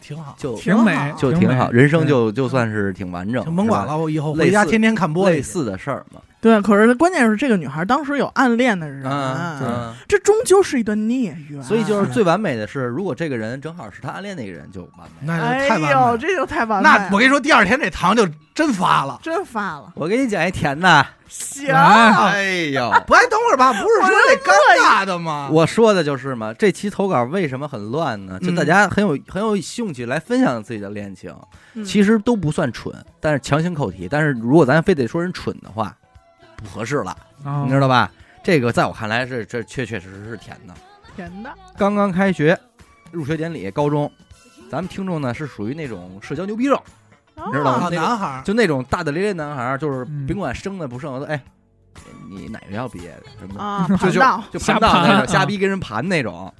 Speaker 2: 挺好。
Speaker 1: 就
Speaker 4: 挺美，
Speaker 1: 就
Speaker 4: 挺
Speaker 1: 挺好，人生
Speaker 4: 对
Speaker 1: 就就算是挺完整，
Speaker 2: 就甭管
Speaker 1: 是吧，
Speaker 2: 了，我以后
Speaker 1: 类
Speaker 2: 回家
Speaker 1: 似
Speaker 2: 天天看玻
Speaker 1: 类
Speaker 2: 璃。
Speaker 1: 似的事儿嘛。
Speaker 3: 对，可是关键是这个女孩当时有暗恋的人，啊
Speaker 1: 嗯，
Speaker 3: 这终究是一段孽缘。
Speaker 1: 所以就是最完美的是，如果这个人正好是他暗恋那个人，就完美。
Speaker 2: 那就
Speaker 3: 哎
Speaker 2: 太完美
Speaker 3: 呦，
Speaker 2: 了。
Speaker 3: 这就太完美了。
Speaker 2: 那我跟你说，第二天这糖就真发了。
Speaker 3: 真发了，
Speaker 1: 我给你讲一甜的，
Speaker 3: 行，
Speaker 4: 来
Speaker 3: 啊
Speaker 1: 哎呦，
Speaker 2: 不，哎，等会儿吧，不是说这尴尬的吗？
Speaker 1: 我说的就是嘛，这期投稿为什么很乱呢？就
Speaker 2: 啊嗯
Speaker 1: 大家很有、很有兴趣来分享自己的恋情，
Speaker 3: 嗯
Speaker 1: 其实都不算蠢，但是强行扣题。但是如果咱非得说人蠢的话，不合适了，
Speaker 4: 啊
Speaker 1: 你知道吧？这个在我看来是这确确实实是甜的。
Speaker 3: 甜的，
Speaker 1: 刚刚开学，入学典礼，高中，咱们听众呢是属于那种社交牛逼肉，
Speaker 3: 你
Speaker 1: 你知道吗
Speaker 2: 啊，男孩儿
Speaker 1: 就那种大大咧咧男孩儿，就是
Speaker 4: 嗯
Speaker 1: 甭管生的不生的，哎，你哪学校毕业的什么的
Speaker 3: 啊，
Speaker 1: 就
Speaker 2: 嗯
Speaker 3: 盘
Speaker 1: 就
Speaker 3: 道
Speaker 1: 就
Speaker 4: 瞎
Speaker 1: 盘道那
Speaker 4: 盘啊
Speaker 1: 种，瞎逼跟人盘那种。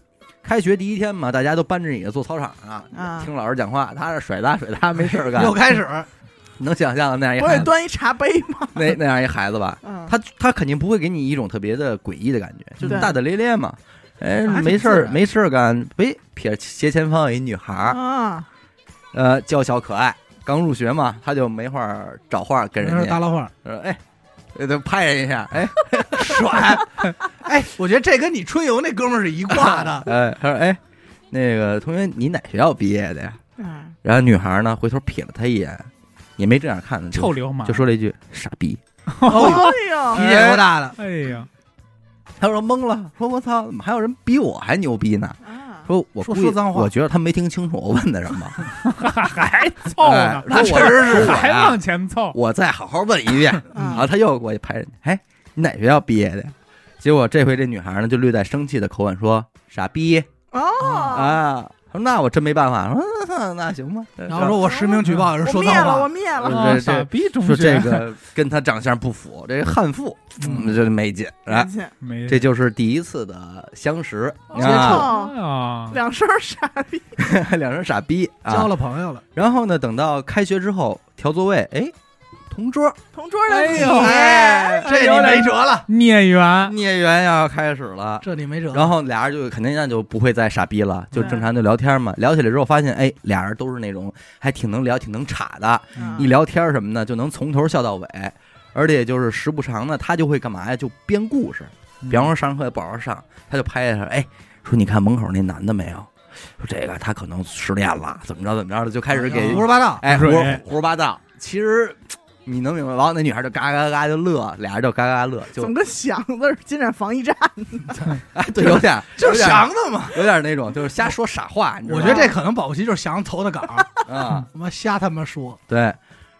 Speaker 1: 开学第一天嘛，大家都搬着椅子坐操场上、
Speaker 3: 啊
Speaker 1: 听老师讲话，他是甩他甩他，没事儿干
Speaker 2: 又。开始，
Speaker 1: 能想象的那样
Speaker 2: 哎
Speaker 1: 一
Speaker 3: 不是
Speaker 1: 孩子，
Speaker 3: 端一茶杯吗？
Speaker 1: 那那样一孩子吧，
Speaker 3: 嗯，
Speaker 1: 他他肯定不会给你一种特别的诡异的感觉，就
Speaker 3: 对
Speaker 1: 大大咧咧嘛。哎，
Speaker 2: 还挺
Speaker 1: 没事
Speaker 2: 自
Speaker 1: 儿
Speaker 2: 然
Speaker 1: 没事儿干，喂，撇斜前方有一女孩儿，
Speaker 3: 啊，
Speaker 1: 呃，娇小可爱，刚入学嘛，他就没话儿找话儿跟人
Speaker 2: 大
Speaker 1: 家，
Speaker 2: 老话
Speaker 1: 说哎，呃就拍人一下，哎。
Speaker 2: 甩。哎，我觉得这跟你春游那哥们儿是一挂的
Speaker 1: 哎，他说哎，那个同学你哪学校毕业的呀？
Speaker 3: 嗯，
Speaker 1: 然后女孩呢回头瞥了他一眼，也没正眼看他，就
Speaker 4: 臭流氓，
Speaker 1: 就说了一句“傻逼
Speaker 2: 哦，
Speaker 3: 哎呦，
Speaker 2: 脾气多大的，
Speaker 4: 哎呀，”，
Speaker 1: 他说懵了，说我操，怎么还有人比我还牛逼呢？
Speaker 3: 啊，
Speaker 1: 说我估
Speaker 2: 说
Speaker 1: 计
Speaker 2: 说脏话
Speaker 1: 我觉得他没听清楚我问的什 么，
Speaker 4: 还凑
Speaker 1: 哎说
Speaker 4: 呢，
Speaker 2: 确
Speaker 1: 我
Speaker 2: 实是
Speaker 1: 说我
Speaker 4: 还
Speaker 1: 呀
Speaker 4: 往前凑，
Speaker 1: 我再好好问一遍。然后
Speaker 3: 啊，
Speaker 1: 他又过去拍人家，哎，你哪学校毕业的呀？结果这回这女孩呢就略带生气的口吻说：“傻逼
Speaker 3: 哦，
Speaker 1: 啊！”他说：“那我真没办法。”说：“ 那那行吧。”
Speaker 2: 然后说我实名举报有人
Speaker 3: 我
Speaker 2: 说
Speaker 3: 灭
Speaker 2: 脏
Speaker 3: 了，
Speaker 2: 话嗯
Speaker 3: 我，灭了，
Speaker 1: 这这
Speaker 4: 啊傻逼中
Speaker 1: 说这
Speaker 4: 学，
Speaker 1: 个跟他长相不符，这悍妇，
Speaker 2: 嗯
Speaker 1: 嗯，这没劲。来，
Speaker 3: 进去
Speaker 4: 没
Speaker 1: 这就是第一次的相识
Speaker 3: 哦接
Speaker 1: 啊，
Speaker 3: 触，
Speaker 4: 啊，
Speaker 3: 两声傻逼，
Speaker 1: 两人傻逼
Speaker 2: 交
Speaker 1: 啊。
Speaker 2: 了朋友了。
Speaker 1: 然后呢，等到开学之后调座位，哎，同桌
Speaker 3: 同桌的
Speaker 2: 哎
Speaker 3: 你，
Speaker 1: 哎
Speaker 2: 这你没辙了，
Speaker 4: 孽缘，
Speaker 1: 孽缘要开始了。
Speaker 2: 这你没辙。
Speaker 1: 然后俩人就肯定那就不会再傻逼了，就正常就聊天嘛。聊起来之后发现，哎，俩人都是那种还挺能聊、挺能岔的，
Speaker 3: 嗯
Speaker 1: 一聊天什么的就能从头笑到尾，而且就是时不常呢，他就会干嘛呀？就编故事。
Speaker 2: 嗯
Speaker 1: 比方说上课不好好上，他就拍一下，哎，说你看门口那男的没有？说这个他可能失恋了，怎么着怎么着的，就开始给
Speaker 2: 胡说八道，
Speaker 1: 哎胡
Speaker 4: 水
Speaker 1: 胡说八道。其实你能明白，然后那女孩就嘎嘎嘎就乐，俩人就嘎嘎乐，
Speaker 3: 怎
Speaker 1: 就
Speaker 3: 么跟响子似的进展防疫站？
Speaker 1: 哎 对，有点
Speaker 2: 就
Speaker 1: 有
Speaker 2: 是
Speaker 1: 点
Speaker 2: 祥子嘛。
Speaker 1: 有点那种就是瞎说傻话，你知道
Speaker 2: 我
Speaker 1: 吗
Speaker 2: 觉得这可能保不齐就是祥子投的稿，
Speaker 1: 啊、
Speaker 2: 他妈瞎他妈说。
Speaker 1: 对。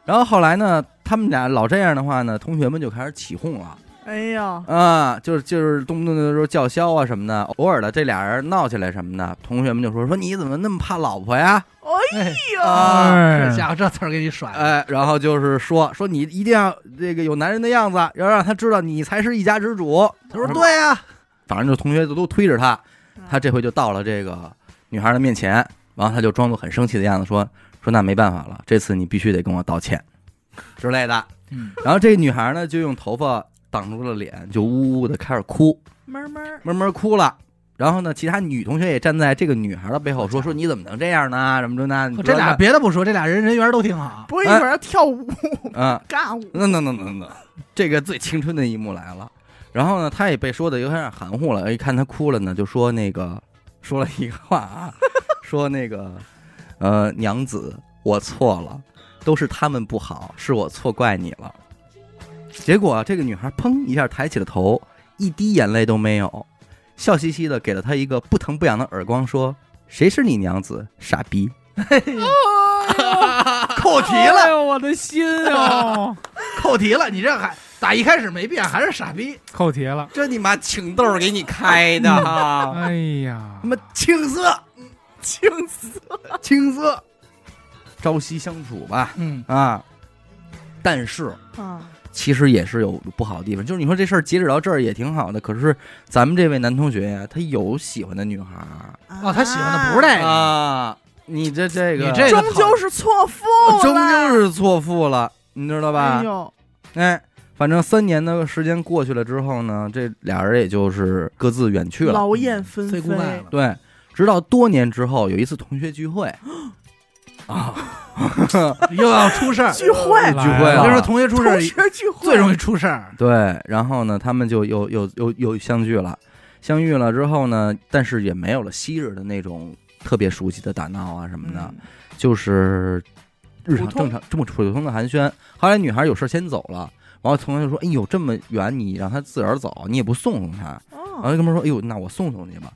Speaker 1: 然后后来呢，他们俩老这样的话呢，同学们就开始起哄了。
Speaker 3: 哎呦，
Speaker 1: 啊，就是就是动不动就说叫嚣啊什么的，偶尔的这俩人闹起来什么的，同学们就说说你怎么那么怕老婆呀？
Speaker 3: 哎
Speaker 2: 哎，
Speaker 3: 呦，
Speaker 1: 啊
Speaker 2: 这
Speaker 4: 哎，
Speaker 2: 家伙这词儿给你甩了。
Speaker 1: 哎，然后就是说说你一定要这个有男人的样子，要让他知道你才是一家之主。
Speaker 2: 他说对啊呀，
Speaker 1: 反正就同学就都推着他，
Speaker 3: 嗯
Speaker 1: 他这回就到了这个女孩的面前，然后他就装作很生气的样子说说那没办法了，这次你必须得跟我道歉之类的。
Speaker 2: 嗯，
Speaker 1: 然后这女孩呢就用头发挡住了脸，就呜呜的开始哭。
Speaker 2: 哎
Speaker 3: 闷闷儿，
Speaker 1: 慢慢哭了。然后呢，其他女同学也站在这个女孩的背后说：“说你怎么能这样呢？什么这那？”
Speaker 2: 这俩别的不说，这俩人人缘都挺好。
Speaker 3: 不会一会儿要跳舞、
Speaker 1: 啊，
Speaker 3: 尬舞，
Speaker 1: 那那那那那，这个最青春的一幕来了。然后呢，他也被说的有点含糊了。一看他哭了呢，就说那个说了一个话啊， 说那个呃娘子，我错了，都是他们不好，是我错怪你了。结果啊这个女孩砰一下抬起了头，一滴眼泪都没有，笑嘻嘻的给了他一个不疼不痒的耳光，说：“谁是你娘子，傻逼
Speaker 2: 扣题
Speaker 4: 哎
Speaker 2: 了，
Speaker 4: 呦，我的心哦，
Speaker 2: 扣题了，你这还打一开始没变，还是傻逼。
Speaker 4: 扣题了！”。
Speaker 1: 这你妈情窦给你开的哈
Speaker 4: 哎呀
Speaker 1: 他，妈青涩，
Speaker 3: 青涩。
Speaker 1: 青涩，朝夕相处吧
Speaker 2: 嗯，
Speaker 1: 啊！但是
Speaker 3: 啊，
Speaker 1: 其实也是有不好的地方，就是你说这事儿截止到这儿也挺好的，可是咱们这位男同学呀，他有喜欢的女孩儿
Speaker 2: 哦，他喜欢的不是这个，
Speaker 1: 啊，你这这个
Speaker 2: 你这个哦
Speaker 3: 终究是错付了，
Speaker 1: 终究是错付了，你知道吧
Speaker 3: 哎？呦，
Speaker 1: 哎，反正三年的时间过去了之后呢，这俩人也就是各自远去了。
Speaker 3: 劳燕分
Speaker 2: 最
Speaker 3: 飞
Speaker 2: 孤败了。
Speaker 1: 对，直到多年之后有一次同学聚会啊。
Speaker 2: 又要出 事儿。
Speaker 3: 聚会，
Speaker 2: 哎
Speaker 4: 来
Speaker 1: 聚会
Speaker 2: 我
Speaker 1: 了
Speaker 2: 跟你说，同学出事
Speaker 3: 同
Speaker 2: 儿
Speaker 3: 学聚会
Speaker 2: 最容易出事儿。
Speaker 1: 对，然后呢，他们就又又又又相聚了，相遇了之后呢，但是也没有了昔日的那种特别熟悉的打闹啊什么的，
Speaker 3: 嗯
Speaker 1: 就是日常
Speaker 3: 普通
Speaker 1: 正常这么普通的寒暄。后来女孩有事儿先走了，然后同学就说：“哎呦，这么远，你让她自个儿走，你也不送送她。”然后
Speaker 3: 哦
Speaker 1: 那哥们儿说：“哎呦，那我送送你吧。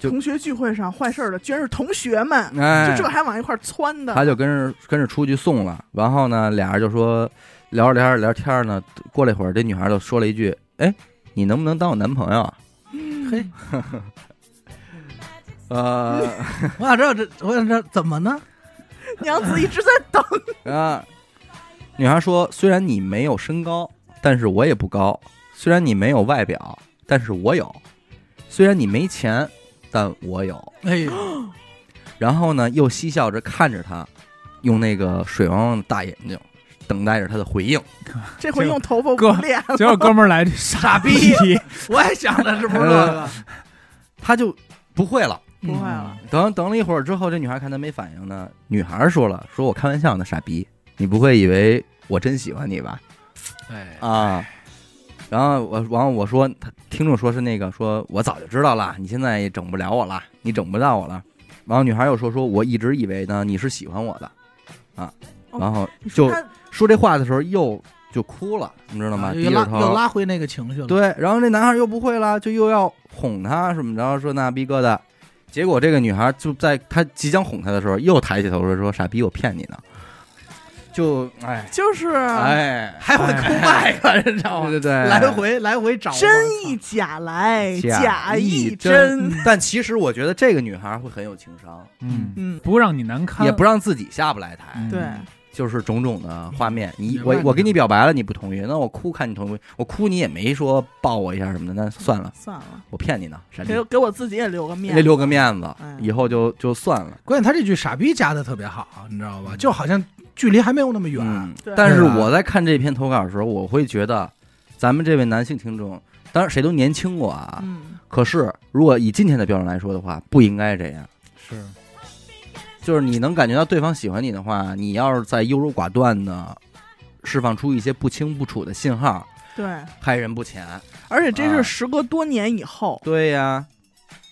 Speaker 1: 就
Speaker 3: 同学聚会上坏事儿的居然是同学们，”
Speaker 1: 哎
Speaker 3: 就，这还往一块儿窜的
Speaker 1: 他，就跟着跟着出去送了。然后呢，俩人就说聊着聊着聊天儿呢，过了一会儿，这女孩就说了一句：“哎，你能不能当我男朋友啊？”
Speaker 2: 嘿，
Speaker 1: 呃
Speaker 2: 我想知道这，我想知道怎么呢？
Speaker 3: 娘子一直在等。
Speaker 1: 啊，女孩说：“虽然你没有身高，但是我也不高；虽然你没有外表，但是我有；虽然你没钱，但我有。
Speaker 2: 哎呦，”
Speaker 1: 然后呢，又嬉笑着看着他，用那个水汪汪的大眼睛等待着他的回应。
Speaker 3: 这回用头发
Speaker 4: 哥
Speaker 3: 捂脸了，
Speaker 4: 结果哥们儿来这傻逼，
Speaker 2: 我也想的是不是这个？
Speaker 1: 他就不会了。
Speaker 3: 不会了，
Speaker 1: 等等了一会儿之后，这女孩看他没反应呢，女孩说了：“说我开玩笑呢，傻逼，你不会以为我真喜欢你吧？”
Speaker 2: 哎，
Speaker 1: 啊。然后我，然后我说，他听众说是那个，说我早就知道了，你现在也整不了我了，你整不到我了。然后女孩又说，说我一直以为呢你是喜欢我的，啊，
Speaker 3: 哦
Speaker 1: 然后
Speaker 3: 你说
Speaker 1: 就
Speaker 3: 他啊
Speaker 1: 说这话的时候又就哭了，你知道吗？低
Speaker 2: 哎又
Speaker 1: 着
Speaker 2: 拉又
Speaker 1: 头，
Speaker 2: 拉回那个情绪 了。，
Speaker 1: 对。然后这男孩又不会了，就又要哄她什么着，说那逼哥的。结果这个女孩就在他即将哄她的时候，又抬起头说说傻逼，我骗你呢。就哎
Speaker 3: 就是
Speaker 1: 哎，
Speaker 2: 啊还会哭卖个，你知道
Speaker 1: 对
Speaker 2: 吗？
Speaker 1: 对哎对，
Speaker 2: 来回来回找
Speaker 3: 真亦假来，假亦
Speaker 1: 真
Speaker 3: 真。。
Speaker 1: 但其实我觉得这个女孩会很有情商，
Speaker 4: 嗯，
Speaker 3: 嗯，
Speaker 4: 不让你难堪，
Speaker 1: 也不让自己下不来台，
Speaker 4: 嗯
Speaker 3: 对，
Speaker 1: 就是种种的画面。你
Speaker 2: 明白
Speaker 1: 我我
Speaker 2: 明白
Speaker 1: 跟你表白了，你不同意，那我哭看你同不同意，我哭你也没说抱我一下什么的，那算了，
Speaker 3: 算了，
Speaker 1: 我骗哎你呢，傻逼
Speaker 3: 给，给我自己也留个面
Speaker 1: 那
Speaker 3: 子，
Speaker 1: 留个面子
Speaker 3: 哎，
Speaker 1: 以后就就算了。
Speaker 2: 关键他这句“傻逼”加的特别好，你知道吧？就好像距离还没有那么远。
Speaker 1: 嗯
Speaker 3: 对，
Speaker 1: 但是
Speaker 2: 对吧
Speaker 1: 我在看这篇投稿的时候，我会觉得，咱们这位男性听众，当然谁都年轻过啊，
Speaker 3: 嗯，
Speaker 1: 可是如果以今天的标准来说的话，不应该这样。
Speaker 4: 是
Speaker 1: 就是你能感觉到对方喜欢你的话，你要是在优柔寡断的释放出一些不清不楚的信号，
Speaker 3: 对。
Speaker 1: 害人不浅。
Speaker 3: 而且这
Speaker 1: 啊
Speaker 3: 是时隔多年以后，
Speaker 1: 对呀，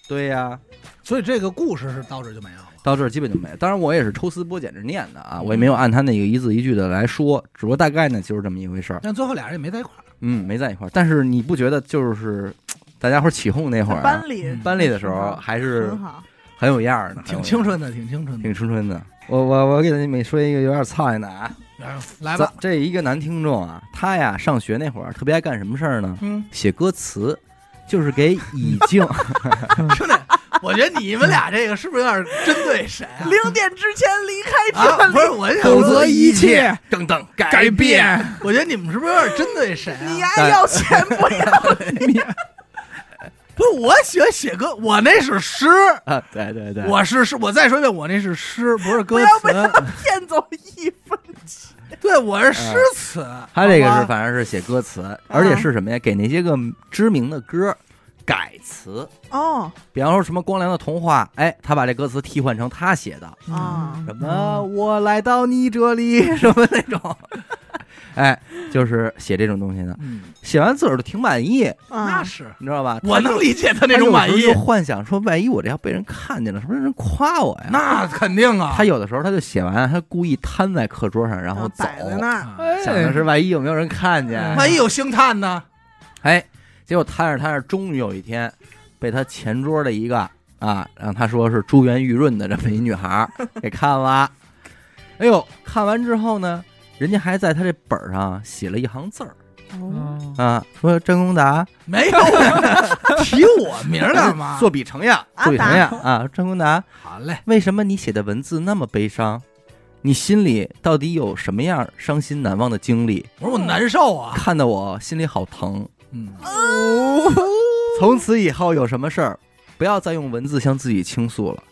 Speaker 1: 对呀，
Speaker 2: 所以这个故事是到这就没有了。
Speaker 1: 到这儿基本就没了。当然，我也是抽丝剥茧着念的啊，我也没有按他那个一字一句的来说，只不过大概呢就是这么一回事儿。
Speaker 2: 但最后俩人也没在一块儿。
Speaker 1: 嗯，没在一块儿。但是你不觉得就是大家伙儿起哄那会儿、啊
Speaker 3: 在班，里
Speaker 4: 嗯
Speaker 1: 班里的时
Speaker 3: 很
Speaker 1: 候
Speaker 3: 好
Speaker 1: 还是啊
Speaker 3: 很好。
Speaker 1: 很有样儿的，
Speaker 2: 挺
Speaker 1: 青
Speaker 2: 青春的，挺青春的
Speaker 1: 哎挺。青春的。我我我给你们说一个有点操心的啊。
Speaker 2: 来吧来
Speaker 1: 咱
Speaker 2: 吧，
Speaker 1: 这一个男听众啊，他呀上学那会儿特别爱干什么事儿呢？
Speaker 2: 嗯，
Speaker 1: 写歌词，就是给已 经
Speaker 2: 兄弟，我觉得你们俩这个是不是有点针对谁 啊？
Speaker 3: 零点之前离开这
Speaker 2: 啊，
Speaker 3: 里，
Speaker 2: 不是，我想
Speaker 4: 否
Speaker 2: 说
Speaker 4: 则一切
Speaker 1: 等等
Speaker 4: 改变。
Speaker 2: 我觉得你们是不是有点针对谁
Speaker 3: 你
Speaker 2: 啊？
Speaker 3: 还要钱不 要？
Speaker 2: 不是，我喜欢写歌，我那是诗，
Speaker 1: 啊！对对对，
Speaker 2: 我是诗，我再说一遍，我那是诗，不是歌词。
Speaker 3: 不要骗走一分钱，
Speaker 2: 对，我是诗词。
Speaker 1: 他这个是
Speaker 2: 好吧
Speaker 1: 反正是写歌词，而且是什么呀？给那些个知名的歌改词，
Speaker 3: 哦
Speaker 1: 比方说什么《光良的童话》，哎，他把这歌词替换成他写的
Speaker 3: 啊
Speaker 4: 嗯
Speaker 1: 什么“我来到你这 里”什么那种，哎，就是写这种东西的。
Speaker 4: 嗯，
Speaker 1: 写完自个儿就挺满意，
Speaker 2: 那
Speaker 3: 啊，
Speaker 2: 是
Speaker 1: 你知道吧？
Speaker 2: 我
Speaker 1: 他
Speaker 2: 能
Speaker 1: 就
Speaker 2: 理解他那种
Speaker 1: 他
Speaker 2: 满
Speaker 1: 有
Speaker 2: 意
Speaker 1: 时候，就幻想说，万一我这要被人看见了，是不是人夸我呀？
Speaker 2: 那肯定啊。
Speaker 1: 他有的时候他就写完，他故意摊在课桌上，然后走，
Speaker 3: 摆在那儿，
Speaker 2: 啊
Speaker 4: 哎
Speaker 1: 想的是万一有没有人看见
Speaker 4: 哎。
Speaker 2: 万一有星探呢？
Speaker 1: 哎，结果摊着摊着，终于有一天，被他前桌的一个啊，让他说是珠圆玉润的这么一女孩儿给看了。哎呦，看完之后呢，人家还在他这本儿上写了一行字儿
Speaker 3: 哦
Speaker 4: 哦
Speaker 1: 啊，说张功达
Speaker 2: 没有，啊提我名儿 干嘛？
Speaker 1: 作笔成样，
Speaker 3: 阿达
Speaker 1: 作笔成样啊，张功达，
Speaker 2: 好嘞，
Speaker 1: 为什么你写的文字那么悲伤？你心里到底有什么样伤心难忘的经历？
Speaker 2: 我说我难受啊。
Speaker 1: 看得我心里好疼。
Speaker 2: 嗯，
Speaker 3: 哦
Speaker 1: 从此以后有什么事儿，不要再用文字向自己倾诉了，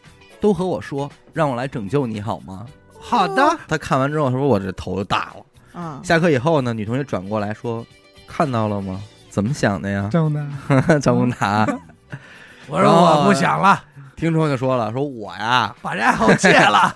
Speaker 1: 都和我说，让我来拯救你好吗？啊
Speaker 2: 好的，
Speaker 1: 他看完之后说：“我这头就大了。”
Speaker 3: 啊，
Speaker 1: 下课以后呢，女同学转过来说：“看到了吗？怎么想的呀
Speaker 4: 真的，？”
Speaker 1: 张宏达
Speaker 2: 我说我不想了，
Speaker 1: 听众就说了：“说我呀，
Speaker 2: 把这爱好戒了。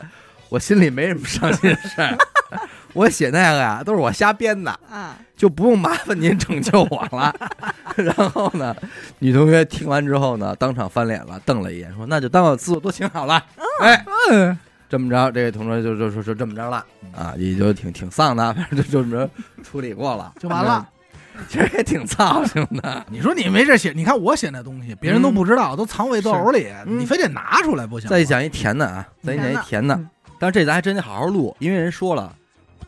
Speaker 1: 我心里没什么伤心事儿， 我写那个呀都是我瞎编的。”
Speaker 3: 啊，
Speaker 1: 就不用麻烦您拯救我了。 然后呢，女同学听完之后呢，当场翻脸了，瞪了一眼，说：“那就当我自作多情好了。”哎，
Speaker 4: 嗯，
Speaker 1: 这么着，这位同学就就就就这么着了
Speaker 2: 嗯
Speaker 1: 啊，也就挺挺丧的，反正就就这么着处理过了，
Speaker 2: 就完了。
Speaker 1: 其实也挺 操心的，
Speaker 2: 你说你没这写，你看我写那东西，别人都不知道，都藏我一兜儿里，
Speaker 1: 嗯
Speaker 2: 你非得拿出来不行吗？
Speaker 1: 再讲一甜的啊，再讲一甜的
Speaker 3: 嗯，
Speaker 1: 但是这咱还真得好好录，因为人说了，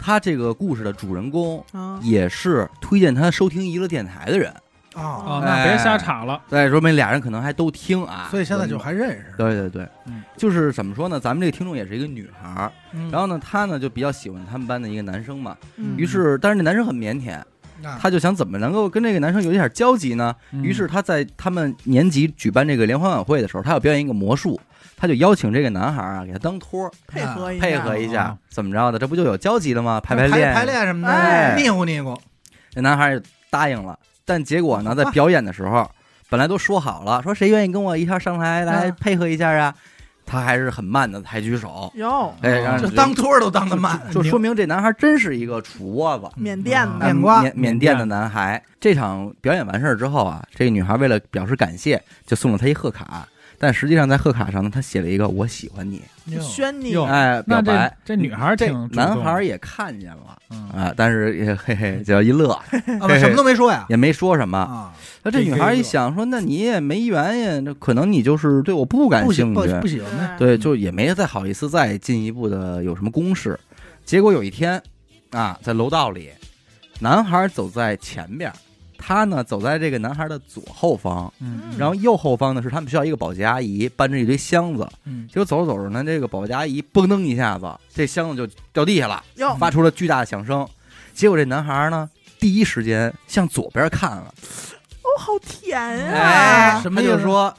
Speaker 1: 他这个故事的主人公
Speaker 3: 啊
Speaker 1: 也是推荐他收听娱乐电台的人，
Speaker 2: 啊，
Speaker 4: 哦，那别瞎岔了，
Speaker 1: 再说明俩人可能还都听啊，
Speaker 2: 所以现在就还认识。
Speaker 1: 对对对，
Speaker 4: 嗯
Speaker 1: 就是怎么说呢？咱们这个听众也是一个女孩儿，
Speaker 2: 嗯
Speaker 1: 然后呢，她呢就比较喜欢他们班的一个男生嘛。
Speaker 3: 嗯
Speaker 1: 于是，但是那男生很腼腆，
Speaker 2: 啊
Speaker 1: 她就想怎么能够跟这个男生有一点交集呢？
Speaker 4: 嗯
Speaker 1: 于是她在他们年级举办这个联欢晚会的时候，她要表演一个魔术，她就邀请这个男孩儿啊给他当托儿，
Speaker 3: 配合一下
Speaker 1: 配合一下
Speaker 4: 啊，
Speaker 1: 怎么着的？这不就有交集了吗？排
Speaker 2: 排
Speaker 1: 练，
Speaker 2: 排练什么
Speaker 1: 哎
Speaker 2: 的，腻乎腻乎。
Speaker 1: 那男孩儿也答应了，但结果呢，在表演的时候，本来都说好了，说谁愿意跟我一块儿上台来
Speaker 3: 嗯
Speaker 1: 配合一下啊？他还是很慢的抬举手，
Speaker 3: 哟，
Speaker 1: 哎，让人
Speaker 2: 这
Speaker 1: 觉得
Speaker 2: 哦啊当托儿都当得慢，
Speaker 1: 就说明这男孩真是一个杵窝子，
Speaker 3: 缅甸
Speaker 1: 嗯
Speaker 3: 的
Speaker 2: 面瓜
Speaker 1: 缅缅甸的男孩。这场表演完事儿之后啊，这个女孩为了表示感谢，就送了他一贺卡。但实际上在贺卡上呢，他写了一个“我喜欢你
Speaker 2: 哟
Speaker 3: 宣你
Speaker 4: 哟”，
Speaker 1: 哎，表
Speaker 4: 那这
Speaker 1: 白。
Speaker 4: 嗯这女孩儿
Speaker 1: 这
Speaker 4: 挺主动
Speaker 1: 男孩儿也看见了
Speaker 4: 嗯
Speaker 1: 啊，但是也嘿嘿，就一乐，
Speaker 2: 啊，不什么都没说呀。
Speaker 1: 也没说什么。
Speaker 2: 啊，
Speaker 1: 那这女孩一想说，那你也没缘呀，那可能你就是对我不感
Speaker 2: 不喜
Speaker 1: 兴
Speaker 2: 不
Speaker 1: 趣，啊
Speaker 2: 不喜欢
Speaker 3: 嗯
Speaker 2: 呗。
Speaker 1: 对，就也没再好意思再进一步的有什么攻势。结果有一天啊，在楼道里，男孩走在前边儿，他呢走在这个男孩的左后方，
Speaker 4: 嗯，
Speaker 1: 然后右后方呢是他们学校一个保洁阿姨搬着一堆箱子，
Speaker 2: 嗯，
Speaker 1: 结果走着走着呢，这个保洁阿姨嘣噔一下子，这箱子就掉地下了，
Speaker 3: 哟，
Speaker 1: 发出了巨大的响声。结果这男孩呢，第一时间向左边看了，
Speaker 3: 哦，好甜
Speaker 1: 哎
Speaker 3: 呀，
Speaker 2: 什，么
Speaker 1: 他
Speaker 2: 意
Speaker 1: 就
Speaker 2: 思
Speaker 1: 说：“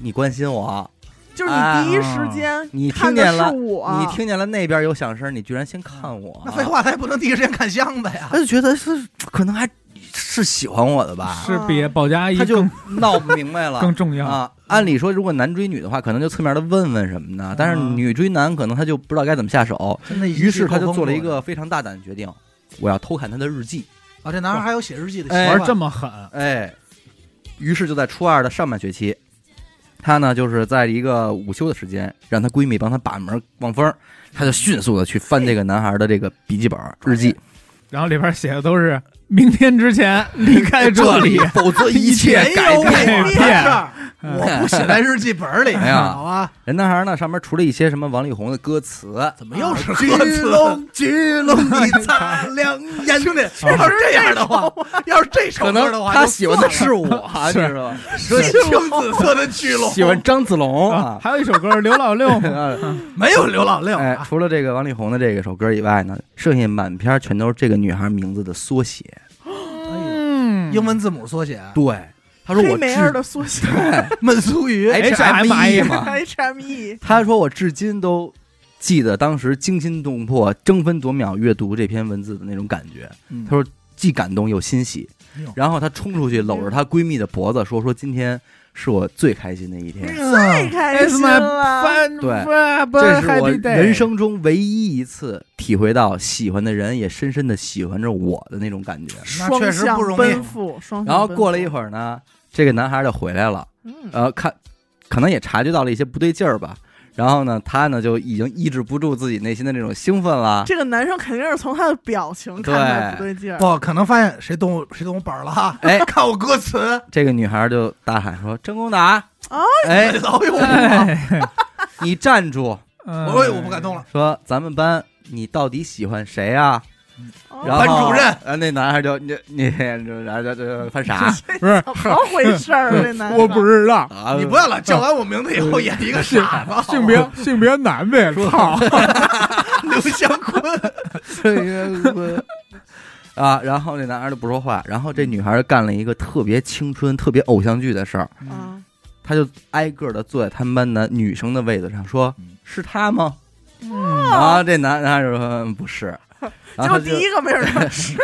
Speaker 1: 你关心我，
Speaker 3: 就是你第一时间
Speaker 1: 你
Speaker 3: 看
Speaker 1: 听
Speaker 3: 的
Speaker 1: 见了
Speaker 3: 是，我，
Speaker 1: 啊你听见了那边有响声，你居然先看我。”
Speaker 2: 那废话，他也不能第一时间看箱子呀
Speaker 1: 他。就觉得是可能还是喜欢我的吧，
Speaker 4: 是比保洁阿姨
Speaker 1: 他就
Speaker 4: 哎 更
Speaker 1: 闹不明白
Speaker 4: 更
Speaker 1: 了
Speaker 4: 重要。
Speaker 1: 啊。按理说，如果男追女的话，可能就侧面的问问什么的，但是女追男可能他就不知道该怎么下手，
Speaker 2: 真的，
Speaker 1: 于是他就做了一个非常大胆的决定，我要偷看他的日记。
Speaker 2: 啊，这男孩还有写日记的习
Speaker 1: 哎
Speaker 4: 玩
Speaker 2: 惯。
Speaker 4: 这么狠，
Speaker 1: 哎，于是就在初二的上半学期，她呢就是在一个午休的时间，让她闺蜜帮她把门望风儿，她就迅速的去翻这个男孩的这个笔记本日记，
Speaker 4: 然后里边写的都是明天之前离开哎这 里，
Speaker 1: 否则一切
Speaker 2: 没
Speaker 1: 改
Speaker 2: 有我
Speaker 1: 变。
Speaker 2: 的事儿，
Speaker 4: 嗯
Speaker 2: 我不写在日记本里，
Speaker 1: 哎呀
Speaker 2: 好吧？
Speaker 1: 人男孩呢，上面除了一些什么王力宏的歌词，啊
Speaker 2: 怎么又是
Speaker 1: 举
Speaker 2: 歌词？
Speaker 1: 龙举龙，你擦亮眼睛。
Speaker 2: 兄弟， 要是这样的话，要是这首
Speaker 1: 可
Speaker 2: 歌
Speaker 1: 能
Speaker 2: 的话，
Speaker 1: 他
Speaker 2: 就
Speaker 1: 喜欢的 是我，啊你
Speaker 4: 是
Speaker 1: 知道吧？
Speaker 2: 说青紫色的巨龙，
Speaker 1: 喜欢张子龙
Speaker 4: 啊
Speaker 1: 啊。
Speaker 4: 还有一首歌《刘老六》 嘛，
Speaker 2: 没有刘老六
Speaker 1: 哎，
Speaker 2: 啊？
Speaker 1: 除了这个王力宏的这个首歌以外呢，剩下满篇全都是这个女孩名字的缩写。
Speaker 4: 嗯，
Speaker 2: 英文字母缩写啊
Speaker 1: 对，他说
Speaker 3: 黑
Speaker 1: 我啊
Speaker 3: 莓儿
Speaker 1: 至
Speaker 3: 的缩写
Speaker 2: 焖酥鱼，
Speaker 1: 哎
Speaker 4: HME
Speaker 1: 嘛
Speaker 3: HME，
Speaker 1: 他说我至今都记得当时惊心动魄、争分夺秒阅读这篇文字的那种感觉。
Speaker 2: 嗯
Speaker 1: 他说既感动又欣喜，
Speaker 4: 哟
Speaker 1: 然后她冲出去搂着她闺蜜的脖子说：“说今天是我最开心的一天，
Speaker 3: 太开心了，
Speaker 1: 对这
Speaker 4: 这
Speaker 1: 是我人生中唯一一次体会到喜欢的人也深深的喜欢着我的那种感觉。”
Speaker 2: 那确
Speaker 3: 双
Speaker 2: 实不
Speaker 3: 向
Speaker 2: 容易
Speaker 3: 奔赴，双向奔赴
Speaker 1: 然后过了一会儿呢，这个男孩就回来了，
Speaker 3: 嗯，
Speaker 1: 呃，看可能也察觉到了一些不对劲儿吧。然后呢，他呢就已经抑制不住自己内心的那种兴奋了。
Speaker 3: 这个男生肯定是从他的表情看出来不对劲儿，
Speaker 2: 哦不可能发现谁动我谁动我板儿了啊，
Speaker 1: 哎，
Speaker 2: 看我歌词，
Speaker 1: 这个女孩就大喊说：“郑公达，
Speaker 3: 哦
Speaker 1: 哎，
Speaker 2: 老有我，
Speaker 4: 哎，
Speaker 1: 你站住！
Speaker 4: 我
Speaker 2: 我我不敢动了，
Speaker 1: 说咱们班你到底喜欢谁啊？”
Speaker 3: 哦
Speaker 1: 然后
Speaker 2: 班主任
Speaker 1: 啊，那男孩就你你然后就就犯 傻
Speaker 4: 不是，
Speaker 3: 怎么哦回事 儿？这男生
Speaker 4: 我不知道，
Speaker 1: 啊，
Speaker 2: 你不要老叫完我名字以
Speaker 1: 呃
Speaker 2: 后演一个傻子，
Speaker 4: 性别性别男呗，操，
Speaker 2: 刘湘 坤，
Speaker 1: 啊，然后那男孩就不说话，然后这女孩干了一个特别青春、特别偶像剧的事儿，
Speaker 3: 啊，
Speaker 1: 她就挨个的坐在他们班的女生的位子上，说
Speaker 2: 嗯：“
Speaker 1: 是他吗？”
Speaker 4: 嗯
Speaker 1: 然后这男男孩就说嗯：“不是。”然后他
Speaker 3: 哦结果第
Speaker 1: 就
Speaker 3: 一个没人 认识，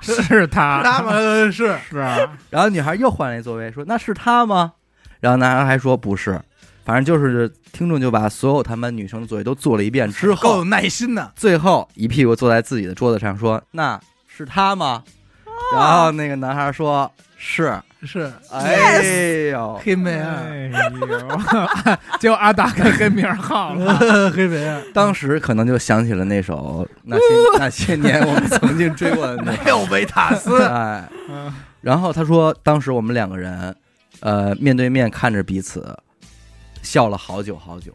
Speaker 4: 是 他，
Speaker 2: 他
Speaker 1: 呃
Speaker 2: 们是
Speaker 4: 是啊，
Speaker 1: 然后女孩又换了一座位，说：“那是他吗？”然后男孩还说：“不是。”反正就是听众就把所有他们班女生的座位都坐了一遍之
Speaker 2: 够
Speaker 1: 后
Speaker 2: 有，耐心的，
Speaker 1: 最后一屁股坐在自己的桌子上，说：“那是他吗？”然后那个男孩说：“是。
Speaker 2: 是”
Speaker 1: 哎呦，
Speaker 2: 黑
Speaker 4: 哎
Speaker 2: 莓啊，
Speaker 4: 呦， 结果阿达跟跟名儿号了，
Speaker 1: 哎
Speaker 2: 黑 莓啊，
Speaker 1: 当时可能就想起了那首《那些那些年我们曾经追过的那
Speaker 2: 还有维塔斯
Speaker 1: 首》。哎，
Speaker 4: 嗯
Speaker 1: 然后他说，当时我们两个人，呃，面对面看着彼此，笑了好久好久，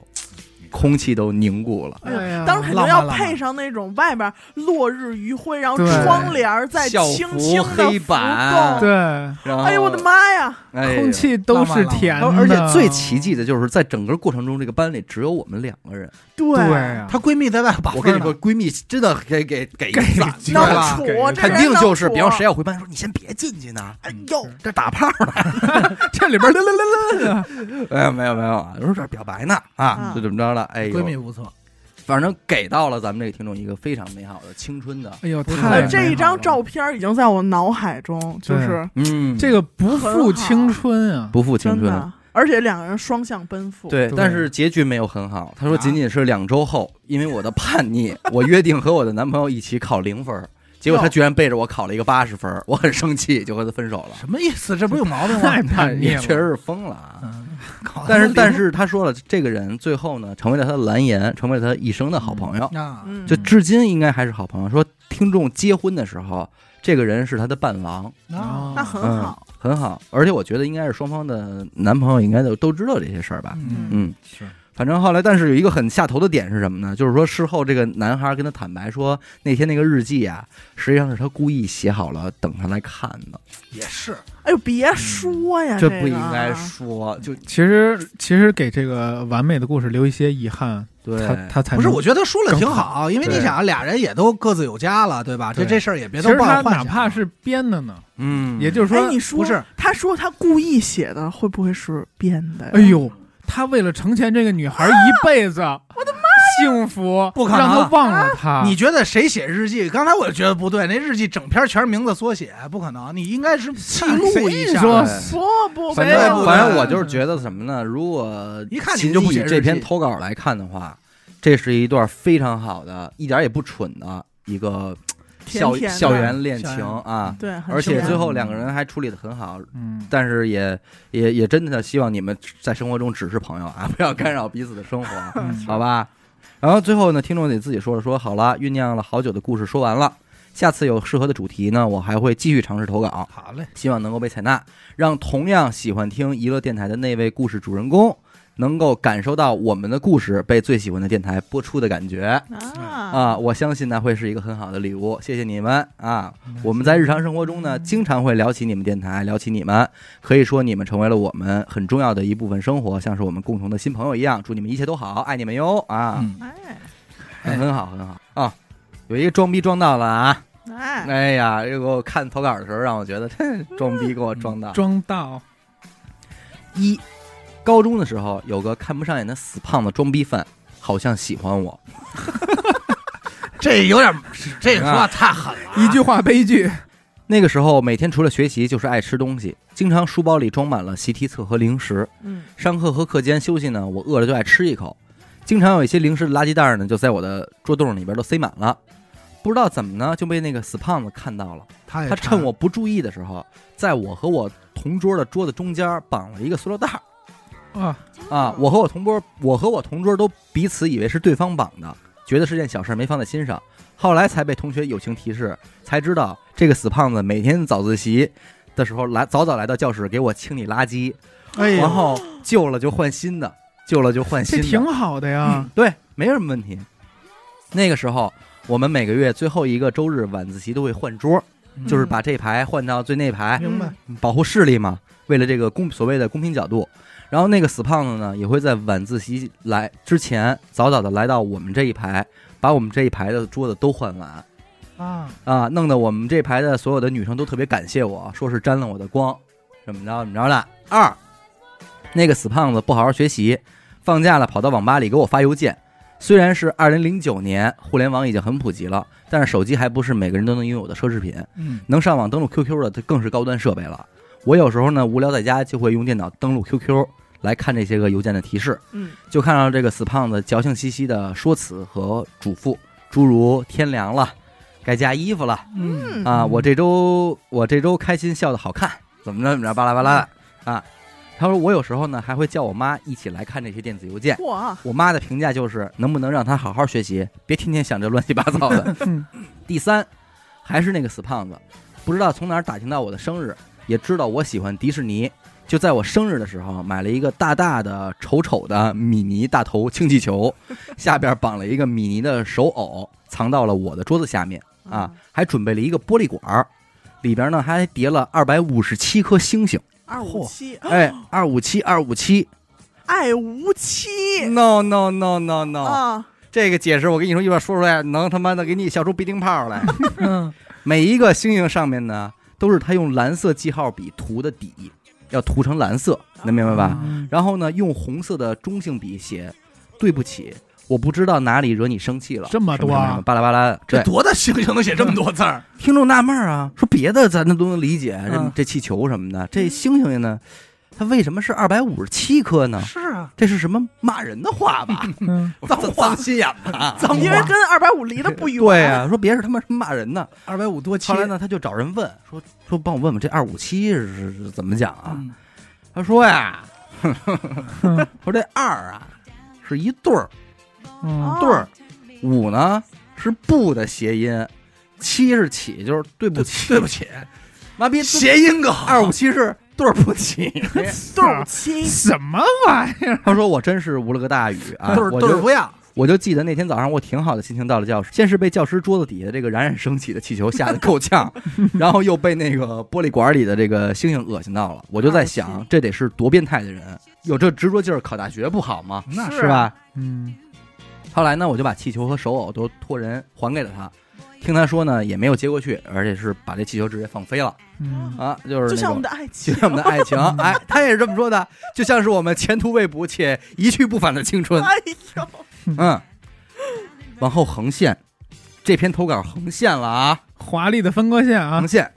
Speaker 1: 空气都凝固了。
Speaker 4: 哎呀
Speaker 3: 当时肯定
Speaker 2: 浪漫
Speaker 3: 要
Speaker 2: 浪漫
Speaker 3: 配上那种外边落日余晖，然后
Speaker 4: 对
Speaker 3: 窗帘儿在轻轻
Speaker 1: 校服
Speaker 3: 的
Speaker 1: 黑板
Speaker 4: 对，
Speaker 1: 然后，
Speaker 3: 哎呦我的妈呀！
Speaker 1: 哎呦
Speaker 4: 空气都是甜的，
Speaker 1: 而且最奇迹的就是，在整个过程中，这个班里只有我们两个人。
Speaker 3: 对
Speaker 4: 对啊呀，
Speaker 2: 她闺蜜在外边
Speaker 3: 啊
Speaker 2: 把
Speaker 1: 哎我跟
Speaker 2: 风
Speaker 1: 你
Speaker 2: 呢
Speaker 1: 说，闺蜜真的给给给一个赞，
Speaker 4: 给
Speaker 3: 能
Speaker 2: 对吧
Speaker 3: 处
Speaker 4: 给
Speaker 3: 啊这人
Speaker 1: 肯
Speaker 3: 啊
Speaker 1: 定就是，
Speaker 3: 能
Speaker 1: 比方
Speaker 3: 处
Speaker 1: 谁要回班说你先别进去呢，嗯
Speaker 3: 哎呦，
Speaker 1: 这打炮呢。
Speaker 4: 这里边儿啦啦啦啦啦，
Speaker 1: 哎，没有没有啊，说这表白呢啊
Speaker 3: 嗯啊，
Speaker 1: 就怎么着了？哎
Speaker 2: 闺蜜
Speaker 1: 呦，
Speaker 2: 不错，
Speaker 1: 反正给到了咱们这个听众一个非常美好的青春的，
Speaker 4: 哎呦，
Speaker 2: 不是
Speaker 4: 太
Speaker 3: 呃这一张照
Speaker 4: 片，
Speaker 3: 片儿已经在我脑海中，就是
Speaker 1: 嗯，
Speaker 4: 这个不负青春啊，
Speaker 1: 不负青
Speaker 3: 真
Speaker 1: 春。
Speaker 3: 的，而且两个人双向奔赴，
Speaker 1: 对，
Speaker 4: 对
Speaker 1: 但是结局没有很好。他说，仅仅是两周后，因为我的叛逆，我约定和我的男朋友一起考零分儿，结果他
Speaker 3: 哟
Speaker 1: 居然背着我考了一个八十分儿，我很生气，就和他分手了。
Speaker 2: 什么意思？这不有毛病 吗
Speaker 4: 太？叛逆
Speaker 1: 也
Speaker 4: 了，
Speaker 1: 确实是疯哎了啊！
Speaker 2: 嗯，搞得
Speaker 1: 但是
Speaker 2: 零
Speaker 1: 但是他说了，这个人最后呢，成为了他的蓝颜，成为了他一生的好朋友，
Speaker 2: 啊，
Speaker 3: 嗯，
Speaker 1: 就至今应该还是好朋友。说听众结婚的时候，这个人是他的伴郎，
Speaker 2: 啊
Speaker 3: 那很
Speaker 1: 嗯
Speaker 3: 好，
Speaker 1: 很好。而且我觉得应该是双方的男朋友应该都都知道这些事儿吧。
Speaker 2: 嗯，
Speaker 1: 嗯，
Speaker 4: 是
Speaker 1: 反正后来，但是有一个很下头的点是什么呢？就是说事后这个男孩跟他坦白说，那天那个日记啊，实际上是他故意写好了等他来看的，
Speaker 2: 也是，
Speaker 3: 哎呦，别说呀，
Speaker 1: 这
Speaker 3: 个
Speaker 1: 不应该说，就
Speaker 4: 其实其实给这个完美的故事留一些遗憾，
Speaker 1: 对
Speaker 4: 他他才
Speaker 2: 不是？
Speaker 4: 能
Speaker 2: 我觉得说了挺
Speaker 4: 更
Speaker 2: 好，因为你
Speaker 1: 对
Speaker 2: 想，俩人也都各自有家了，对吧？这
Speaker 4: 对
Speaker 2: 这事儿也别
Speaker 4: 其
Speaker 2: 都
Speaker 4: 实
Speaker 2: 抱
Speaker 4: 他
Speaker 2: 有幻
Speaker 4: 哪
Speaker 2: 想。
Speaker 4: 怕是编的呢，
Speaker 1: 嗯，
Speaker 4: 也就是
Speaker 3: 哎，
Speaker 4: 说
Speaker 3: 你，说
Speaker 2: 不是？
Speaker 3: 他说他故意写的，会不会是编的？
Speaker 4: 哎，呦，他为了成全这个女孩一辈子，我的妈，幸福
Speaker 2: 不可能
Speaker 4: 让
Speaker 1: 啊
Speaker 4: 他忘了她，
Speaker 2: 你觉得谁写日记？刚才我就觉得不对，那日记整篇全是名字缩写，不可能。你应 该是记录一
Speaker 4: 谁
Speaker 2: 下，
Speaker 4: 说
Speaker 1: 对
Speaker 3: 不不
Speaker 1: 哎反
Speaker 3: 没
Speaker 1: 正
Speaker 2: 对不
Speaker 3: 有，
Speaker 2: 对
Speaker 1: 反正我就是觉得什么呢？如果
Speaker 2: 一看你
Speaker 1: 仅
Speaker 2: 就不
Speaker 1: 以
Speaker 2: 写日
Speaker 1: 这篇
Speaker 2: 记
Speaker 1: 投稿来看的话，这是一段非常好的，一点儿也不蠢的一个
Speaker 3: 甜
Speaker 1: 校
Speaker 3: 甜的
Speaker 1: 校园恋
Speaker 2: 校
Speaker 1: 情
Speaker 2: 园
Speaker 1: 啊。
Speaker 3: 对，很
Speaker 1: 而且
Speaker 3: 清
Speaker 1: 最
Speaker 3: 凉
Speaker 1: 后两个人还处理的很好，
Speaker 4: 嗯，
Speaker 1: 但是也也也真的希望你们在生活中只是朋友 啊，不要干扰彼此的生活。啊
Speaker 4: 嗯
Speaker 1: 好吧。然后最后呢，听众得自己说了说，好了，酝酿了好久的故事说完了，下次有适合的主题呢，我还会继续尝试投稿，
Speaker 2: 好嘞，
Speaker 1: 希望能够被采纳，让同样喜欢听娱乐电台的那位故事主人公能够感受到我们的故事被最喜欢的电台播出的感觉。
Speaker 4: 嗯
Speaker 3: 啊
Speaker 1: 啊，我相信呢会是一个很好的礼物，谢谢你们啊！我们在日常生活中呢，
Speaker 3: 嗯
Speaker 1: 经常会聊起你们电台，聊起你们，可以说你们成为了我们很重要的一部分生活，像是我们共同的新朋友一样。祝你们一切都好，爱你们哟啊！
Speaker 2: 嗯，
Speaker 3: 哎
Speaker 1: 嗯很好，很好啊！有一个装逼装到了啊！
Speaker 3: 哎，嗯
Speaker 1: 哎呀，这个我看投稿的时候，让我觉得这装逼给我装到。
Speaker 4: 装到
Speaker 1: 一，高中的时候有个看不上眼的死胖子装逼犯，好像喜欢我。哎
Speaker 2: 这有点，这说话太狠了啊。
Speaker 4: 一句话悲剧，
Speaker 1: 那个时候每天除了学习就是爱吃东西，经常书包里装满了习题册和零食。
Speaker 3: 嗯，
Speaker 1: 上课和课间休息呢，我饿了就爱吃一口。经常有一些零食的垃圾袋呢，就在我的桌洞里边都塞满了。不知道怎么呢，就被那个死胖子看到了。
Speaker 4: 哎
Speaker 2: 他 也
Speaker 1: 他
Speaker 2: 馋
Speaker 1: 趁我不注意的时候，在我和我同桌的桌子中间绑了一个塑料袋儿
Speaker 4: 啊，
Speaker 1: 啊。我和我同桌，我和我同桌都彼此以为是对方绑的，觉得是件小事儿，没放在心上。后来才被同学友情提示，才知道这个死胖子每天早自习的时候来早早来到教室给我清理垃圾，
Speaker 2: 哎
Speaker 1: 然
Speaker 2: 呀，
Speaker 1: 后旧了就换新的，旧了就换新
Speaker 4: 这
Speaker 1: 的。嗯
Speaker 4: 挺好的呀。
Speaker 1: 对，没什么问题。那个时候，我们每个月最后一个周日晚自习都会换桌，
Speaker 4: 嗯
Speaker 1: 就是把这排换到最那排，
Speaker 4: 明白
Speaker 3: 嗯，
Speaker 1: 保护视力嘛。为了这个公所谓的公平角度，然后那个死胖子呢，也会在晚自习来之前，早早的来到我们这一排，把我们这一排的桌子都换完
Speaker 4: 啊，
Speaker 1: 啊，弄得我们这排的所有的女生都特别感谢我，说是沾了我的光，怎么着怎么着的。二，那个死胖子不好好学习，放假了跑到网吧里给我发邮件。虽然是二零零九年，互联网已经很普及了，但是手机还不是每个人都能拥有的奢侈品。
Speaker 4: 嗯，
Speaker 1: 能上网登录 QQ 的，这更是高端设备了。我有时候呢无聊在家，就会用电脑登录 QQ 来看这些个邮件的提示，
Speaker 3: 嗯，
Speaker 1: 就看到这个死胖子矫情兮兮的说辞和嘱咐，诸如天凉了，该加衣服了
Speaker 4: 嗯
Speaker 1: 啊，我这周我这周开心笑的好看，怎么着怎么着，巴拉巴拉的啊。他说我有时候呢还会叫我妈一起来看这些电子邮件。
Speaker 3: 嚯，
Speaker 1: 我妈的评价就是能不能让她好好学习，别天天想着乱七八糟的。 第三，还是那个死胖子，不知道从哪儿打听到我的生日，也知道我喜欢迪士尼，就在我生日的时候买了一个大大的、丑丑的米妮大头氢气球， 下边绑了一个米妮的手偶，藏到了我的桌子下面
Speaker 3: 嗯
Speaker 1: 啊，还准备了一个玻璃管儿，里边呢还叠了二百五十七颗星星，
Speaker 3: 二五七，
Speaker 1: 哎，二五七二五七
Speaker 3: 爱无期
Speaker 1: ，no no no no no，、
Speaker 3: 啊，
Speaker 1: 这个解释我跟你说，一会儿说出来能他妈的给你笑出鼻涕泡来。
Speaker 4: 嗯，
Speaker 1: 每一个星星上面呢，都是他用蓝色记号笔涂的底，要涂成蓝色，能明白吧？
Speaker 4: 嗯
Speaker 1: 然后呢，用红色的中性笔写“对不起，我不知道哪里惹你生气了”，
Speaker 4: 这么多
Speaker 1: 什
Speaker 4: 啊
Speaker 1: 什什巴拉巴拉的。
Speaker 2: 这
Speaker 1: 对，
Speaker 2: 多大星星能写这么多字儿？
Speaker 1: 听众纳闷儿啊，说别的咱都能理解，这
Speaker 4: 嗯
Speaker 1: 这气球什么的，这星星呢，它为什么是二百五十七颗呢？
Speaker 2: 是啊，
Speaker 1: 这是什么骂人的话 吧？
Speaker 4: 嗯
Speaker 2: 脏话
Speaker 1: 心眼子啊！
Speaker 2: 脏
Speaker 3: 因为跟二百五离得不远，
Speaker 1: 对啊，说别是他妈什么骂人呢。
Speaker 2: 二百五多七
Speaker 1: 后来呢，他就找人问说说帮我问问这二五七是是怎么讲啊？
Speaker 2: 嗯
Speaker 1: 他说呀，
Speaker 4: 嗯
Speaker 1: 说这二啊是一对儿，
Speaker 4: 嗯
Speaker 3: 啊
Speaker 1: 对儿，五呢是不的谐音，七是起，就是对不
Speaker 2: 对
Speaker 1: 起，
Speaker 2: 对不，起，
Speaker 1: 妈逼，
Speaker 2: 谐音梗，
Speaker 1: 二五七是对儿不起。
Speaker 3: 对
Speaker 1: 啊
Speaker 3: 儿五七，
Speaker 4: 什么玩意 儿？
Speaker 1: 他说我真是无了个大雨啊，
Speaker 2: 对儿
Speaker 1: 我
Speaker 2: 对儿
Speaker 1: 就
Speaker 2: 不要，
Speaker 1: 我就记得那天早上我挺好的心情到了教室，先是被教师桌子底下这个冉冉升起的气球吓得够 呛，然后又被那个玻璃管里的这个星星恶心到了，我就在
Speaker 3: 二五
Speaker 1: 想
Speaker 3: 七
Speaker 1: 这得是多变态的人，有这执着劲儿考大学不好吗？
Speaker 4: 那
Speaker 1: 是啊吧？
Speaker 4: 嗯
Speaker 1: 后来呢，我就把气球和手偶都托人还给了他。听他说呢，也没有接过去，而且是把这气球直接放飞了
Speaker 4: 嗯，
Speaker 1: 啊，就是
Speaker 3: 就
Speaker 1: 那
Speaker 3: 像我
Speaker 1: 种
Speaker 3: 们的爱
Speaker 1: 就
Speaker 3: 情，
Speaker 1: 像我们的爱情，哎，他也是这么说的，就像是我们前途未卜且一去不返的青春。
Speaker 3: 哎呦，
Speaker 1: 嗯，往后横线，这篇投稿横线了啊，
Speaker 4: 华丽的分割线啊
Speaker 1: 横，线。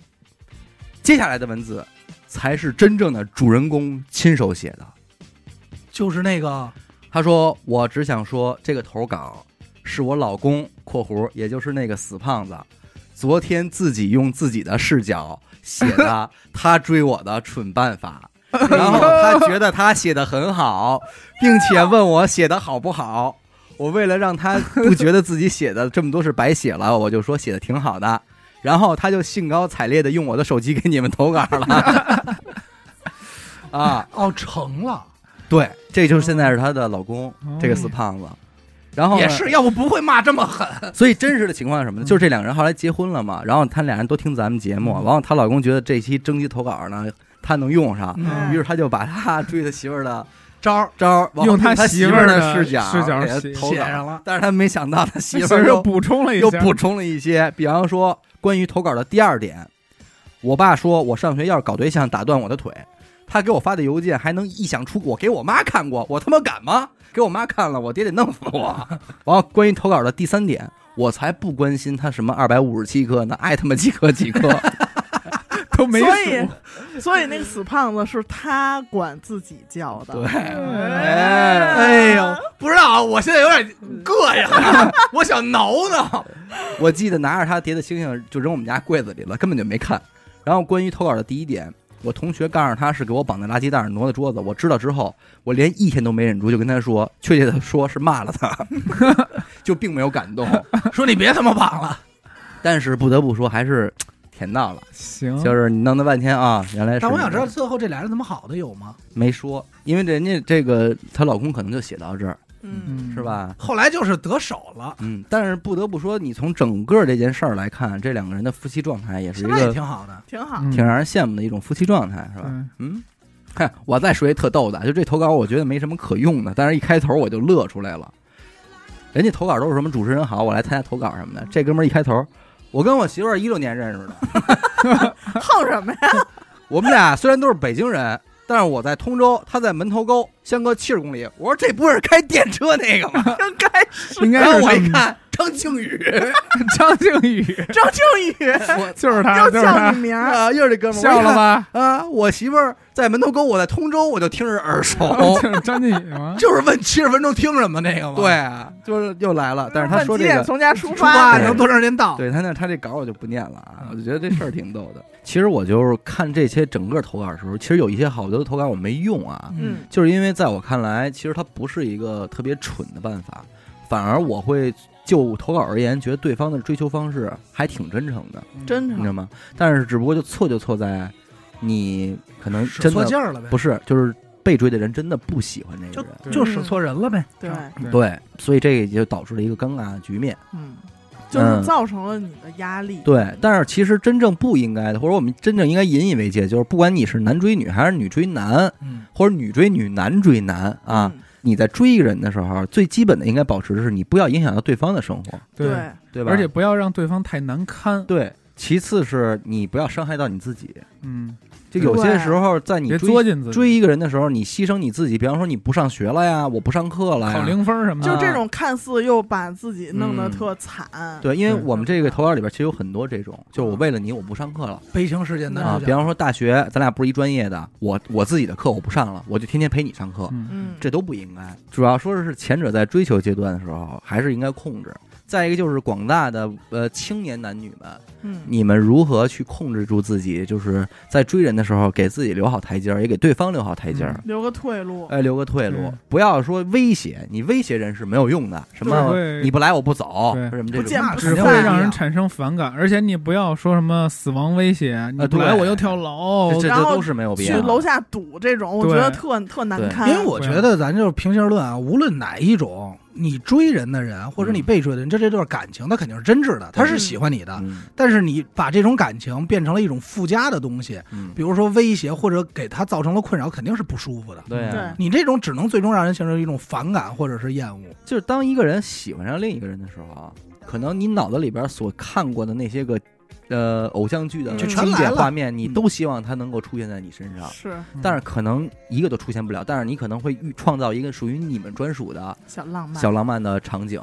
Speaker 1: 接下来的文字才是真正的主人公亲手写的。
Speaker 2: 就是那个
Speaker 1: 他说：“我只想说，这个投稿是我老公（括弧也就是那个死胖子）昨天自己用自己的视角写的他追我的蠢办法，然后他觉得他写的很好，并且问我写的好不好。我为了让他不觉得自己写的这么多是白写了，我就说写的挺好的。”然后他就兴高采烈的用我的手机给你们投稿了，啊，
Speaker 2: 哦成了，
Speaker 1: 对，这就是现在是她的老公，
Speaker 4: 哦
Speaker 1: 这个死胖子。然后呢
Speaker 2: 也，是，要不不会骂这么狠。
Speaker 1: 所以真实的情况是什么呢？
Speaker 4: 嗯
Speaker 1: 就是这两个人后来结婚了嘛，然后他俩人都听咱们节目，
Speaker 4: 嗯
Speaker 1: 然后她老公觉得这期征集投稿呢，他能用上，
Speaker 3: 哎
Speaker 4: 嗯
Speaker 1: 于是他就把他追他媳妇儿的
Speaker 2: 招儿
Speaker 1: 招儿，往
Speaker 4: 用他
Speaker 1: 他
Speaker 4: 媳
Speaker 1: 妇
Speaker 4: 妇儿
Speaker 1: 的
Speaker 4: 的
Speaker 1: 视
Speaker 4: 视角
Speaker 1: 给他
Speaker 4: 写
Speaker 1: 投
Speaker 2: 写
Speaker 1: 稿
Speaker 2: 上了，
Speaker 1: 但是他没想到他媳 妇
Speaker 4: 媳妇
Speaker 1: 儿
Speaker 4: 儿
Speaker 1: 又
Speaker 4: 又补充了一
Speaker 1: 又
Speaker 4: 下，
Speaker 1: 补充了一些，比方说关于投稿的第二点，我爸说我上学要是搞对象，打断我的腿。他给我发的邮件还能臆想出我给我妈看过，我他妈敢吗？给我妈看了，我爹得弄死我。 然后关于投稿的 第三点，我才不关心他什么二百五十七颗呢，爱他妈几颗几颗。
Speaker 4: 都没
Speaker 3: 所以
Speaker 4: 数。
Speaker 3: 所以那个死胖子是他管自己叫的，
Speaker 1: 对，
Speaker 4: 嗯
Speaker 2: 哎 呦，不知道啊，我现在有点膈应啊，我想挠挠。
Speaker 1: 我记得拿着他叠的星星就扔我们家柜子里了，根本就没看。然后关于投稿的第一点，我同学告诉他是给我绑在垃圾袋上挪的桌子，我知道之后，我连一天都没忍住，就跟他说，确切的说是骂了他，就并没有感动。
Speaker 2: 说你别他妈绑 了，
Speaker 1: 但是不得不说，还是 舔到了，
Speaker 4: 行，
Speaker 1: 就是你弄了半天啊，原来是
Speaker 2: 但我想知道最后这俩人怎么好的有吗？
Speaker 1: 没说，因为人家这个她老公可能就写到这儿，
Speaker 3: 嗯，
Speaker 4: 嗯
Speaker 1: 是？吧？
Speaker 2: 后来就是得手了，
Speaker 1: 嗯，但是不得不说，你从整个这件事儿来看，这两个人的夫妻状态也是
Speaker 2: 现
Speaker 1: 一
Speaker 2: 在也
Speaker 1: 个
Speaker 2: 挺好的。
Speaker 3: 挺好。
Speaker 4: 嗯
Speaker 1: 挺让人羡慕的一种夫妻状态，是吧？嗯， 嗨，我再说一特逗的，就这投稿我觉得没什么可用的，但是一开头我就乐出来了。人家投稿都是什么主持人好，我来参加投稿什么的。这哥们儿一开头，我跟我媳妇儿一六年认识的，
Speaker 3: 横什么呀？
Speaker 1: 我们俩虽然都是北京人，但是我在通州，他在门头沟，相隔七十公里。我说这不是开电车那个 吗？
Speaker 3: 应该
Speaker 4: 对应该
Speaker 1: 然后
Speaker 4: 是
Speaker 1: 我
Speaker 4: 他
Speaker 1: 一
Speaker 4: 们
Speaker 1: 看张靖宇，
Speaker 4: 张靖宇，
Speaker 3: 张靖 宇
Speaker 4: 就是他，
Speaker 3: 要
Speaker 4: 就是
Speaker 3: 叫
Speaker 4: 他
Speaker 3: 你，名儿，
Speaker 1: 啊，又是这哥们儿，
Speaker 4: 笑了
Speaker 1: 吧？
Speaker 4: 吧？
Speaker 1: 啊，我媳妇儿在门头沟，我在通州，我就听着耳熟。
Speaker 4: 就是张靖宇吗？
Speaker 2: 就是问七十分钟听什么那个 吗？
Speaker 1: 对，啊，就是又来了，但是他说
Speaker 3: 问
Speaker 1: 这
Speaker 3: 几点
Speaker 1: 个
Speaker 3: 从家出
Speaker 2: 出发
Speaker 3: 发？
Speaker 1: 对
Speaker 2: 能多长时间到？
Speaker 1: 对他那他这稿我就不念了啊，
Speaker 2: 嗯
Speaker 1: 我就觉得这事儿挺逗的。其实我就是看这些整个投稿的时候，其实有一些好多的投稿我没用啊，
Speaker 3: 嗯，
Speaker 1: 就是因为在我看来，其实它不是一个特别蠢的办法，反而我会就投稿而言，觉得对方的追求方式还挺真诚的，
Speaker 3: 真
Speaker 2: 嗯
Speaker 1: 你知道
Speaker 3: 诚。
Speaker 1: 吗？但是只不过就错就错在你可能
Speaker 2: 使
Speaker 1: 真
Speaker 2: 错劲
Speaker 1: 的
Speaker 2: 儿了呗，
Speaker 1: 不是，就是被追的人真的不喜欢这个人。
Speaker 4: 对
Speaker 2: 就使错人了呗。
Speaker 3: 对，
Speaker 4: 对
Speaker 1: 对，所以这也就导致了一个尴尬的局面。
Speaker 3: 嗯，就是造成了你的压力。
Speaker 1: 对，但是其实真正不应该的，或者我们真正应该引以为戒，就是不管你是男追女还是女追男，
Speaker 2: 嗯，
Speaker 1: 或者女追女、男追男啊，
Speaker 3: 嗯，
Speaker 1: 你在追一个人的时候，最基本的应该保持的是你不要影响到对方的生活，
Speaker 4: 对，
Speaker 3: 对，
Speaker 1: 对吧？
Speaker 4: 而且不要让对方太难堪。
Speaker 1: 对，其次是你不要伤害到你自己。
Speaker 4: 嗯，
Speaker 1: 就有些时候，在你
Speaker 4: 别
Speaker 1: 追
Speaker 4: 作进自己，
Speaker 1: 追一个人的时候，你牺牲你自己，比方说你不上学了呀，我不上课了
Speaker 4: 考
Speaker 1: 哎呀。
Speaker 4: 零分儿什么
Speaker 3: 就
Speaker 1: 啊
Speaker 4: 的。
Speaker 3: 这种看似又把自己弄得特惨，
Speaker 1: 嗯对，因为
Speaker 4: 对
Speaker 1: 我们这个投稿里边其实有很多这种，就是我为了你我不上课了，
Speaker 2: 悲情事件男
Speaker 1: 啊，
Speaker 2: 主
Speaker 1: 比
Speaker 2: 角
Speaker 1: 方说大学，咱俩不是一专业的，我我自己的课我不上了，我就天天陪你上课，
Speaker 4: 嗯，
Speaker 3: 嗯，
Speaker 1: 这都不应该。主要说是前者在追求阶段的时候，还是应该控制。再一个就是广大的呃青年男女们，
Speaker 3: 嗯，
Speaker 1: 你们如何去控制住自己，就是在追人的时候给自己留好台阶儿，也给对方留好台阶儿，
Speaker 3: 留个退路。
Speaker 1: 哎，留个退路
Speaker 4: 嗯，
Speaker 1: 不要说威胁，你威胁人是没有用的。什么
Speaker 4: 对
Speaker 1: 你不来我不走，
Speaker 4: 对
Speaker 1: 什么这
Speaker 3: 不
Speaker 1: 种
Speaker 3: 见
Speaker 2: 那
Speaker 3: 不
Speaker 4: 只
Speaker 2: 肯定
Speaker 4: 会
Speaker 1: 啊
Speaker 2: 不一
Speaker 4: 让人
Speaker 2: 样
Speaker 4: 产生反感，而且你不要说什么死亡威胁，你不
Speaker 1: 呃对
Speaker 4: 来我就跳楼
Speaker 1: 这。这
Speaker 3: 然后
Speaker 1: 都是没有必
Speaker 3: 去
Speaker 1: 要的。
Speaker 3: 楼下堵这种，我觉
Speaker 4: 对
Speaker 3: 得特特难
Speaker 1: 对
Speaker 3: 堪。
Speaker 2: 因为我觉得咱就是平心而论啊，无论哪一种，你追人的人或者你被追的人，这这段感情，他肯定是真挚的，他是喜欢你的。
Speaker 1: 嗯
Speaker 2: 但是你把这种感情变成了一种附加的东西，
Speaker 1: 嗯，
Speaker 2: 比如说威胁或者给他造成了困扰，肯定是不舒服的。
Speaker 1: 对啊
Speaker 3: 对
Speaker 2: 你这种只能最终让人形成一种反感或者是厌恶。
Speaker 1: 就是当一个人喜欢上另一个人的时候啊，可能你脑子里边所看过的那些个，呃，偶像剧的
Speaker 3: 就
Speaker 2: 全
Speaker 1: 经
Speaker 2: 来
Speaker 1: 典
Speaker 2: 了
Speaker 1: 画面，你
Speaker 2: 嗯
Speaker 1: 都希望它能够出现在你身上。
Speaker 3: 是
Speaker 1: 但是可能一个都出现不了，但是你可能会预创造一个属于你们专属的
Speaker 3: 小浪漫，
Speaker 1: 小浪漫的场景，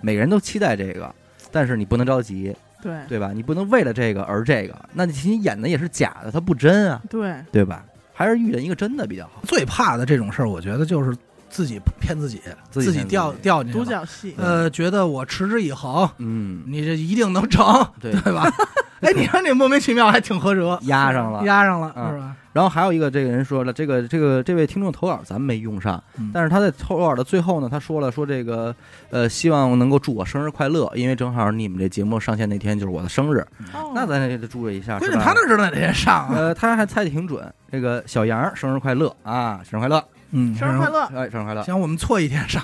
Speaker 1: 每个人都期待这个，但是你不能着急，
Speaker 3: 对
Speaker 1: 对吧？你不能为了这个而这个，那你其实演的也是假的，它不真啊，
Speaker 3: 对，
Speaker 1: 对吧？还是遇见一个真的比较好。
Speaker 2: 最怕的这种事儿，我觉得就是自己骗自己，
Speaker 1: 自己嗯骗
Speaker 2: 自
Speaker 1: 自己
Speaker 2: 掉掉进去
Speaker 3: 独
Speaker 2: 了。
Speaker 3: 角戏，
Speaker 2: 呃，觉得我持之以恒，
Speaker 1: 嗯，
Speaker 2: 你这一定能成，
Speaker 1: 对，
Speaker 2: 对 吧？哎，你看这莫名其妙还挺合辙，
Speaker 1: 压上了。
Speaker 2: 压上了
Speaker 1: 嗯
Speaker 2: 是吧？
Speaker 1: 然后还有一个，这个人说了，这个这个这位听众投稿咱们没用上，
Speaker 2: 嗯
Speaker 1: 但是他在投稿的最后呢，他说了说这个，呃，希望能够祝我生日快乐，因为正好你们这节目上线那天就是我的生日，
Speaker 3: 哦
Speaker 1: 嗯那咱也得祝一下。
Speaker 2: 关
Speaker 1: 啊是
Speaker 2: 键
Speaker 1: 吧
Speaker 2: 他哪知道哪天上啊？
Speaker 1: 呃，他还猜的挺准，这个小杨儿生日快乐啊，生日快乐，
Speaker 2: 嗯
Speaker 3: 生日快！乐，
Speaker 1: 哎，生日快乐，
Speaker 2: 行，我们错一 天上，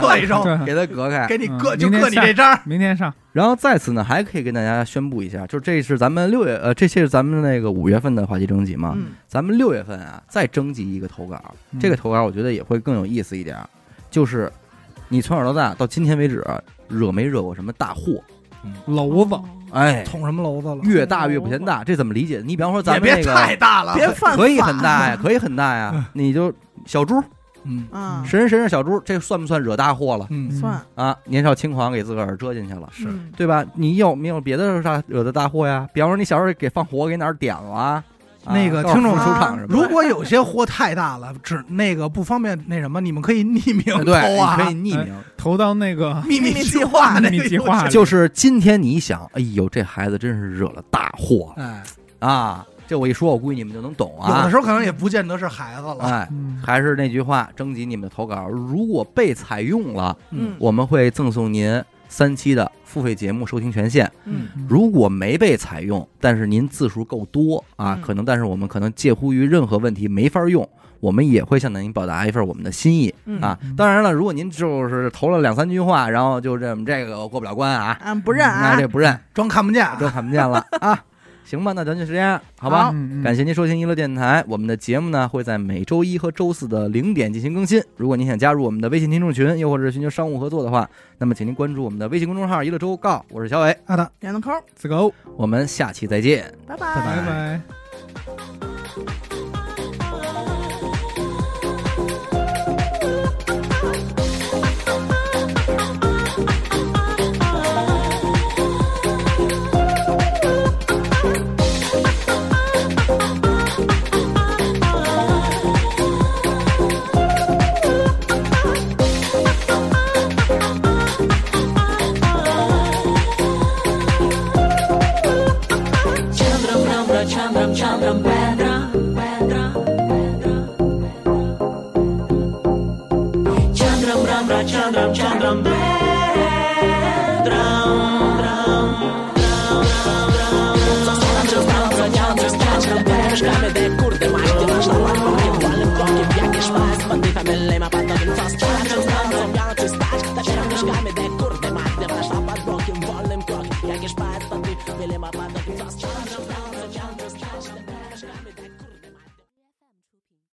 Speaker 2: 错一周，
Speaker 4: 对，
Speaker 1: 给他隔开。
Speaker 2: 给你
Speaker 4: 嗯
Speaker 2: 搁就
Speaker 4: 明天
Speaker 2: 搁你这 张儿。
Speaker 4: 明天上
Speaker 1: 然后在此呢，还可以跟大家宣布一下，就这是咱们六月，呃，这些是咱们那个五月份的话题征集嘛，
Speaker 3: 嗯，
Speaker 1: 咱们六月份啊再征集一个投稿，
Speaker 4: 嗯
Speaker 1: 这个投稿我觉得也会更有意思一点儿，就是你从小到大到今天为止啊惹没惹过什么大祸？
Speaker 4: 篓子，
Speaker 1: 哎，
Speaker 2: 捅什么娄子了？
Speaker 1: 越大越不嫌大，这怎么理解？嗯你比方说咱
Speaker 2: 也
Speaker 1: 们那
Speaker 2: 别
Speaker 1: 个
Speaker 2: 太大了，
Speaker 3: 别犯
Speaker 1: 啊可以
Speaker 3: 法
Speaker 1: 很大呀，可以很大呀，你就小猪
Speaker 2: 嗯
Speaker 3: 啊，
Speaker 1: 神人神是小猪，这算不算惹大祸了
Speaker 2: 嗯，
Speaker 3: 算
Speaker 1: 啊？年少轻狂给自个儿折进去了，
Speaker 2: 是
Speaker 3: 嗯
Speaker 1: 对吧？你有没有别的啥惹的大祸呀？比方说你小时候给放火给哪儿点了啊？啊
Speaker 2: 那个
Speaker 1: 告诉
Speaker 2: 听众
Speaker 1: 出场什么的？
Speaker 2: 如果有些货太大了，只那个不方便那什么，你们可以匿名
Speaker 1: 哎呃对，
Speaker 2: 投啊，
Speaker 1: 你可以匿名。
Speaker 4: 投到那个
Speaker 2: 秘密
Speaker 3: 秘密
Speaker 2: 计
Speaker 3: 计
Speaker 2: 划
Speaker 3: 划
Speaker 2: 那
Speaker 4: 秘密
Speaker 2: 个
Speaker 4: 计
Speaker 2: 游
Speaker 4: 划
Speaker 2: 戏
Speaker 4: 里
Speaker 1: 就是今天你一想，哎呦，这孩子真是惹了大祸
Speaker 2: 哎，
Speaker 1: 了啊！这我一说，我估计你们就能懂
Speaker 2: 有的
Speaker 1: 啊。
Speaker 2: 时候可能也不见得是孩子了，
Speaker 1: 哎，
Speaker 4: 嗯
Speaker 1: 还是那句话，征集你们的投稿，如果被采用了，
Speaker 3: 嗯
Speaker 1: 我们会赠送您三期的付费节目收听权限。
Speaker 3: 嗯
Speaker 1: 如果没被采用，但是您字数够多啊
Speaker 3: 嗯，
Speaker 1: 可能但是我们可能介乎于任何问题没法用，我们也会向您表达一份我们的心意
Speaker 3: 嗯
Speaker 1: 啊
Speaker 4: 嗯。
Speaker 1: 当然了，如果您就是投了两三句话，然后就这么这个过不了关啊，
Speaker 3: 俺不认
Speaker 1: 那
Speaker 3: 啊，
Speaker 1: 这不认，
Speaker 2: 装看不见啊，
Speaker 1: 就看不见了啊。行吧，那咱就这样，好吧？
Speaker 4: 嗯嗯
Speaker 1: 感谢您收听娱乐电台，我们的节目呢会在每周一和周四的零点进行更新。如果您想加入我们的微信听众群，又或者是寻求商务合作的话，那么请您关注我们的微信公众号“娱乐周告”，我是小伟，
Speaker 2: 好的。
Speaker 3: 点个扣，
Speaker 4: ，Let's go，
Speaker 1: 我们下期再见。
Speaker 3: 拜
Speaker 2: 拜
Speaker 4: 哦拜拜。
Speaker 5: Chandram Ramra Chandram Chandram Vedra Vedra Vedra Chandram Ramra Chandram Chandram Vedra Chandram Ramra Chandram Chandram Vedra Kurde kurde mać ty masz na łatwo Wirtualnym krokiem jakieś mas Bandyta mylema patogiem fast Chandram Ramra miałacy stać Ta się mieszkamy de kurde mać ty masz na pod bokiem Wolnym krokiem jakieś pas Bandyta mylema patogiem fast Chandram Ramra